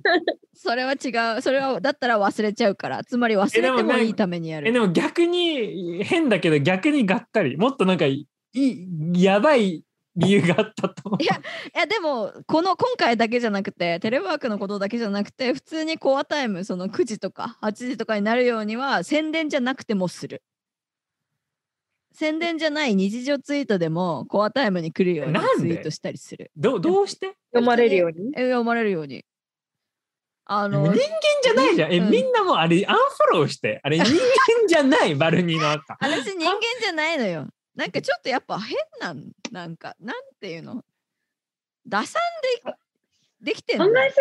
Speaker 1: それは違うそれはだったら忘れちゃうからつまり忘れてもいいためにや
Speaker 3: え
Speaker 1: る。
Speaker 3: でも逆に変だけど逆にがっかり。もっとなんかいいやばい理由があったと思う
Speaker 1: いやいやでもこの今回だけじゃなくてテレワークのことだけじゃなくて普通にコアタイムその9時とか8時とかになるようには宣伝じゃなくてもする宣伝じゃない日常ツイートでもコアタイムに来るように
Speaker 3: なん
Speaker 1: ツ
Speaker 3: で
Speaker 1: イートしたりする
Speaker 3: どうどうして
Speaker 4: 読まれるように
Speaker 1: え読まれるようにあ
Speaker 3: 人
Speaker 1: の
Speaker 3: 間じゃないじゃん。え、
Speaker 1: うん
Speaker 3: みんなもうあれアンフォローして。あれ人間じゃない、バルニーの赤。
Speaker 1: あれ人間じゃないのよなんかちょっとやっぱ変なんなんかなんていうの打算でできてん
Speaker 2: 考
Speaker 1: の
Speaker 2: えす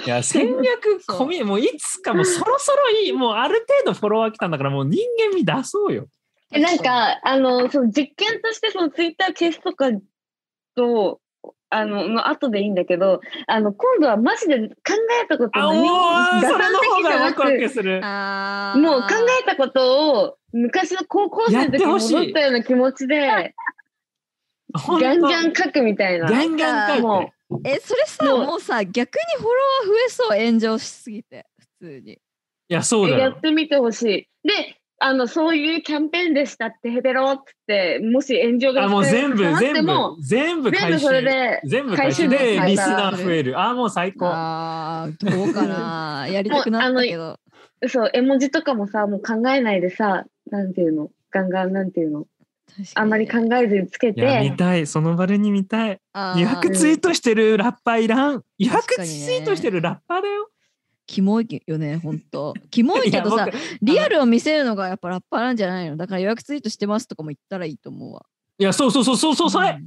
Speaker 2: ぎじゃない
Speaker 3: いや戦略
Speaker 1: そう
Speaker 3: 込みもういつかもうそろそろいいもうある程度フォロワー来たんだからもう人間味出そうよ。
Speaker 2: えなんか、あの、その実験として、そのツイッター消すとかと、あの、の後でいいんだけど、あの、今度はマジで考えたこと
Speaker 3: あ
Speaker 2: 何
Speaker 3: おーそれの方がワクワク
Speaker 2: く、
Speaker 3: する。
Speaker 1: あー
Speaker 2: もう考えたことを昔の高校生の時に戻ったような気持ちで、
Speaker 3: ほんと
Speaker 2: ガンガン書くみたいな。
Speaker 3: ガンガン書い
Speaker 2: も
Speaker 3: て。
Speaker 1: えそれさ
Speaker 2: も
Speaker 1: もう
Speaker 2: う
Speaker 1: さ逆にフォロワー増えそう炎上しすぎて普通に
Speaker 3: いやそう
Speaker 2: う、
Speaker 3: だ
Speaker 2: や
Speaker 3: よ
Speaker 2: っ。てみてほしい。で、あの、そういうキャンペーンでしたって、ヘペロって、もし炎上が
Speaker 3: あもう
Speaker 2: 来て
Speaker 3: 全部
Speaker 2: なって
Speaker 3: 全部
Speaker 2: も
Speaker 3: 全部
Speaker 2: 全部
Speaker 3: 回収
Speaker 2: それで、
Speaker 3: 全部回収
Speaker 1: 回収
Speaker 3: で
Speaker 1: の
Speaker 3: リスナー増える。あもう最高。
Speaker 1: あーどうか なやりたくなったけど
Speaker 2: そう、絵文字とかもさ、もう考えないでさ、なんていうの、ガンガンなんていうの、あんまり考えずにつけ
Speaker 3: いや
Speaker 2: て
Speaker 3: 見、たいその場でに見たい。
Speaker 1: あ
Speaker 3: 予約
Speaker 1: ー
Speaker 3: ツイートしてるラッパーいらん。予約
Speaker 1: 確
Speaker 3: ツ
Speaker 1: か
Speaker 3: イ
Speaker 1: にね
Speaker 3: ートしてるラッパーだよ。
Speaker 1: キモいよねほんとキモいけどさ
Speaker 3: いや僕
Speaker 1: リアルを見せるのがやっぱラッパーなんじゃないのだから予約ツイートしてますとかも言ったらいいと思うわ
Speaker 3: いやそうそうそうそうそうそれ。
Speaker 1: んい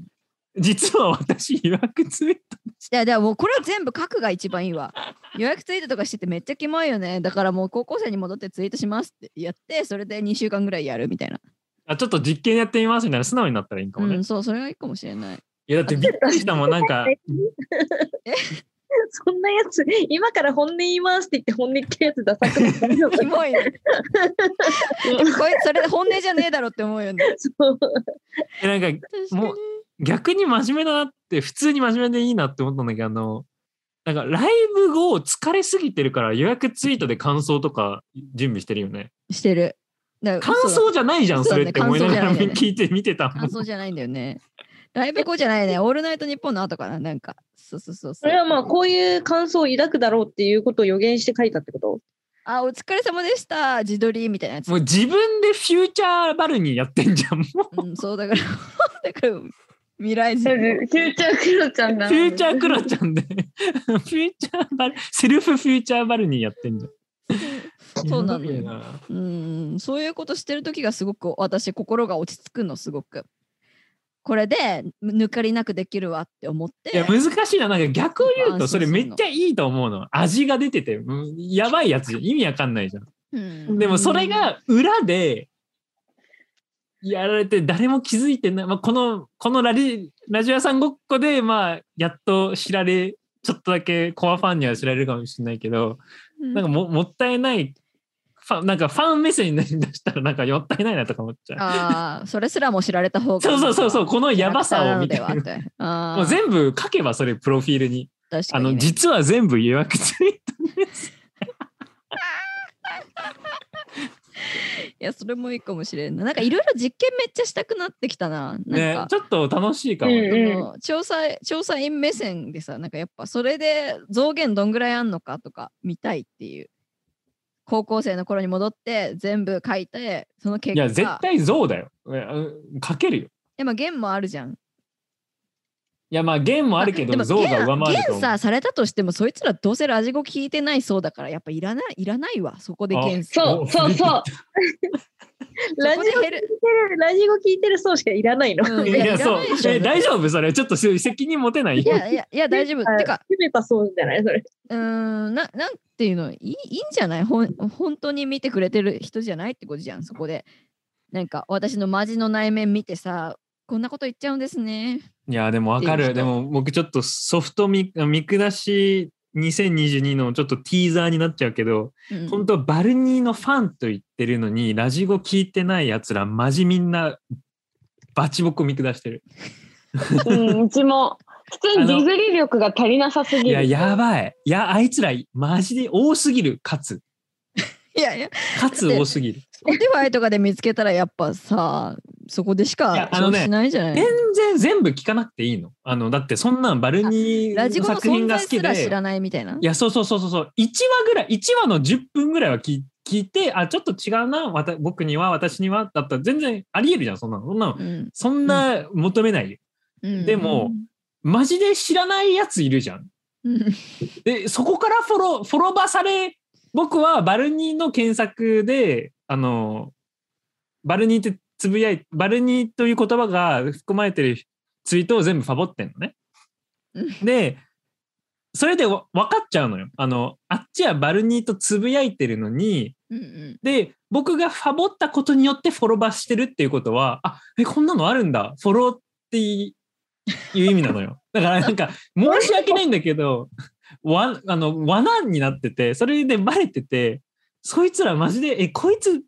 Speaker 3: 実は私予約ツイート
Speaker 1: やでももうこれは全部書くが一番いいわ予約ツイートとかしててめっちゃキモいよねだからもう高校生に戻ってツイートしますってやってそれで2週間ぐらいやるみたいな、
Speaker 3: あちょっと実験やってみますみたいな素直になったらいいんかもね。
Speaker 1: う
Speaker 3: い
Speaker 1: んそうそれがいいかもしれない
Speaker 3: や だってびっくりしたもんなんか
Speaker 4: そんなやつ、今から本音言いますって言って本音言ってるやつダサくない大丈夫
Speaker 1: キモいねでもこいつそれで本音じゃねえだろって思うよね
Speaker 4: そう
Speaker 3: えなんか
Speaker 1: 確
Speaker 3: かにもう逆に真面目だなって普通に真面目でいいなって思ったんだけどあのなんかライブ後疲れすぎてるから予約ツイートで感想とか準備してるよね。
Speaker 1: してるだか
Speaker 3: 感
Speaker 1: らそう
Speaker 3: 想じゃないじゃん
Speaker 1: そ
Speaker 3: そ
Speaker 1: だ
Speaker 3: うれ
Speaker 1: ね
Speaker 3: って思いながら
Speaker 1: 感想じゃないよね
Speaker 3: 聞いて見てたもん
Speaker 1: 感。想じゃないんだよねライブ後じゃないねオールナイトニッポンの後かななんかそうそうそう
Speaker 4: それはまあ、こういう感想を抱くだろうっていうことを予言して書いたってこと
Speaker 1: あお疲れ様でした自撮りみたいなやつ
Speaker 3: もう自分でフューチャーバルニーやってんじゃん。もう
Speaker 1: うん、そうだから だから未来
Speaker 2: フ
Speaker 1: 人
Speaker 2: ューチャークロちゃんだ。
Speaker 3: フューチャークロちゃんで、フューチャーバル、セルフフューチャーバルニーやってんじゃん。
Speaker 1: そうなのよ
Speaker 3: やばいな
Speaker 1: うんそういうことしてる時がすごく私心が落ち着くのすごくこれで抜かりなくできるわって思っ
Speaker 3: い
Speaker 1: て
Speaker 3: や、難しいな。なんか逆を言うと、
Speaker 1: 安心す
Speaker 3: そ
Speaker 1: る
Speaker 3: れ
Speaker 1: の
Speaker 3: めっちゃいいと思うの。味が出てて、うんやばいやつじゃん。意味わかんないじゃん。
Speaker 1: うん
Speaker 3: でもそれが裏で、やられて誰も気づいてない。まあ、この、このラリラジオ屋さんごっこで、まあ、やっと知られ、ちょっとだけコアファンには知られるかもしれないけど、なんかももったいない、ファンなんかファン目線に出したらなんかもったいないなとか思っちゃう。
Speaker 1: ああそれすらも知られた方が
Speaker 3: そうそうそうそう、このやばさを見
Speaker 1: キ
Speaker 3: て
Speaker 1: ャラクターなのではってあー
Speaker 3: もう全部書けばそれプロフィールに。
Speaker 1: 確か
Speaker 3: あ
Speaker 1: にね、
Speaker 3: の、実は全部予約つい
Speaker 1: いやそれもいいかもしれんないなんかいろいろ実験めっちゃしたくなってきたななんか、
Speaker 3: てね、ちょっと楽しいかも。
Speaker 2: うん
Speaker 1: あの調査調査員目線でさなんかやっぱそれで増減どんぐらいあんのかとか見たいっていう高校生の頃に戻って全部書いてその結
Speaker 3: い
Speaker 1: 果
Speaker 3: や、絶対像だよ。うん書けるよ。
Speaker 1: でも弦もあるじゃん
Speaker 3: いや、まあ、弦もあるけ
Speaker 1: で
Speaker 3: ど、
Speaker 1: も
Speaker 3: 像が上回る
Speaker 1: 弦
Speaker 3: と思う。
Speaker 1: さされたとしてもそいつらどうせラジゴ聞いてないそうだからやっぱいらないいらないわそこで弦さ
Speaker 2: そうそうそう。
Speaker 4: ラ
Speaker 1: そ
Speaker 4: ジオ
Speaker 1: こ
Speaker 4: 聞
Speaker 1: で減
Speaker 4: いて
Speaker 1: る
Speaker 4: る、ラジオ聞いてる層しかいらないの。
Speaker 1: うん
Speaker 3: い
Speaker 1: いやい
Speaker 3: や、
Speaker 1: ら
Speaker 3: そう
Speaker 1: ないでし。ょ
Speaker 3: え大丈夫それ。ちょっと責任持てない
Speaker 1: い
Speaker 3: よ。
Speaker 1: やいやいや大丈夫てか
Speaker 4: 決めた層じゃないそれ。
Speaker 1: うーんななんていうのいいいいんじゃないほん本当に見てくれてる人じゃないってことじゃんそこでなんか私のマジの内面見てさこんなこと言っちゃうんですね
Speaker 3: いや、でもわか
Speaker 1: いい
Speaker 3: る。
Speaker 1: 人
Speaker 3: でも、僕ちょっとソフト見見下し2022のちょっとティーザーになっちゃうけど、
Speaker 1: うん
Speaker 3: 本当はバルニーのファンと言ってるのに、ラジゴ聞いてないやつら、マジみんな、バチボコ見下してる。
Speaker 2: うん、うちも。普通にディズリ力が足りなさす
Speaker 3: い
Speaker 2: ぎ
Speaker 3: や、
Speaker 2: る。
Speaker 3: やばい。いや、あいつら、マジで多すぎる。かつ、
Speaker 1: いやいや
Speaker 3: かつ多すぎる。
Speaker 1: Spotify とかで見つけたらやっぱさそこでし
Speaker 3: い
Speaker 1: か
Speaker 3: やあのね
Speaker 1: しないじゃない
Speaker 3: 全然全部聞かなくていいの。あの、だってそんなんバルニ
Speaker 1: ラ
Speaker 3: ー
Speaker 1: ジ
Speaker 3: の
Speaker 1: コの
Speaker 3: 作品
Speaker 1: 存
Speaker 3: が
Speaker 1: 在
Speaker 3: 好き
Speaker 1: すら知
Speaker 3: で。
Speaker 1: らないみたいない
Speaker 3: や、そうそうそうそうそう。1話ぐらい、1話の10分ぐらいは聞聞いて、あ、ちょっと違うな。わた僕には、私には。だったら全然ありえるじゃん、そんなの。そんなの
Speaker 1: うん
Speaker 3: そんな求めないよ。
Speaker 1: うん
Speaker 3: でもマジで知らないやついるじゃん。
Speaker 1: うん
Speaker 3: で、そこからフォロー、フォロバされ、僕はバルニーの検索で、あの、バルニーってつぶやい、バルニーという言葉が含まれてるツイートを全部ファボってんのね
Speaker 1: う。
Speaker 3: で、それでわ分かっちゃうのよ。あの、あっちはバルニーとつぶやいてるのに、
Speaker 1: うんうん
Speaker 3: で、僕がファボったことによってフォロバしてるっていうことは、あ、え、こんなのあるんだ。フォローっていいう意味なのよ。 だからなんか、申し訳ないんだけど、わ、あの、罠になってて、それでバレてて、そいつらマジで、え、こいつ、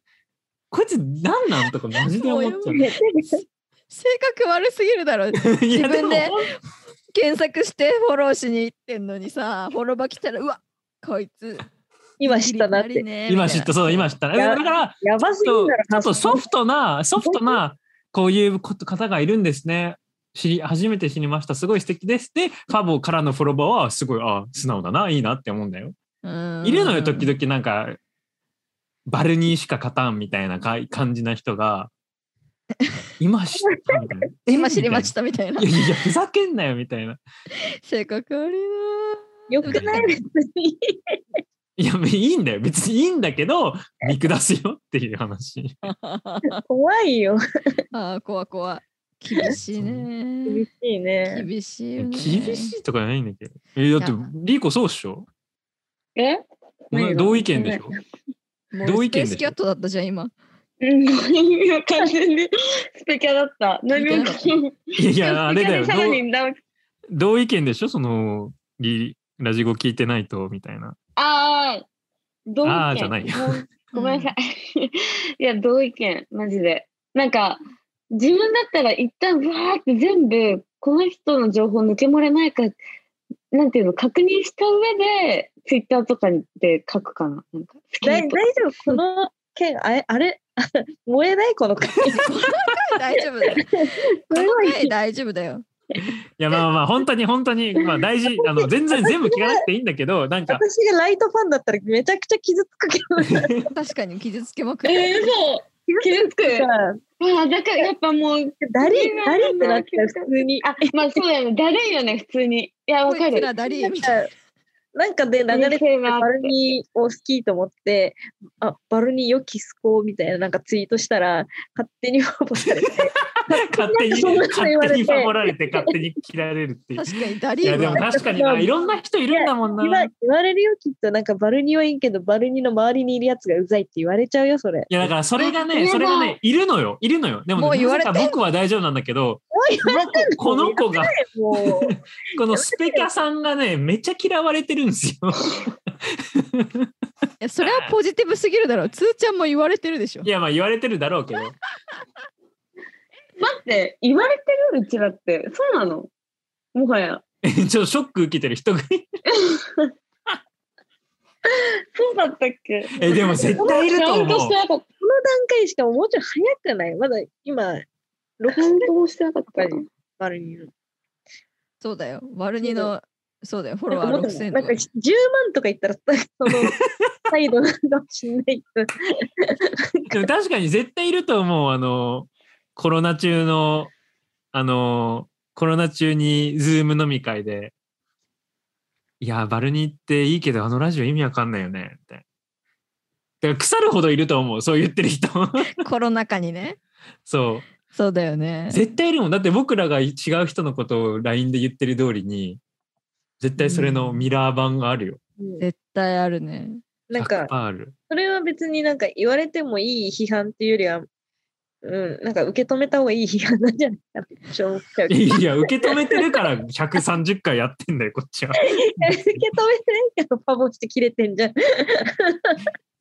Speaker 3: こいつ何なんとかマジで思っちゃう。い
Speaker 1: 性格悪すぎるだろ
Speaker 3: や、
Speaker 1: 自
Speaker 3: で
Speaker 1: 分
Speaker 3: も、
Speaker 1: で検索してフォローしに行ってんのにさフォロバ来たらうわこいつ
Speaker 4: 今知ったなっ
Speaker 1: ギリ
Speaker 4: て。
Speaker 1: ギリねみいな
Speaker 3: 今知った、そう、今知った。だ
Speaker 4: いや
Speaker 3: から、
Speaker 4: やばすぎるだろ
Speaker 3: ちょっと
Speaker 4: そ
Speaker 3: ソフトな、ソフトな、こういうこと方がいるんですね。知り、初めて知りました。すごい素敵です。で、ファボからのフォロバーは、すごい、あ素直だな、いいなって思うんだよ。
Speaker 1: うん
Speaker 3: いるのよ、時々なんか、バルニーしか勝たんみたいなか感じな人が、今知ったみたいな。。
Speaker 1: 今知りましたたみたいない
Speaker 3: やいや、ふざけんなよ、みたいな。
Speaker 1: 性格悪い
Speaker 4: よくない別に。
Speaker 3: いや、いいんだよ。別にいいんだけど、見下すよっていう話。
Speaker 1: なあ
Speaker 4: 怖いよ。
Speaker 1: あー怖い怖い厳しいね
Speaker 4: 厳しいね。
Speaker 1: 厳しいよ
Speaker 3: 厳
Speaker 1: ね
Speaker 3: しいとかじゃないんだけど。え、だって
Speaker 1: いや、
Speaker 3: リーコそうっしょ
Speaker 2: え
Speaker 3: 同じ同意見でしょ
Speaker 1: も
Speaker 3: 同
Speaker 1: う
Speaker 3: 意見
Speaker 1: スペー
Speaker 3: でしょ
Speaker 1: スキャットだったじゃん、今。
Speaker 2: うん、今完全に スペキャだった。何も
Speaker 1: スペ
Speaker 3: いや、あ れだよ。
Speaker 2: さら
Speaker 3: 同
Speaker 2: にダウン
Speaker 3: 同意見でしょその、リラジゴ聞いてないと、みたいな。
Speaker 2: ああ、同意見。
Speaker 3: あーじゃないよ
Speaker 2: もうごめんなさ い。いや、同意見、マジで。なんか、自分だったら一旦わーって全部、この人の情報抜け漏れないか、なんていうの、確認した上で、ツイッターとかで書くかな。なんか好き
Speaker 4: だい
Speaker 2: な
Speaker 4: 大
Speaker 2: と
Speaker 4: 丈夫この件あれあれ 燃えないこの回
Speaker 1: 大丈夫だよ。
Speaker 2: これは
Speaker 1: はい、大丈夫だよ。
Speaker 3: いや、まあまあまあ、本当に本当に、まあ大事、あの、全然全部聞かなくていいんだけど、なんか、
Speaker 4: 私がライトファンだったらめちゃくちゃ傷つくけど傷
Speaker 1: 確かに傷つけまくる。
Speaker 2: えー、そう。傷つく。
Speaker 4: さ
Speaker 2: ああ、だからやっぱもう、
Speaker 4: 誰誰ってなっちゃう普通に
Speaker 2: あ、まあそうだよね。だるいよね、普通に。 いや、わか
Speaker 1: こいつ
Speaker 2: る。
Speaker 1: らだり
Speaker 4: な
Speaker 1: ー
Speaker 4: ん
Speaker 1: み
Speaker 4: か
Speaker 1: たい
Speaker 4: なんかで流れてるバルニーを好きと思って、あバルニーよきすこうみたいななんかツイートしたら、勝手に応募されて、
Speaker 3: 勝手に、
Speaker 4: そんなこと言わ
Speaker 3: 勝
Speaker 4: れ
Speaker 3: 手
Speaker 4: て
Speaker 3: に守られて、勝手に嫌られるって い
Speaker 1: な。
Speaker 3: う。
Speaker 1: 確かにだ
Speaker 3: い
Speaker 1: り
Speaker 3: や、
Speaker 1: ー
Speaker 3: でも
Speaker 1: は。
Speaker 3: 確かに、まあいろんな人いるんだもん
Speaker 4: 今
Speaker 3: な。い
Speaker 4: 言われるよきっと、なんかバルニーはいいけど、バルニーの周りにいるやつがうざいって言われちゃうよ、それ。
Speaker 3: や、だからそれがね、
Speaker 2: あ
Speaker 3: それがね、いるのよ、いるのよ。でも
Speaker 1: もう
Speaker 3: ね、
Speaker 1: 言わ
Speaker 3: な
Speaker 1: れ
Speaker 3: ぜ
Speaker 1: て
Speaker 3: か
Speaker 1: ん
Speaker 3: 僕は大丈夫 なんだけど、この子が、
Speaker 4: もう、
Speaker 3: このスペキャさんがね、めっちゃ嫌われてるんですよ。
Speaker 1: いやそれはポジティブすぎるだろう。つーちゃんも言われてるでしょ
Speaker 3: い。や、まあ言われてるだろうけど。
Speaker 2: 待って、言われてるうちらって、そうなのもはや。
Speaker 3: ちょっとショック受けてる人がいる。
Speaker 2: そうだったっけ
Speaker 3: え、でも絶対いると
Speaker 2: カウント
Speaker 3: 思
Speaker 2: し
Speaker 3: う
Speaker 2: て。なかっ
Speaker 4: この段階しかももうちょい早くないまだ今、
Speaker 2: た。カウントもしてなかったな。
Speaker 4: バルニーの。
Speaker 1: そうだよ。ワルニの、そうだよ。フォロ
Speaker 4: な
Speaker 1: ワ
Speaker 4: ん
Speaker 1: ー
Speaker 4: かもっと
Speaker 1: 6000
Speaker 4: なんか10万とか言ったら、その、 態度なのかもしれないけど。
Speaker 3: でも確かに絶対いると思う。あの、コロナ中の、あの、コロナ中にズーム飲み会で、いや、バルニーっていいけど、あのラジオ意味わかんないよね、みたいな。だから腐るほどいると思う。そう言ってる人。
Speaker 1: コロナ禍にね。
Speaker 3: そ
Speaker 1: そうだよ
Speaker 3: う。
Speaker 1: ね。
Speaker 3: 絶対いるもん。だって僕らが違う人のことを LINE で言ってる通りに、絶対それのミラー版があるよ。
Speaker 1: 絶対あるね。
Speaker 4: なんか
Speaker 3: 100%、ある。
Speaker 4: それは別になんか言われてもいい批判っていうよりは、うん、なんか受け止めた方がいい批判なんじゃないかなって思っちゃうけど。
Speaker 3: いや、受け止めてるから130回やってんだよ、こっちは。
Speaker 4: 受け止めてないからパボして切れてんじゃん。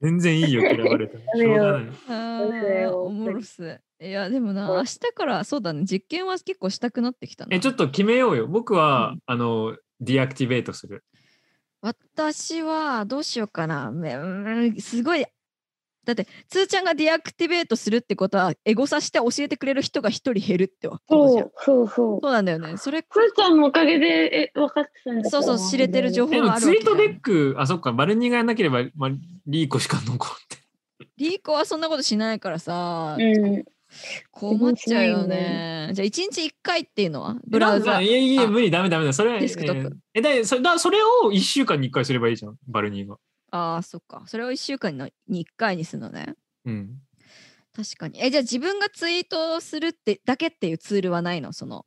Speaker 3: 全然いいよ、嫌われても。
Speaker 4: ダ
Speaker 3: し
Speaker 4: メ
Speaker 3: ょう
Speaker 4: よ
Speaker 3: がない。
Speaker 1: あ
Speaker 4: そうだ
Speaker 1: あ、
Speaker 4: よ
Speaker 1: おもろっす。いや、でもな、
Speaker 4: うん
Speaker 1: 明日からそうだね。実験は結構したくなってきたな。
Speaker 3: え、ちょっと決めようよ。僕は、
Speaker 1: う
Speaker 3: あの、ディアクティベートする。
Speaker 1: 私はどうしようかな。めうーんすごい。だって、つーちゃんがディアクティベートするってことは、エゴサして教えてくれる人が一人減るってことじ
Speaker 2: そ
Speaker 1: ゃん。
Speaker 2: う、そうそう。
Speaker 1: そうなんだよね。それ、
Speaker 2: くーちゃんのおかげで、え、分かってたんだ
Speaker 1: そうそう、知れてる情
Speaker 3: で
Speaker 1: 報が
Speaker 3: も、
Speaker 1: ある
Speaker 3: ツ
Speaker 1: わ
Speaker 3: イ
Speaker 1: け
Speaker 3: ー
Speaker 1: じゃ
Speaker 3: ト
Speaker 1: ん
Speaker 3: デック、あ、そっか、バルニーがやんなければ、まあ、リーコしか残って。
Speaker 1: リーコはそんなことしないからさ、
Speaker 2: うん。
Speaker 1: 困っちゃうよ
Speaker 2: しない
Speaker 1: ね。じゃあ、一日一回っていうのはブラウ
Speaker 3: ま
Speaker 1: ザ
Speaker 3: あ。いやいや、
Speaker 1: あ
Speaker 3: 無理、ダメダメだ。それは、
Speaker 1: デスクトップ
Speaker 3: えーえ、だそれだそれを1週間に1回すればいいじゃん、バルニーが。
Speaker 1: ああ、そっか。それを1週間のに1回にするのね。
Speaker 3: うん。
Speaker 1: 確かに。え、じゃあ自分がツイートするってだけっていうツールはないのその、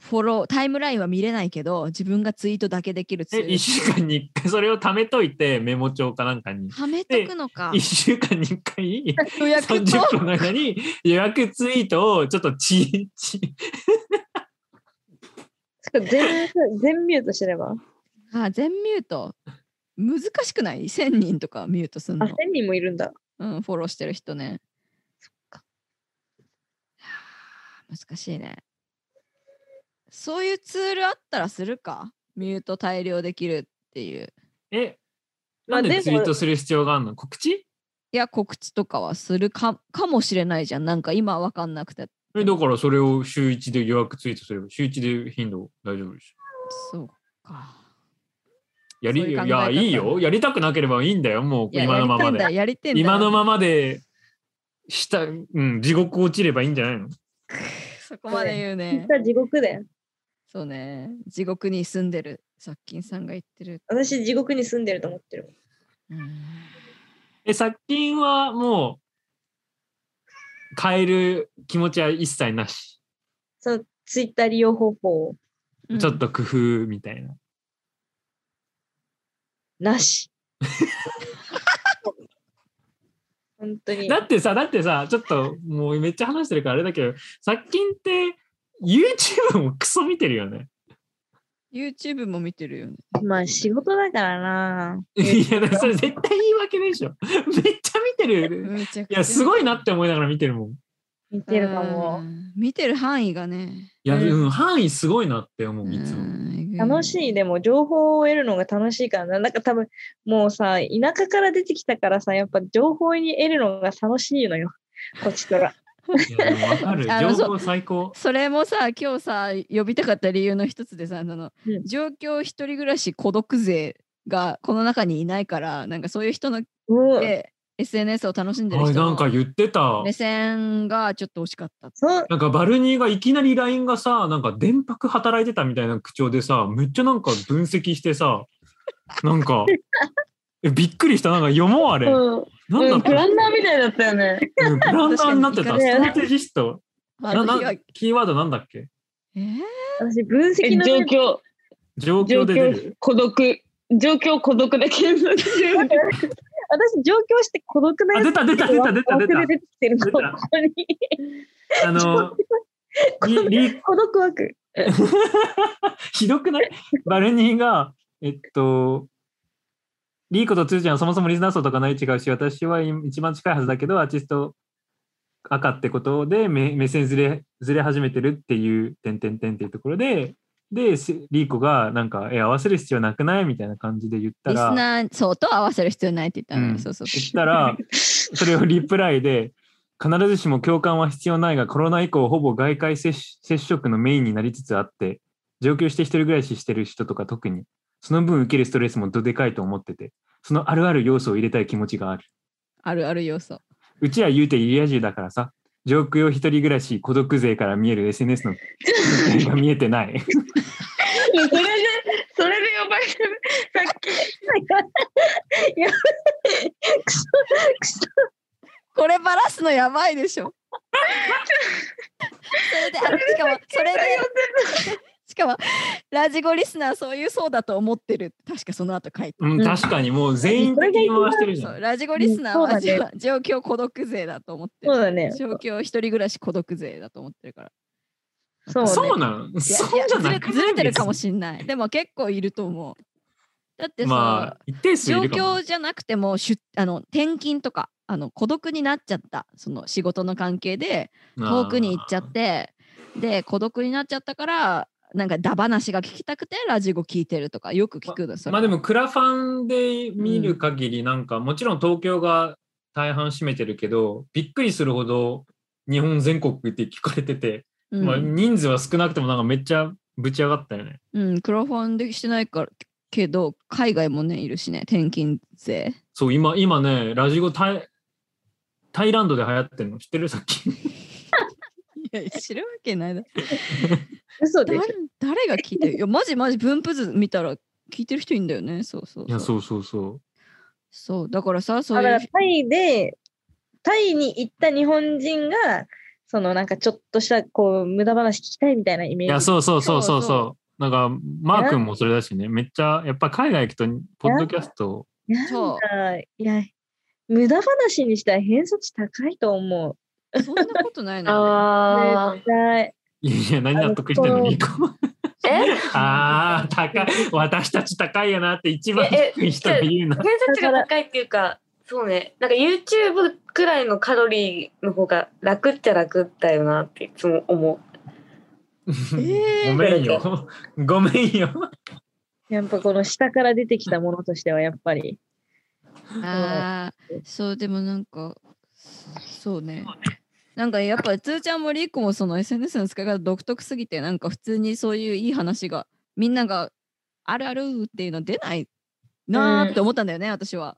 Speaker 1: フォロー、タイムラインは見れないけど、自分がツイートだけできるツ
Speaker 3: え、
Speaker 1: ー
Speaker 3: 1
Speaker 1: ル。
Speaker 3: 週間に1回、それを貯めといて、メモ帳かなんかに。
Speaker 1: はめとくのか
Speaker 3: 1。週間に1回、
Speaker 1: 予約と
Speaker 3: 30分の間に予約ツイートをちょっとち、ち、
Speaker 4: 全全ミュートすれば。
Speaker 1: あ、全ミュート。難しくない ?1000 人とかミュートすん
Speaker 4: あ、
Speaker 1: の
Speaker 4: 1000。人もいるんだ。
Speaker 1: うん、フォローしてる人ね。は あ難しいね。そういうツールあったらするかミュート大量できるっていう。
Speaker 3: え、
Speaker 4: ま
Speaker 3: な
Speaker 4: あ
Speaker 3: ん
Speaker 4: で
Speaker 3: で
Speaker 4: も
Speaker 3: ツイートする必要があるの告知
Speaker 1: いや、告知とかはするかかもしれないじゃん。なんか今わかんなくて。
Speaker 3: え、だからそれを週1で予約ツイートすれば、週1で頻度大丈夫でし
Speaker 1: そうか。
Speaker 3: ょ。やり、
Speaker 1: そう
Speaker 3: い
Speaker 1: いう考え
Speaker 3: や、
Speaker 1: 方
Speaker 3: いいよ。やりたくなければいいんだよ、もう
Speaker 1: いや
Speaker 3: 今のまま
Speaker 1: やりてんだ
Speaker 3: で。
Speaker 1: よやりてんだよ
Speaker 3: 今のままで、した、うん、地獄落ちればいいんじゃないの
Speaker 1: そこまで言うね。
Speaker 4: 実は地獄だよ。
Speaker 1: そうね。地獄に住んでる。殺菌さんが言ってる。
Speaker 4: 私、地獄に住んでると思ってるもん。
Speaker 1: うん
Speaker 3: え、殺菌はもう、変える気持ちは一切なし。
Speaker 4: そのツイッター利用方法
Speaker 1: うん
Speaker 3: ちょっと工夫みたいな。
Speaker 4: なし。本当に
Speaker 3: だってさ、だってさ、ちょっともうめっちゃ話してるからあれだけど、殺菌って YouTube もクソ見てるよね。
Speaker 1: YouTube も見てるよね。
Speaker 4: まあ仕事だからない
Speaker 3: や、だからそれ絶対言い訳でしょ。 めっちゃ見てる。
Speaker 1: めちゃくちゃ
Speaker 3: いや、すごいなって思いながら見てるもん。い
Speaker 4: 見てるかも
Speaker 1: う。ん見てる範囲がね。
Speaker 3: や、
Speaker 4: うん
Speaker 3: うん、範囲すごいなって思う、いつも。
Speaker 1: も
Speaker 4: 楽しいでも情報を得るのが楽しいからななんか多分もうさ田舎から出てきたからさやっぱ情報に得るのが楽しいのよこっちから
Speaker 3: いやでもわかる。
Speaker 1: あの
Speaker 3: 情報最高。
Speaker 1: それもさ今日さ呼びたかった理由の一つでさあの、
Speaker 4: うん
Speaker 1: 状況一人暮らし孤独勢がこの中にいないからなんかそういう人の
Speaker 4: もう
Speaker 1: で SNS を楽しんでる
Speaker 3: おい、
Speaker 1: 人
Speaker 3: なんか
Speaker 1: の
Speaker 3: 言ってた
Speaker 1: 目。線がちょっと惜しかった。
Speaker 4: そう
Speaker 3: なんかバルニーがいきなり LINE がさ、なんか電白働いてたみたいな口調でさ、めっちゃなんか分析してさ、なんか、えびっくりした。なんか読もうあれ。
Speaker 2: そう
Speaker 3: なんだ
Speaker 2: う
Speaker 3: っ
Speaker 2: ん、
Speaker 3: た
Speaker 2: プランナーみたいだったよね。
Speaker 3: うんプランナーになってた。
Speaker 1: 確
Speaker 3: ス
Speaker 4: かに
Speaker 3: トラテジスト。
Speaker 1: あ
Speaker 3: な
Speaker 1: の
Speaker 3: な
Speaker 1: 日はえ
Speaker 3: キーワードなんだっけ
Speaker 1: ー
Speaker 4: 私分析の
Speaker 2: 状況、
Speaker 3: 状
Speaker 2: 状
Speaker 3: 況で出る。
Speaker 2: 況、孤独、状況、孤独で検索 中。
Speaker 4: 私上京して孤独な
Speaker 3: あ、出た出た出た出た出た
Speaker 4: 忘れ。てきてる
Speaker 3: 出
Speaker 4: こ
Speaker 3: た
Speaker 4: こに
Speaker 3: あの、リリ
Speaker 4: 孤独枠
Speaker 3: ひどくないバルニーが、えっと、リーコとツーちゃんはそもそもリスナー層とかない違うし、私は一番近いはずだけど、アーティスト赤ってことで目目線ずれずれ始めてるっていう、点点点っていうところで、で、しリーコがなんか、え、合わせる必要なくないみたいな感じで言った
Speaker 1: リス
Speaker 3: ら、
Speaker 1: ナー層と合わせる必要ないって言ったの、
Speaker 3: うん
Speaker 1: ねそうそう
Speaker 3: 言ったら、それをリプライで、必ずしも共感は必要ないが、コロナ以降、ほぼ外界接し接触のメインになりつつあって、上京して一人暮らししてる人とか特に、その分受けるストレスもどでかいと思ってて、そのあるある要素を入れたい気持ちがある。
Speaker 1: あるある要素。
Speaker 3: うちは言うてリア充だからさ、上京一人暮らし、孤独勢から見える SNS のが見えて ない。
Speaker 2: それで、それで呼ばれる。さっき、
Speaker 4: やばいクソクソ
Speaker 1: これバラすのやばいでし ょ。それで、あしかも、それで、しかも、ラジゴリスナーそういうそうだと思ってる。確かその後書いて。
Speaker 3: うん、確かにもう全員的に回してるじゃ
Speaker 1: そ
Speaker 3: ん
Speaker 1: う。ラジゴリスナー
Speaker 4: う
Speaker 1: は
Speaker 4: んそうだ
Speaker 1: じょ状況孤独勢だと思って
Speaker 4: そう
Speaker 1: る。
Speaker 4: だね
Speaker 1: 状況一人暮らし孤独勢だと思ってるから。
Speaker 4: そうね
Speaker 3: そうなの
Speaker 1: いや
Speaker 3: そうじゃなく
Speaker 1: いやずれずれてるかもしんない。でも結構いると思う。だってさ、
Speaker 3: まあ、一定数い
Speaker 1: 状
Speaker 3: るかも。
Speaker 1: 況じゃなくても出あの転勤とかあの孤独になっちゃったその仕事の関係で遠くに行っちゃってで孤独になっちゃったからなんかダバなしが聞きたくてラジゴ聞いてるとかよく聞くのそれ
Speaker 3: まあでもクラファンで見る限りなんか、もちろん東京が大半占めてるけどびっくりするほど日本全国って聞かれてて、
Speaker 1: うん
Speaker 3: まあ、人数は少なくてもなんかめっちゃぶち上がったよね。
Speaker 1: うんクラファンでしてないからけど海外もねいるしね転勤税
Speaker 3: そう今今ねラジゴタイタイランドで流行ってるの知ってるさっき
Speaker 1: いや知るわけないだろ
Speaker 4: 嘘で
Speaker 1: 誰
Speaker 4: しょ
Speaker 1: 誰が聞いてるいやマジマジ分布図見たら聞いてる人いいんだよねそうそう
Speaker 3: いやそうそうそう
Speaker 1: そうだからさそ
Speaker 4: あ
Speaker 1: うい
Speaker 4: だ
Speaker 1: う
Speaker 4: からタイでタイに行った日本人がそのなんかちょっとしたこう無駄話聞きたいみたいなイメー
Speaker 3: い
Speaker 4: ジ
Speaker 3: やそうそうそうそう
Speaker 1: そう
Speaker 3: そうなんかマー君もそれだしねめっちゃやっぱ海外行くとポッドキャスト
Speaker 4: なんか
Speaker 1: そう
Speaker 4: いや無駄話にしたら偏差値高いと思う
Speaker 1: そんなことないのよ
Speaker 2: あ
Speaker 4: 絶対
Speaker 3: いやいや何納得してんのリーコ
Speaker 2: あ。え
Speaker 3: ああ、高い。私たち高いよなって一番
Speaker 2: ええ
Speaker 3: 低い人が言うな。
Speaker 2: 偏差値が高いっていうか、そうね。なんか YouTube くらいのカロリーの方が楽っちゃ楽だよなっていつも思
Speaker 1: えー
Speaker 3: ごめんよ。ごめんよ。
Speaker 4: やっぱこの下から出てきたものとしてはやっぱり
Speaker 1: あーそうでもなんかそうねなんかやっぱつーちゃんもりーこもその SNS の使い方独特すぎてなんか普通にそういういい話がみんながあるあるっていうの出ないなーって思ったんだよね、私は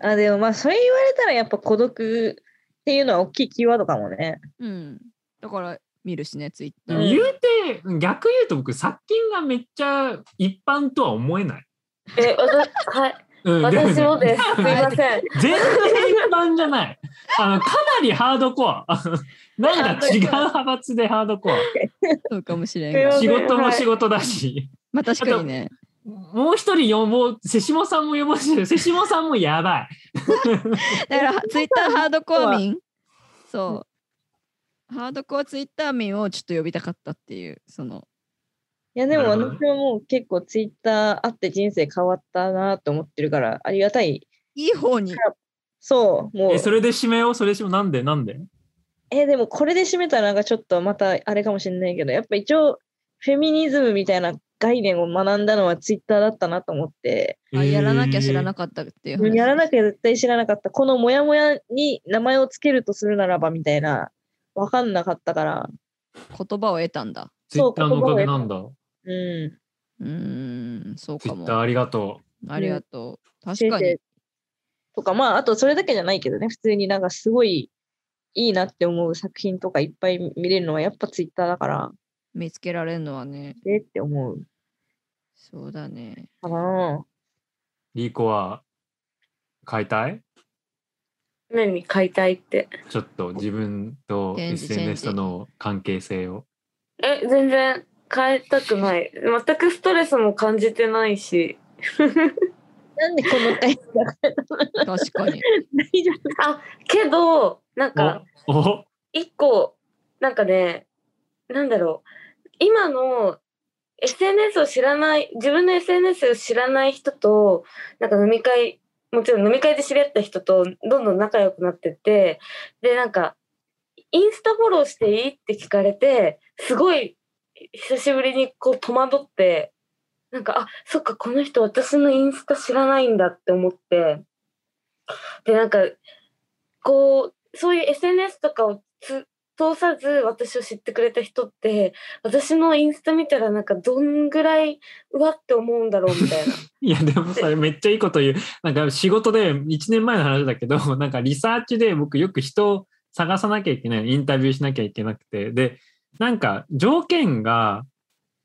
Speaker 4: あでもまあそれ言われたらやっぱ孤独っていうのは大きいキーワードかもね
Speaker 1: うんだから見るしねツイッタ
Speaker 3: 言
Speaker 1: ー
Speaker 3: うて、逆言うと僕、殺菌がめっちゃ一般とは思えない。
Speaker 2: う。え、私、はい。
Speaker 3: うん、でもね
Speaker 2: 私もです。すいま せん。
Speaker 3: 全然一般じゃない。あの、かなりハードコア。 なんか違う派閥でハードコア。
Speaker 1: そうかもしれん
Speaker 2: え
Speaker 1: が
Speaker 2: ー
Speaker 3: 仕事も仕事だし。
Speaker 1: まあ確かにね
Speaker 3: もう一人呼ぼう、瀬下さんも呼ぼうとしてる。瀬下さんもやばい。
Speaker 1: だからツイッターハードコア民そうハードコアツイッター民をちょっと呼びたかったっていうその
Speaker 4: いやでも
Speaker 5: なるほど
Speaker 4: 私はもう結構ツイッターあって人生変わったなと思ってるからありがたい。
Speaker 1: いい方に
Speaker 4: そう、もう。
Speaker 3: え、それで締めよう、それで締めよう。なんでなんで
Speaker 4: えーでもこれで締めたらなんかちょっとまたあれかもしれないけどやっぱ一応フェミニズムみたいな概念を学んだのはツイッターだったなと思って
Speaker 1: あやらなきゃ知らな
Speaker 3: く
Speaker 1: かったっていう話
Speaker 4: やらなきゃ絶対知らなかったこのモヤモヤに名前をつけるとするならばみたいな分かんなかったから
Speaker 1: 言葉を得たんだ
Speaker 5: ツイッターのおかげなんだ。
Speaker 4: うん
Speaker 1: うーんそう
Speaker 5: ツイ
Speaker 1: か
Speaker 5: ッ
Speaker 1: も
Speaker 5: ターありがと
Speaker 1: ありがとう、
Speaker 4: 教
Speaker 1: 確
Speaker 4: え
Speaker 1: かに
Speaker 4: てとかまああとそれだけじゃないけどね普通になんかすごいいいなって思う作品とかいっぱい見れるのはやっぱツイッターだから
Speaker 1: 見つけられるのはね
Speaker 4: えーって思う
Speaker 1: そうだ ね
Speaker 4: かな
Speaker 5: う。リーコは買いたい
Speaker 6: 何買いたいって。
Speaker 5: ちょっと自分と
Speaker 1: チェンジ
Speaker 5: SNS との関係性を。
Speaker 6: え、全然変えたくない。全くストレスも感じてないし。
Speaker 4: なんでこ の回数が
Speaker 1: 確かに
Speaker 4: 大丈夫
Speaker 6: けど、なんか、
Speaker 5: お
Speaker 6: 一個、なんかね、なんだろう。今の SNS を知らない、自分の SNS を知らない人と、なんか飲み会、もちろん飲み会で知り合った人とどんどん仲良くなってって、で、なんか、インスタフォローしていいって聞かれて、すごい久しぶりにこう戸惑って、なんか、あ、そっか、この人私のインスタ知らないんだって思って、で、なんか、こう、そういう SNS とかをつ通さず私を知ってくれた人って、私のインスタ見たらなんかどんぐらい、うわって思うんだろうみたいな。
Speaker 3: いや、でもそれめっちゃいいこと言う。 なんか仕事で1年前の話だけど、 なんかリサーチで僕よく人を探さなきゃいけない、インタビューしなきゃいけなくて、で、なんか条件が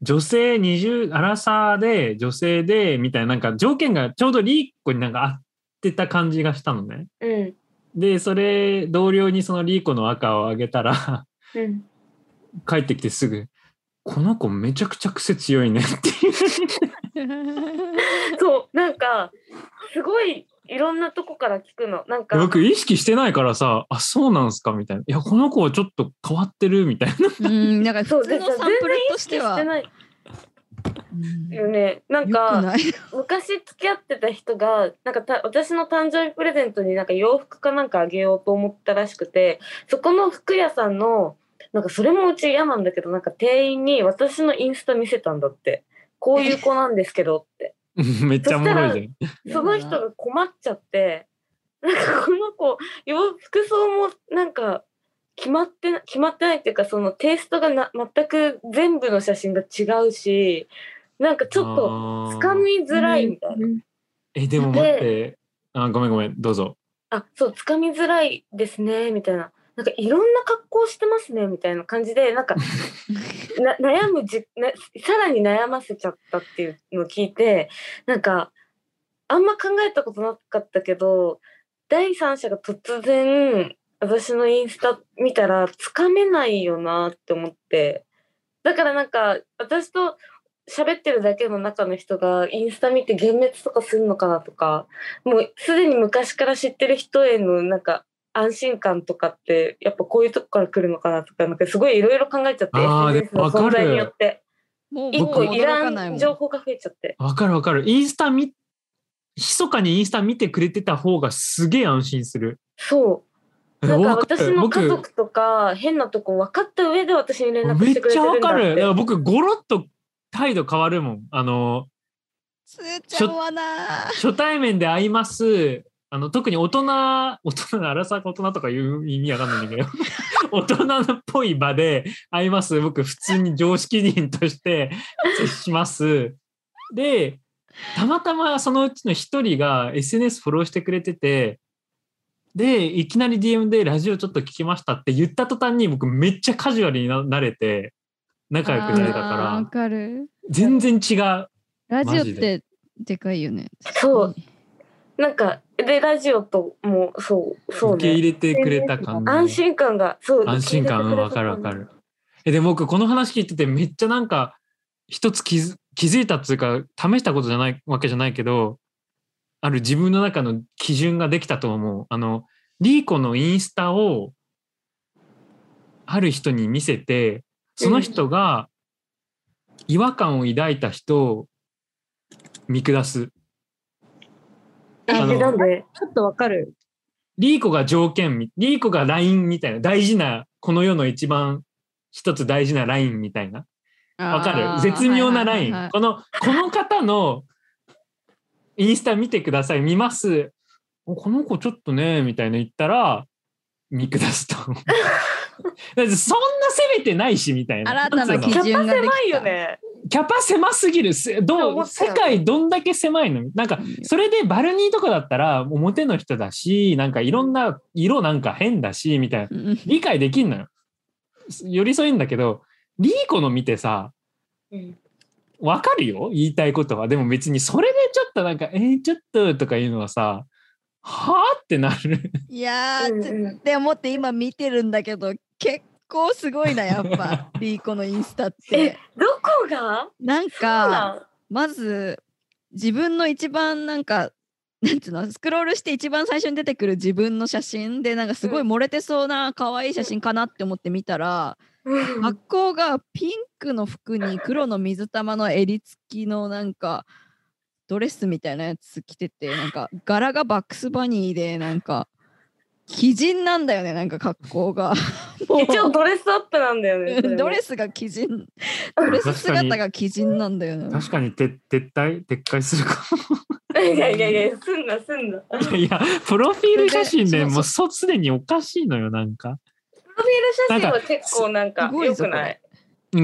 Speaker 3: 女性20、アラサーで女性でみたいな、なんか条件がちょうどリーコになんか合ってた感じがしたのね。
Speaker 6: うん。
Speaker 3: で、それ同僚にそのリーコの赤をあげたら、
Speaker 6: うん。
Speaker 3: 帰ってきてすぐ、この子めちゃくちゃ癖強いねっていう。
Speaker 6: そう、なんか、すごいいろんなとこから聞くの。なんか、
Speaker 3: 僕意識してないからさ、あ、そうなんすかみたいな。いや、この子はちょっと変わってるみたいな。
Speaker 1: うんなんか
Speaker 6: そう
Speaker 1: 普通のサンプルとしては
Speaker 6: 全然意識してない
Speaker 1: よ
Speaker 6: よね。なん
Speaker 1: く
Speaker 6: か、
Speaker 1: ない
Speaker 6: 昔付き合ってた人がなんかた私の誕生日プレゼントになんか洋服かなんかあげようと思ったらしくてそこの服屋さんのなんかそれもうち嫌なんだけどなんか店員に私のインスタ見せたんだってこういう子なんですけどって
Speaker 3: めっちゃおもろいじ
Speaker 1: や
Speaker 6: その人が困っちゃってなんかこの子洋服装もなんか決まってな決まってないっていうかそのテイストがな全く全部の写真が違うしなんかち
Speaker 3: ゃん。
Speaker 6: ょっと
Speaker 3: あー
Speaker 6: つかみづらいみたいな。
Speaker 3: え、でも待って。あ、ごめんごめん。どうぞ。
Speaker 6: あ、そう、つかみづらいですね、みたいな。なんかいろんな格好してますね、みたいな感じで、なんか、な悩むじな、さらに悩ませちゃったっていうのを聞いて、なんか、あんま考えたことなかったけど、第三者が突然、私のインスタ見たら、つかめないよなって思って、だからなんか、私と喋ってるだけの中の人が、インスタ見て幻滅とかするのかなとか、もうすでに昔から知ってる人へのなんか安心感とかってやっぱこういうとこから来るのかなとかなんかすごいいろいろ考えちゃって
Speaker 3: あー
Speaker 6: SNS
Speaker 3: でも
Speaker 6: の
Speaker 3: わかる
Speaker 6: 存在によって
Speaker 1: もう
Speaker 6: 一個
Speaker 1: もう
Speaker 6: いら
Speaker 1: 驚かないも
Speaker 6: ん
Speaker 1: ん
Speaker 6: 情報が増えちゃって
Speaker 3: わかるわかる。インスタ見、密かにインスタ見てくれてた方がすげえ安心する。
Speaker 6: そうなんか
Speaker 3: わかる
Speaker 6: 私の家
Speaker 3: 僕
Speaker 6: 族とか変なとこ分かった上で私に連絡
Speaker 3: め
Speaker 6: し
Speaker 3: って
Speaker 6: く
Speaker 3: ち
Speaker 6: れて
Speaker 3: ゃ
Speaker 6: る
Speaker 3: わ
Speaker 6: んだ
Speaker 3: かる。だ
Speaker 6: っ
Speaker 3: から
Speaker 6: て
Speaker 3: 僕、ゴロッと態度変わるもん。あの、
Speaker 1: すーちゃんはな
Speaker 3: 初対面で会います。あの特に大人、大人、荒さ大人とかいう意味わかんないん だけど、大人っぽい場で会います。僕、普通に常識人として接します。で、たまたまそのうちの一人が SNS フォローしてくれてて、で、いきなり DM でラジオちょっと聞きましたって言った途端に僕めっちゃカジュアルにななれて仲良くなれた
Speaker 1: あーわ
Speaker 3: から、
Speaker 1: かる
Speaker 3: 全然違う。
Speaker 1: ラジオっ
Speaker 3: マジ
Speaker 1: てでかいよね
Speaker 6: そうなんかでラジオともそうそう
Speaker 3: 受け入
Speaker 6: ね
Speaker 3: れてくれた感じ。
Speaker 6: 安心感がそう
Speaker 3: 安心感、うん、
Speaker 6: 受け入れ
Speaker 3: わ
Speaker 6: て
Speaker 3: か
Speaker 6: くれ
Speaker 3: る
Speaker 6: た
Speaker 3: わかる。え、でも僕、この話聞いてて、めっちゃなんか、一つ気づ気づいたっていうか試したことじゃないわけじゃないけどある自分の中の基準ができたと思うあのリーコのインスタをある人に見せてその人が違和感を抱いた人を見下す
Speaker 6: え
Speaker 3: あの
Speaker 6: なんでちょっとわかる。
Speaker 3: リーコが条件み、リーコがラインみたいな、大事な、この世の一番一つ大事なラインみたいな。わかる絶妙なライン、この、この方のインスタ見てください、見ます。おこの子ちょっとね、みたいな言ったら、見下すと。だってそんな攻めてないし、みたいな。
Speaker 1: 新たな
Speaker 3: なんつう
Speaker 1: 基
Speaker 3: の
Speaker 1: 準ができた。
Speaker 6: 狭いよね。
Speaker 3: キャパ狭すぎる。せ
Speaker 6: そう
Speaker 3: ど
Speaker 6: 思っ
Speaker 3: う
Speaker 6: た
Speaker 3: 世界どんだけ狭いのなんか、それでバルニーとかだったら表の人だし、なんかいろんな色なんか変だし、みたいな。
Speaker 1: うん
Speaker 3: 理解できんのよ。寄り添えんだけど、リーコの見てさ、
Speaker 7: うん
Speaker 3: わかるよ言いたいことは。でも別にそれでちょっとなんか、えー、ちょっととか言うのはさ、はぁってなる。
Speaker 1: いやー、
Speaker 7: うんうん
Speaker 1: って思って今見てるんだけど結構すごいなやっぱリーコのインスタって。
Speaker 6: どこが
Speaker 1: なんかまず自分の一番なんかなんつうのスクロールして一番最初に出てくる自分の写真でなんかすごい
Speaker 6: うん
Speaker 1: 漏れてそうな可愛い写真かなって思って見たら
Speaker 6: うん
Speaker 1: 発光がピンクの服に黒の水玉の襟付きのなんかドレスみたいなやつ着ててなんか柄がバックスバニーでなんか鬼人なんだよねなんか格好がもう
Speaker 6: 一応ドレスアップなんだよね。それね
Speaker 1: ドレスが鬼人ドレス姿が鬼人なんだよね
Speaker 8: 確かに撤撤退撤回するか
Speaker 6: いやいやいや、すんなすんな。プロフィール
Speaker 3: いや、プロフィール写真
Speaker 1: それ
Speaker 3: で
Speaker 1: で
Speaker 3: もうそすでにおかしいのよ、なんか。
Speaker 6: 写真は結構なんか
Speaker 1: すごい
Speaker 6: 良
Speaker 1: ぞ
Speaker 6: くない。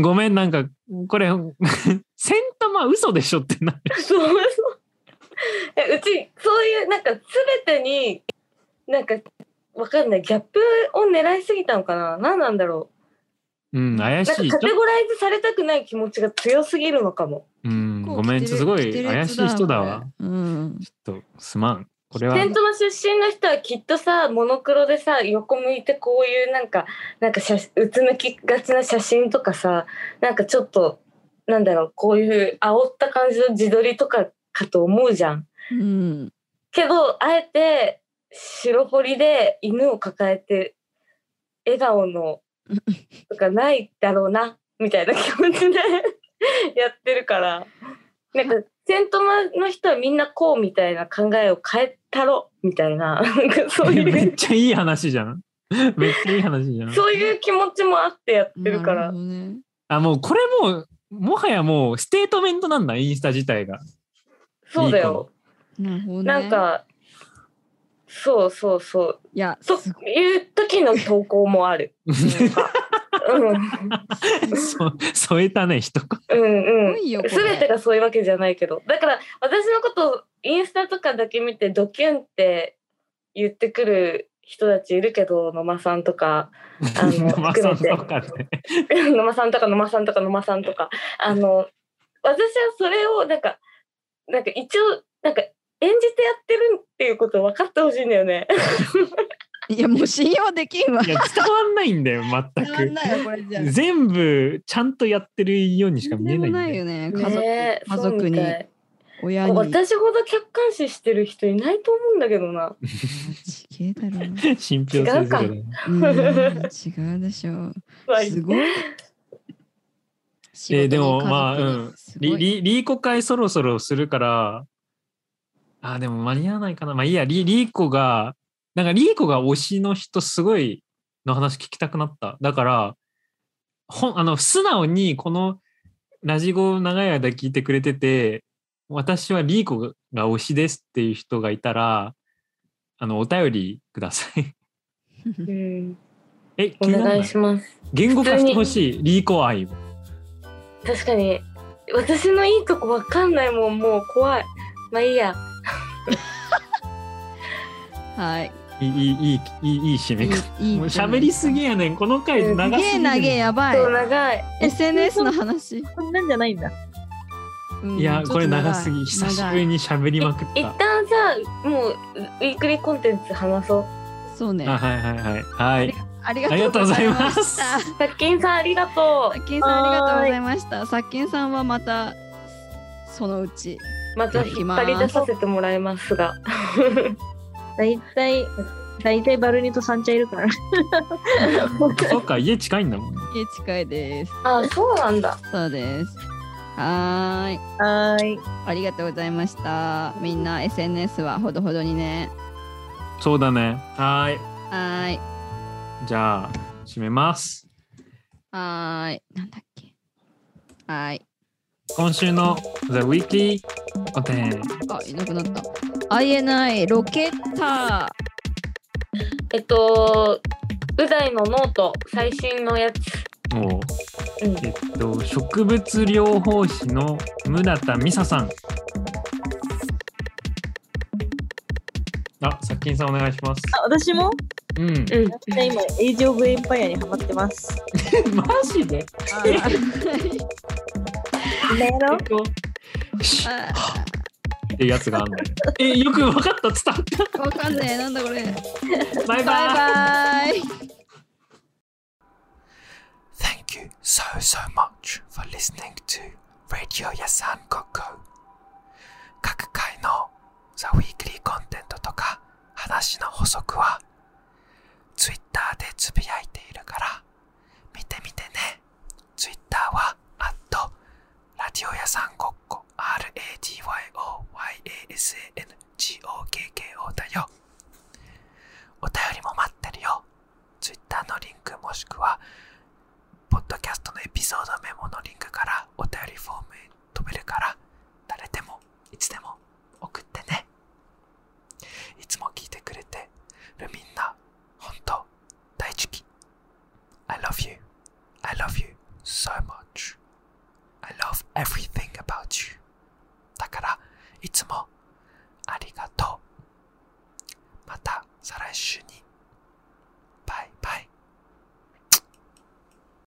Speaker 3: ごめん、なんか、これ、 セントマ嘘でしょってなる。
Speaker 6: そうそう。えうちそういうなんか全てになんかわかんないギャップを狙いすぎたのかな何なんだろ
Speaker 3: うん、怪
Speaker 6: うなん
Speaker 3: しい。ち
Speaker 6: か
Speaker 3: ょ
Speaker 6: カテゴライズされたくない気持ちが強すぎるのかも
Speaker 3: うん、ごめん、ちょっとすごい怪しい人だわ。。
Speaker 1: うん、
Speaker 3: ちょっと、すまん。これは
Speaker 6: テ、ントの出身の人はきっとさモノクロでさ横向いてこういうなんかなんか写うつむきがちな写真とかさなんかちょっとなんだろうこういう煽った感じの自撮りとかかと思うじゃん
Speaker 1: うん、
Speaker 6: けどあえて白堀で犬を抱えて笑顔のとかないだろうなみたいな気持ちで やってるからなんかセントマの人はみんなこうみたいな考えを変えたろみたいななんかそう
Speaker 3: め
Speaker 6: い
Speaker 3: っ
Speaker 6: う
Speaker 3: ちゃいい話じゃん。めっちゃいい話じゃん。
Speaker 6: そういう気持ちもあってやってるから
Speaker 1: なほどね
Speaker 3: あ、もうこれもう、もはやもうステートメントなんだ、インスタ自体が。
Speaker 6: そうだよ
Speaker 1: なるほどね
Speaker 6: なんかそうそうそう
Speaker 1: いや
Speaker 6: そ
Speaker 1: すご
Speaker 6: ういう時の投稿もある。なん かう ん
Speaker 3: そ添えたね、一言。
Speaker 6: うんうん
Speaker 1: いよこれ
Speaker 6: 全てがそういうわけじゃないけどだから私のことをインスタとかだけ見てドキュンって言ってくる人たちいるけど野間さんとか あの
Speaker 3: まあ
Speaker 6: 含めて
Speaker 3: そうかね
Speaker 6: 野間さんとか野間さんとか野間さんとかあの私はそれをなんかなんか一応なんか演じてやってるっていうことを分かってほしいんだよね。
Speaker 1: いやもう信用できんわ
Speaker 3: いや、伝わんないんだよ、
Speaker 1: 伝わん
Speaker 3: 全
Speaker 1: ないよこれじゃ
Speaker 3: く。全部、ちゃんとやってるようにしか見えないんだ
Speaker 1: ない
Speaker 3: よ。
Speaker 1: よね家族,、
Speaker 6: ねえ
Speaker 1: 家
Speaker 6: そう
Speaker 1: 族
Speaker 6: み
Speaker 1: に
Speaker 6: たい
Speaker 1: 親に
Speaker 6: 私ほど客観視してる人いないと思うんだけどな。
Speaker 1: ちげえだ ろうな
Speaker 3: 信憑性ゼロだね
Speaker 1: うん違うでしょすごい。
Speaker 3: えーでもまあ、う
Speaker 1: 仕事に家族にすごい
Speaker 3: ん。リリリーコ会そろそろするから、あー、でも間に合わないかな。まあいいや、リリーコが、なんかリーコが推しの人すごいの話聞きたくなった。だから、ほんあの素直にこのラジゴを長い間聞いてくれてて、私はリーコが推しですっていう人がいたら、あの、お便りください。
Speaker 6: うん、
Speaker 3: え、
Speaker 6: お
Speaker 3: 気にならな
Speaker 6: 願いします。
Speaker 3: 言語化してほしい、リーコ愛を。
Speaker 6: 確かに私のいいとこわかんないもんもう怖いまあいいや
Speaker 1: はい。
Speaker 3: いい、いい、いい、いい締
Speaker 1: い
Speaker 3: め
Speaker 1: い
Speaker 3: 方。
Speaker 1: いい
Speaker 3: もう喋りすぎ
Speaker 1: す
Speaker 3: やねん。この回長すぎ
Speaker 1: げえ
Speaker 3: る
Speaker 1: なげえやばい。
Speaker 6: そう長い
Speaker 1: SNS の話。
Speaker 6: こんなんじゃないんだ
Speaker 1: うん
Speaker 3: いや、これ長すぎ。
Speaker 1: ちょ
Speaker 3: 久
Speaker 1: っと
Speaker 3: し
Speaker 1: 長い
Speaker 3: ぶりに喋りまくっ
Speaker 6: 一
Speaker 3: た。
Speaker 6: 旦さもうウィークリーコンテンツ話そう
Speaker 1: 長いそうね。
Speaker 3: あはいはいはい。はい。
Speaker 1: あり
Speaker 3: ありが
Speaker 1: が
Speaker 3: と
Speaker 1: と
Speaker 3: う
Speaker 1: う
Speaker 3: ご
Speaker 1: ご
Speaker 3: ざ
Speaker 1: ざ
Speaker 3: い
Speaker 1: い
Speaker 3: ま
Speaker 1: ますした。
Speaker 6: さっきんさんありがと
Speaker 1: さっきんさんありがとうございました。さっきんさんはまたそのうち
Speaker 6: また
Speaker 1: い
Speaker 6: 引
Speaker 1: き
Speaker 6: っ
Speaker 1: ます
Speaker 6: 張り出させてもらいますが。
Speaker 4: 大体、大体バルニとサンチャいるから。
Speaker 3: そっか、家近いんだもんね。
Speaker 1: 家近いです
Speaker 6: あ、そうなんだ。
Speaker 1: そうですはーい
Speaker 4: はーい。
Speaker 1: ありがとうございましたみんな SNS はほどほどにね
Speaker 3: そうだね。はーい。
Speaker 1: はーい
Speaker 3: じゃあ、閉めます。
Speaker 1: はーいなんだっけはーい
Speaker 3: 今週の The Weekly お天。
Speaker 1: あいなくなった INI ロケッタ
Speaker 6: えっと、う大のノート、最新のやつ。
Speaker 3: おう
Speaker 6: うん、
Speaker 3: えっと、植物療法士の村田美沙さん。あ、殺菌さんお願いします。
Speaker 4: あ、私も
Speaker 3: うん。
Speaker 6: うん、
Speaker 4: 今、エイジオブエンパイアにハマってます。
Speaker 3: マジで
Speaker 1: ー
Speaker 4: だ
Speaker 3: え
Speaker 4: ろ
Speaker 3: っとシュ
Speaker 1: あ
Speaker 3: ッってやつがあんだよ。え、よくわかった伝わっ
Speaker 1: ーわかんねえなんだこれ
Speaker 3: た。バイバ
Speaker 1: バ
Speaker 3: イ
Speaker 1: イ。バイ
Speaker 9: Thank you so, so much for listening to Radio Yasan Koko. 各回の The Weekly コンテンツとか話の補足は Twitter でつぶやいているから見てみてね。Twitter は at ラディオ屋さんごっこ RADYOYASANGOKKO だよ。お便りも待ってるよ。Twitter のリンクもしくはポッドキャストのエピソードメモのリンクからお便りフォームへ飛べるから、誰でも、いつでも送ってね。いつも聞いてくれてるみんな、本当大好き。I love you. I love you so much. I love everything about you. だから、いつも、ありがとう。また、再来週に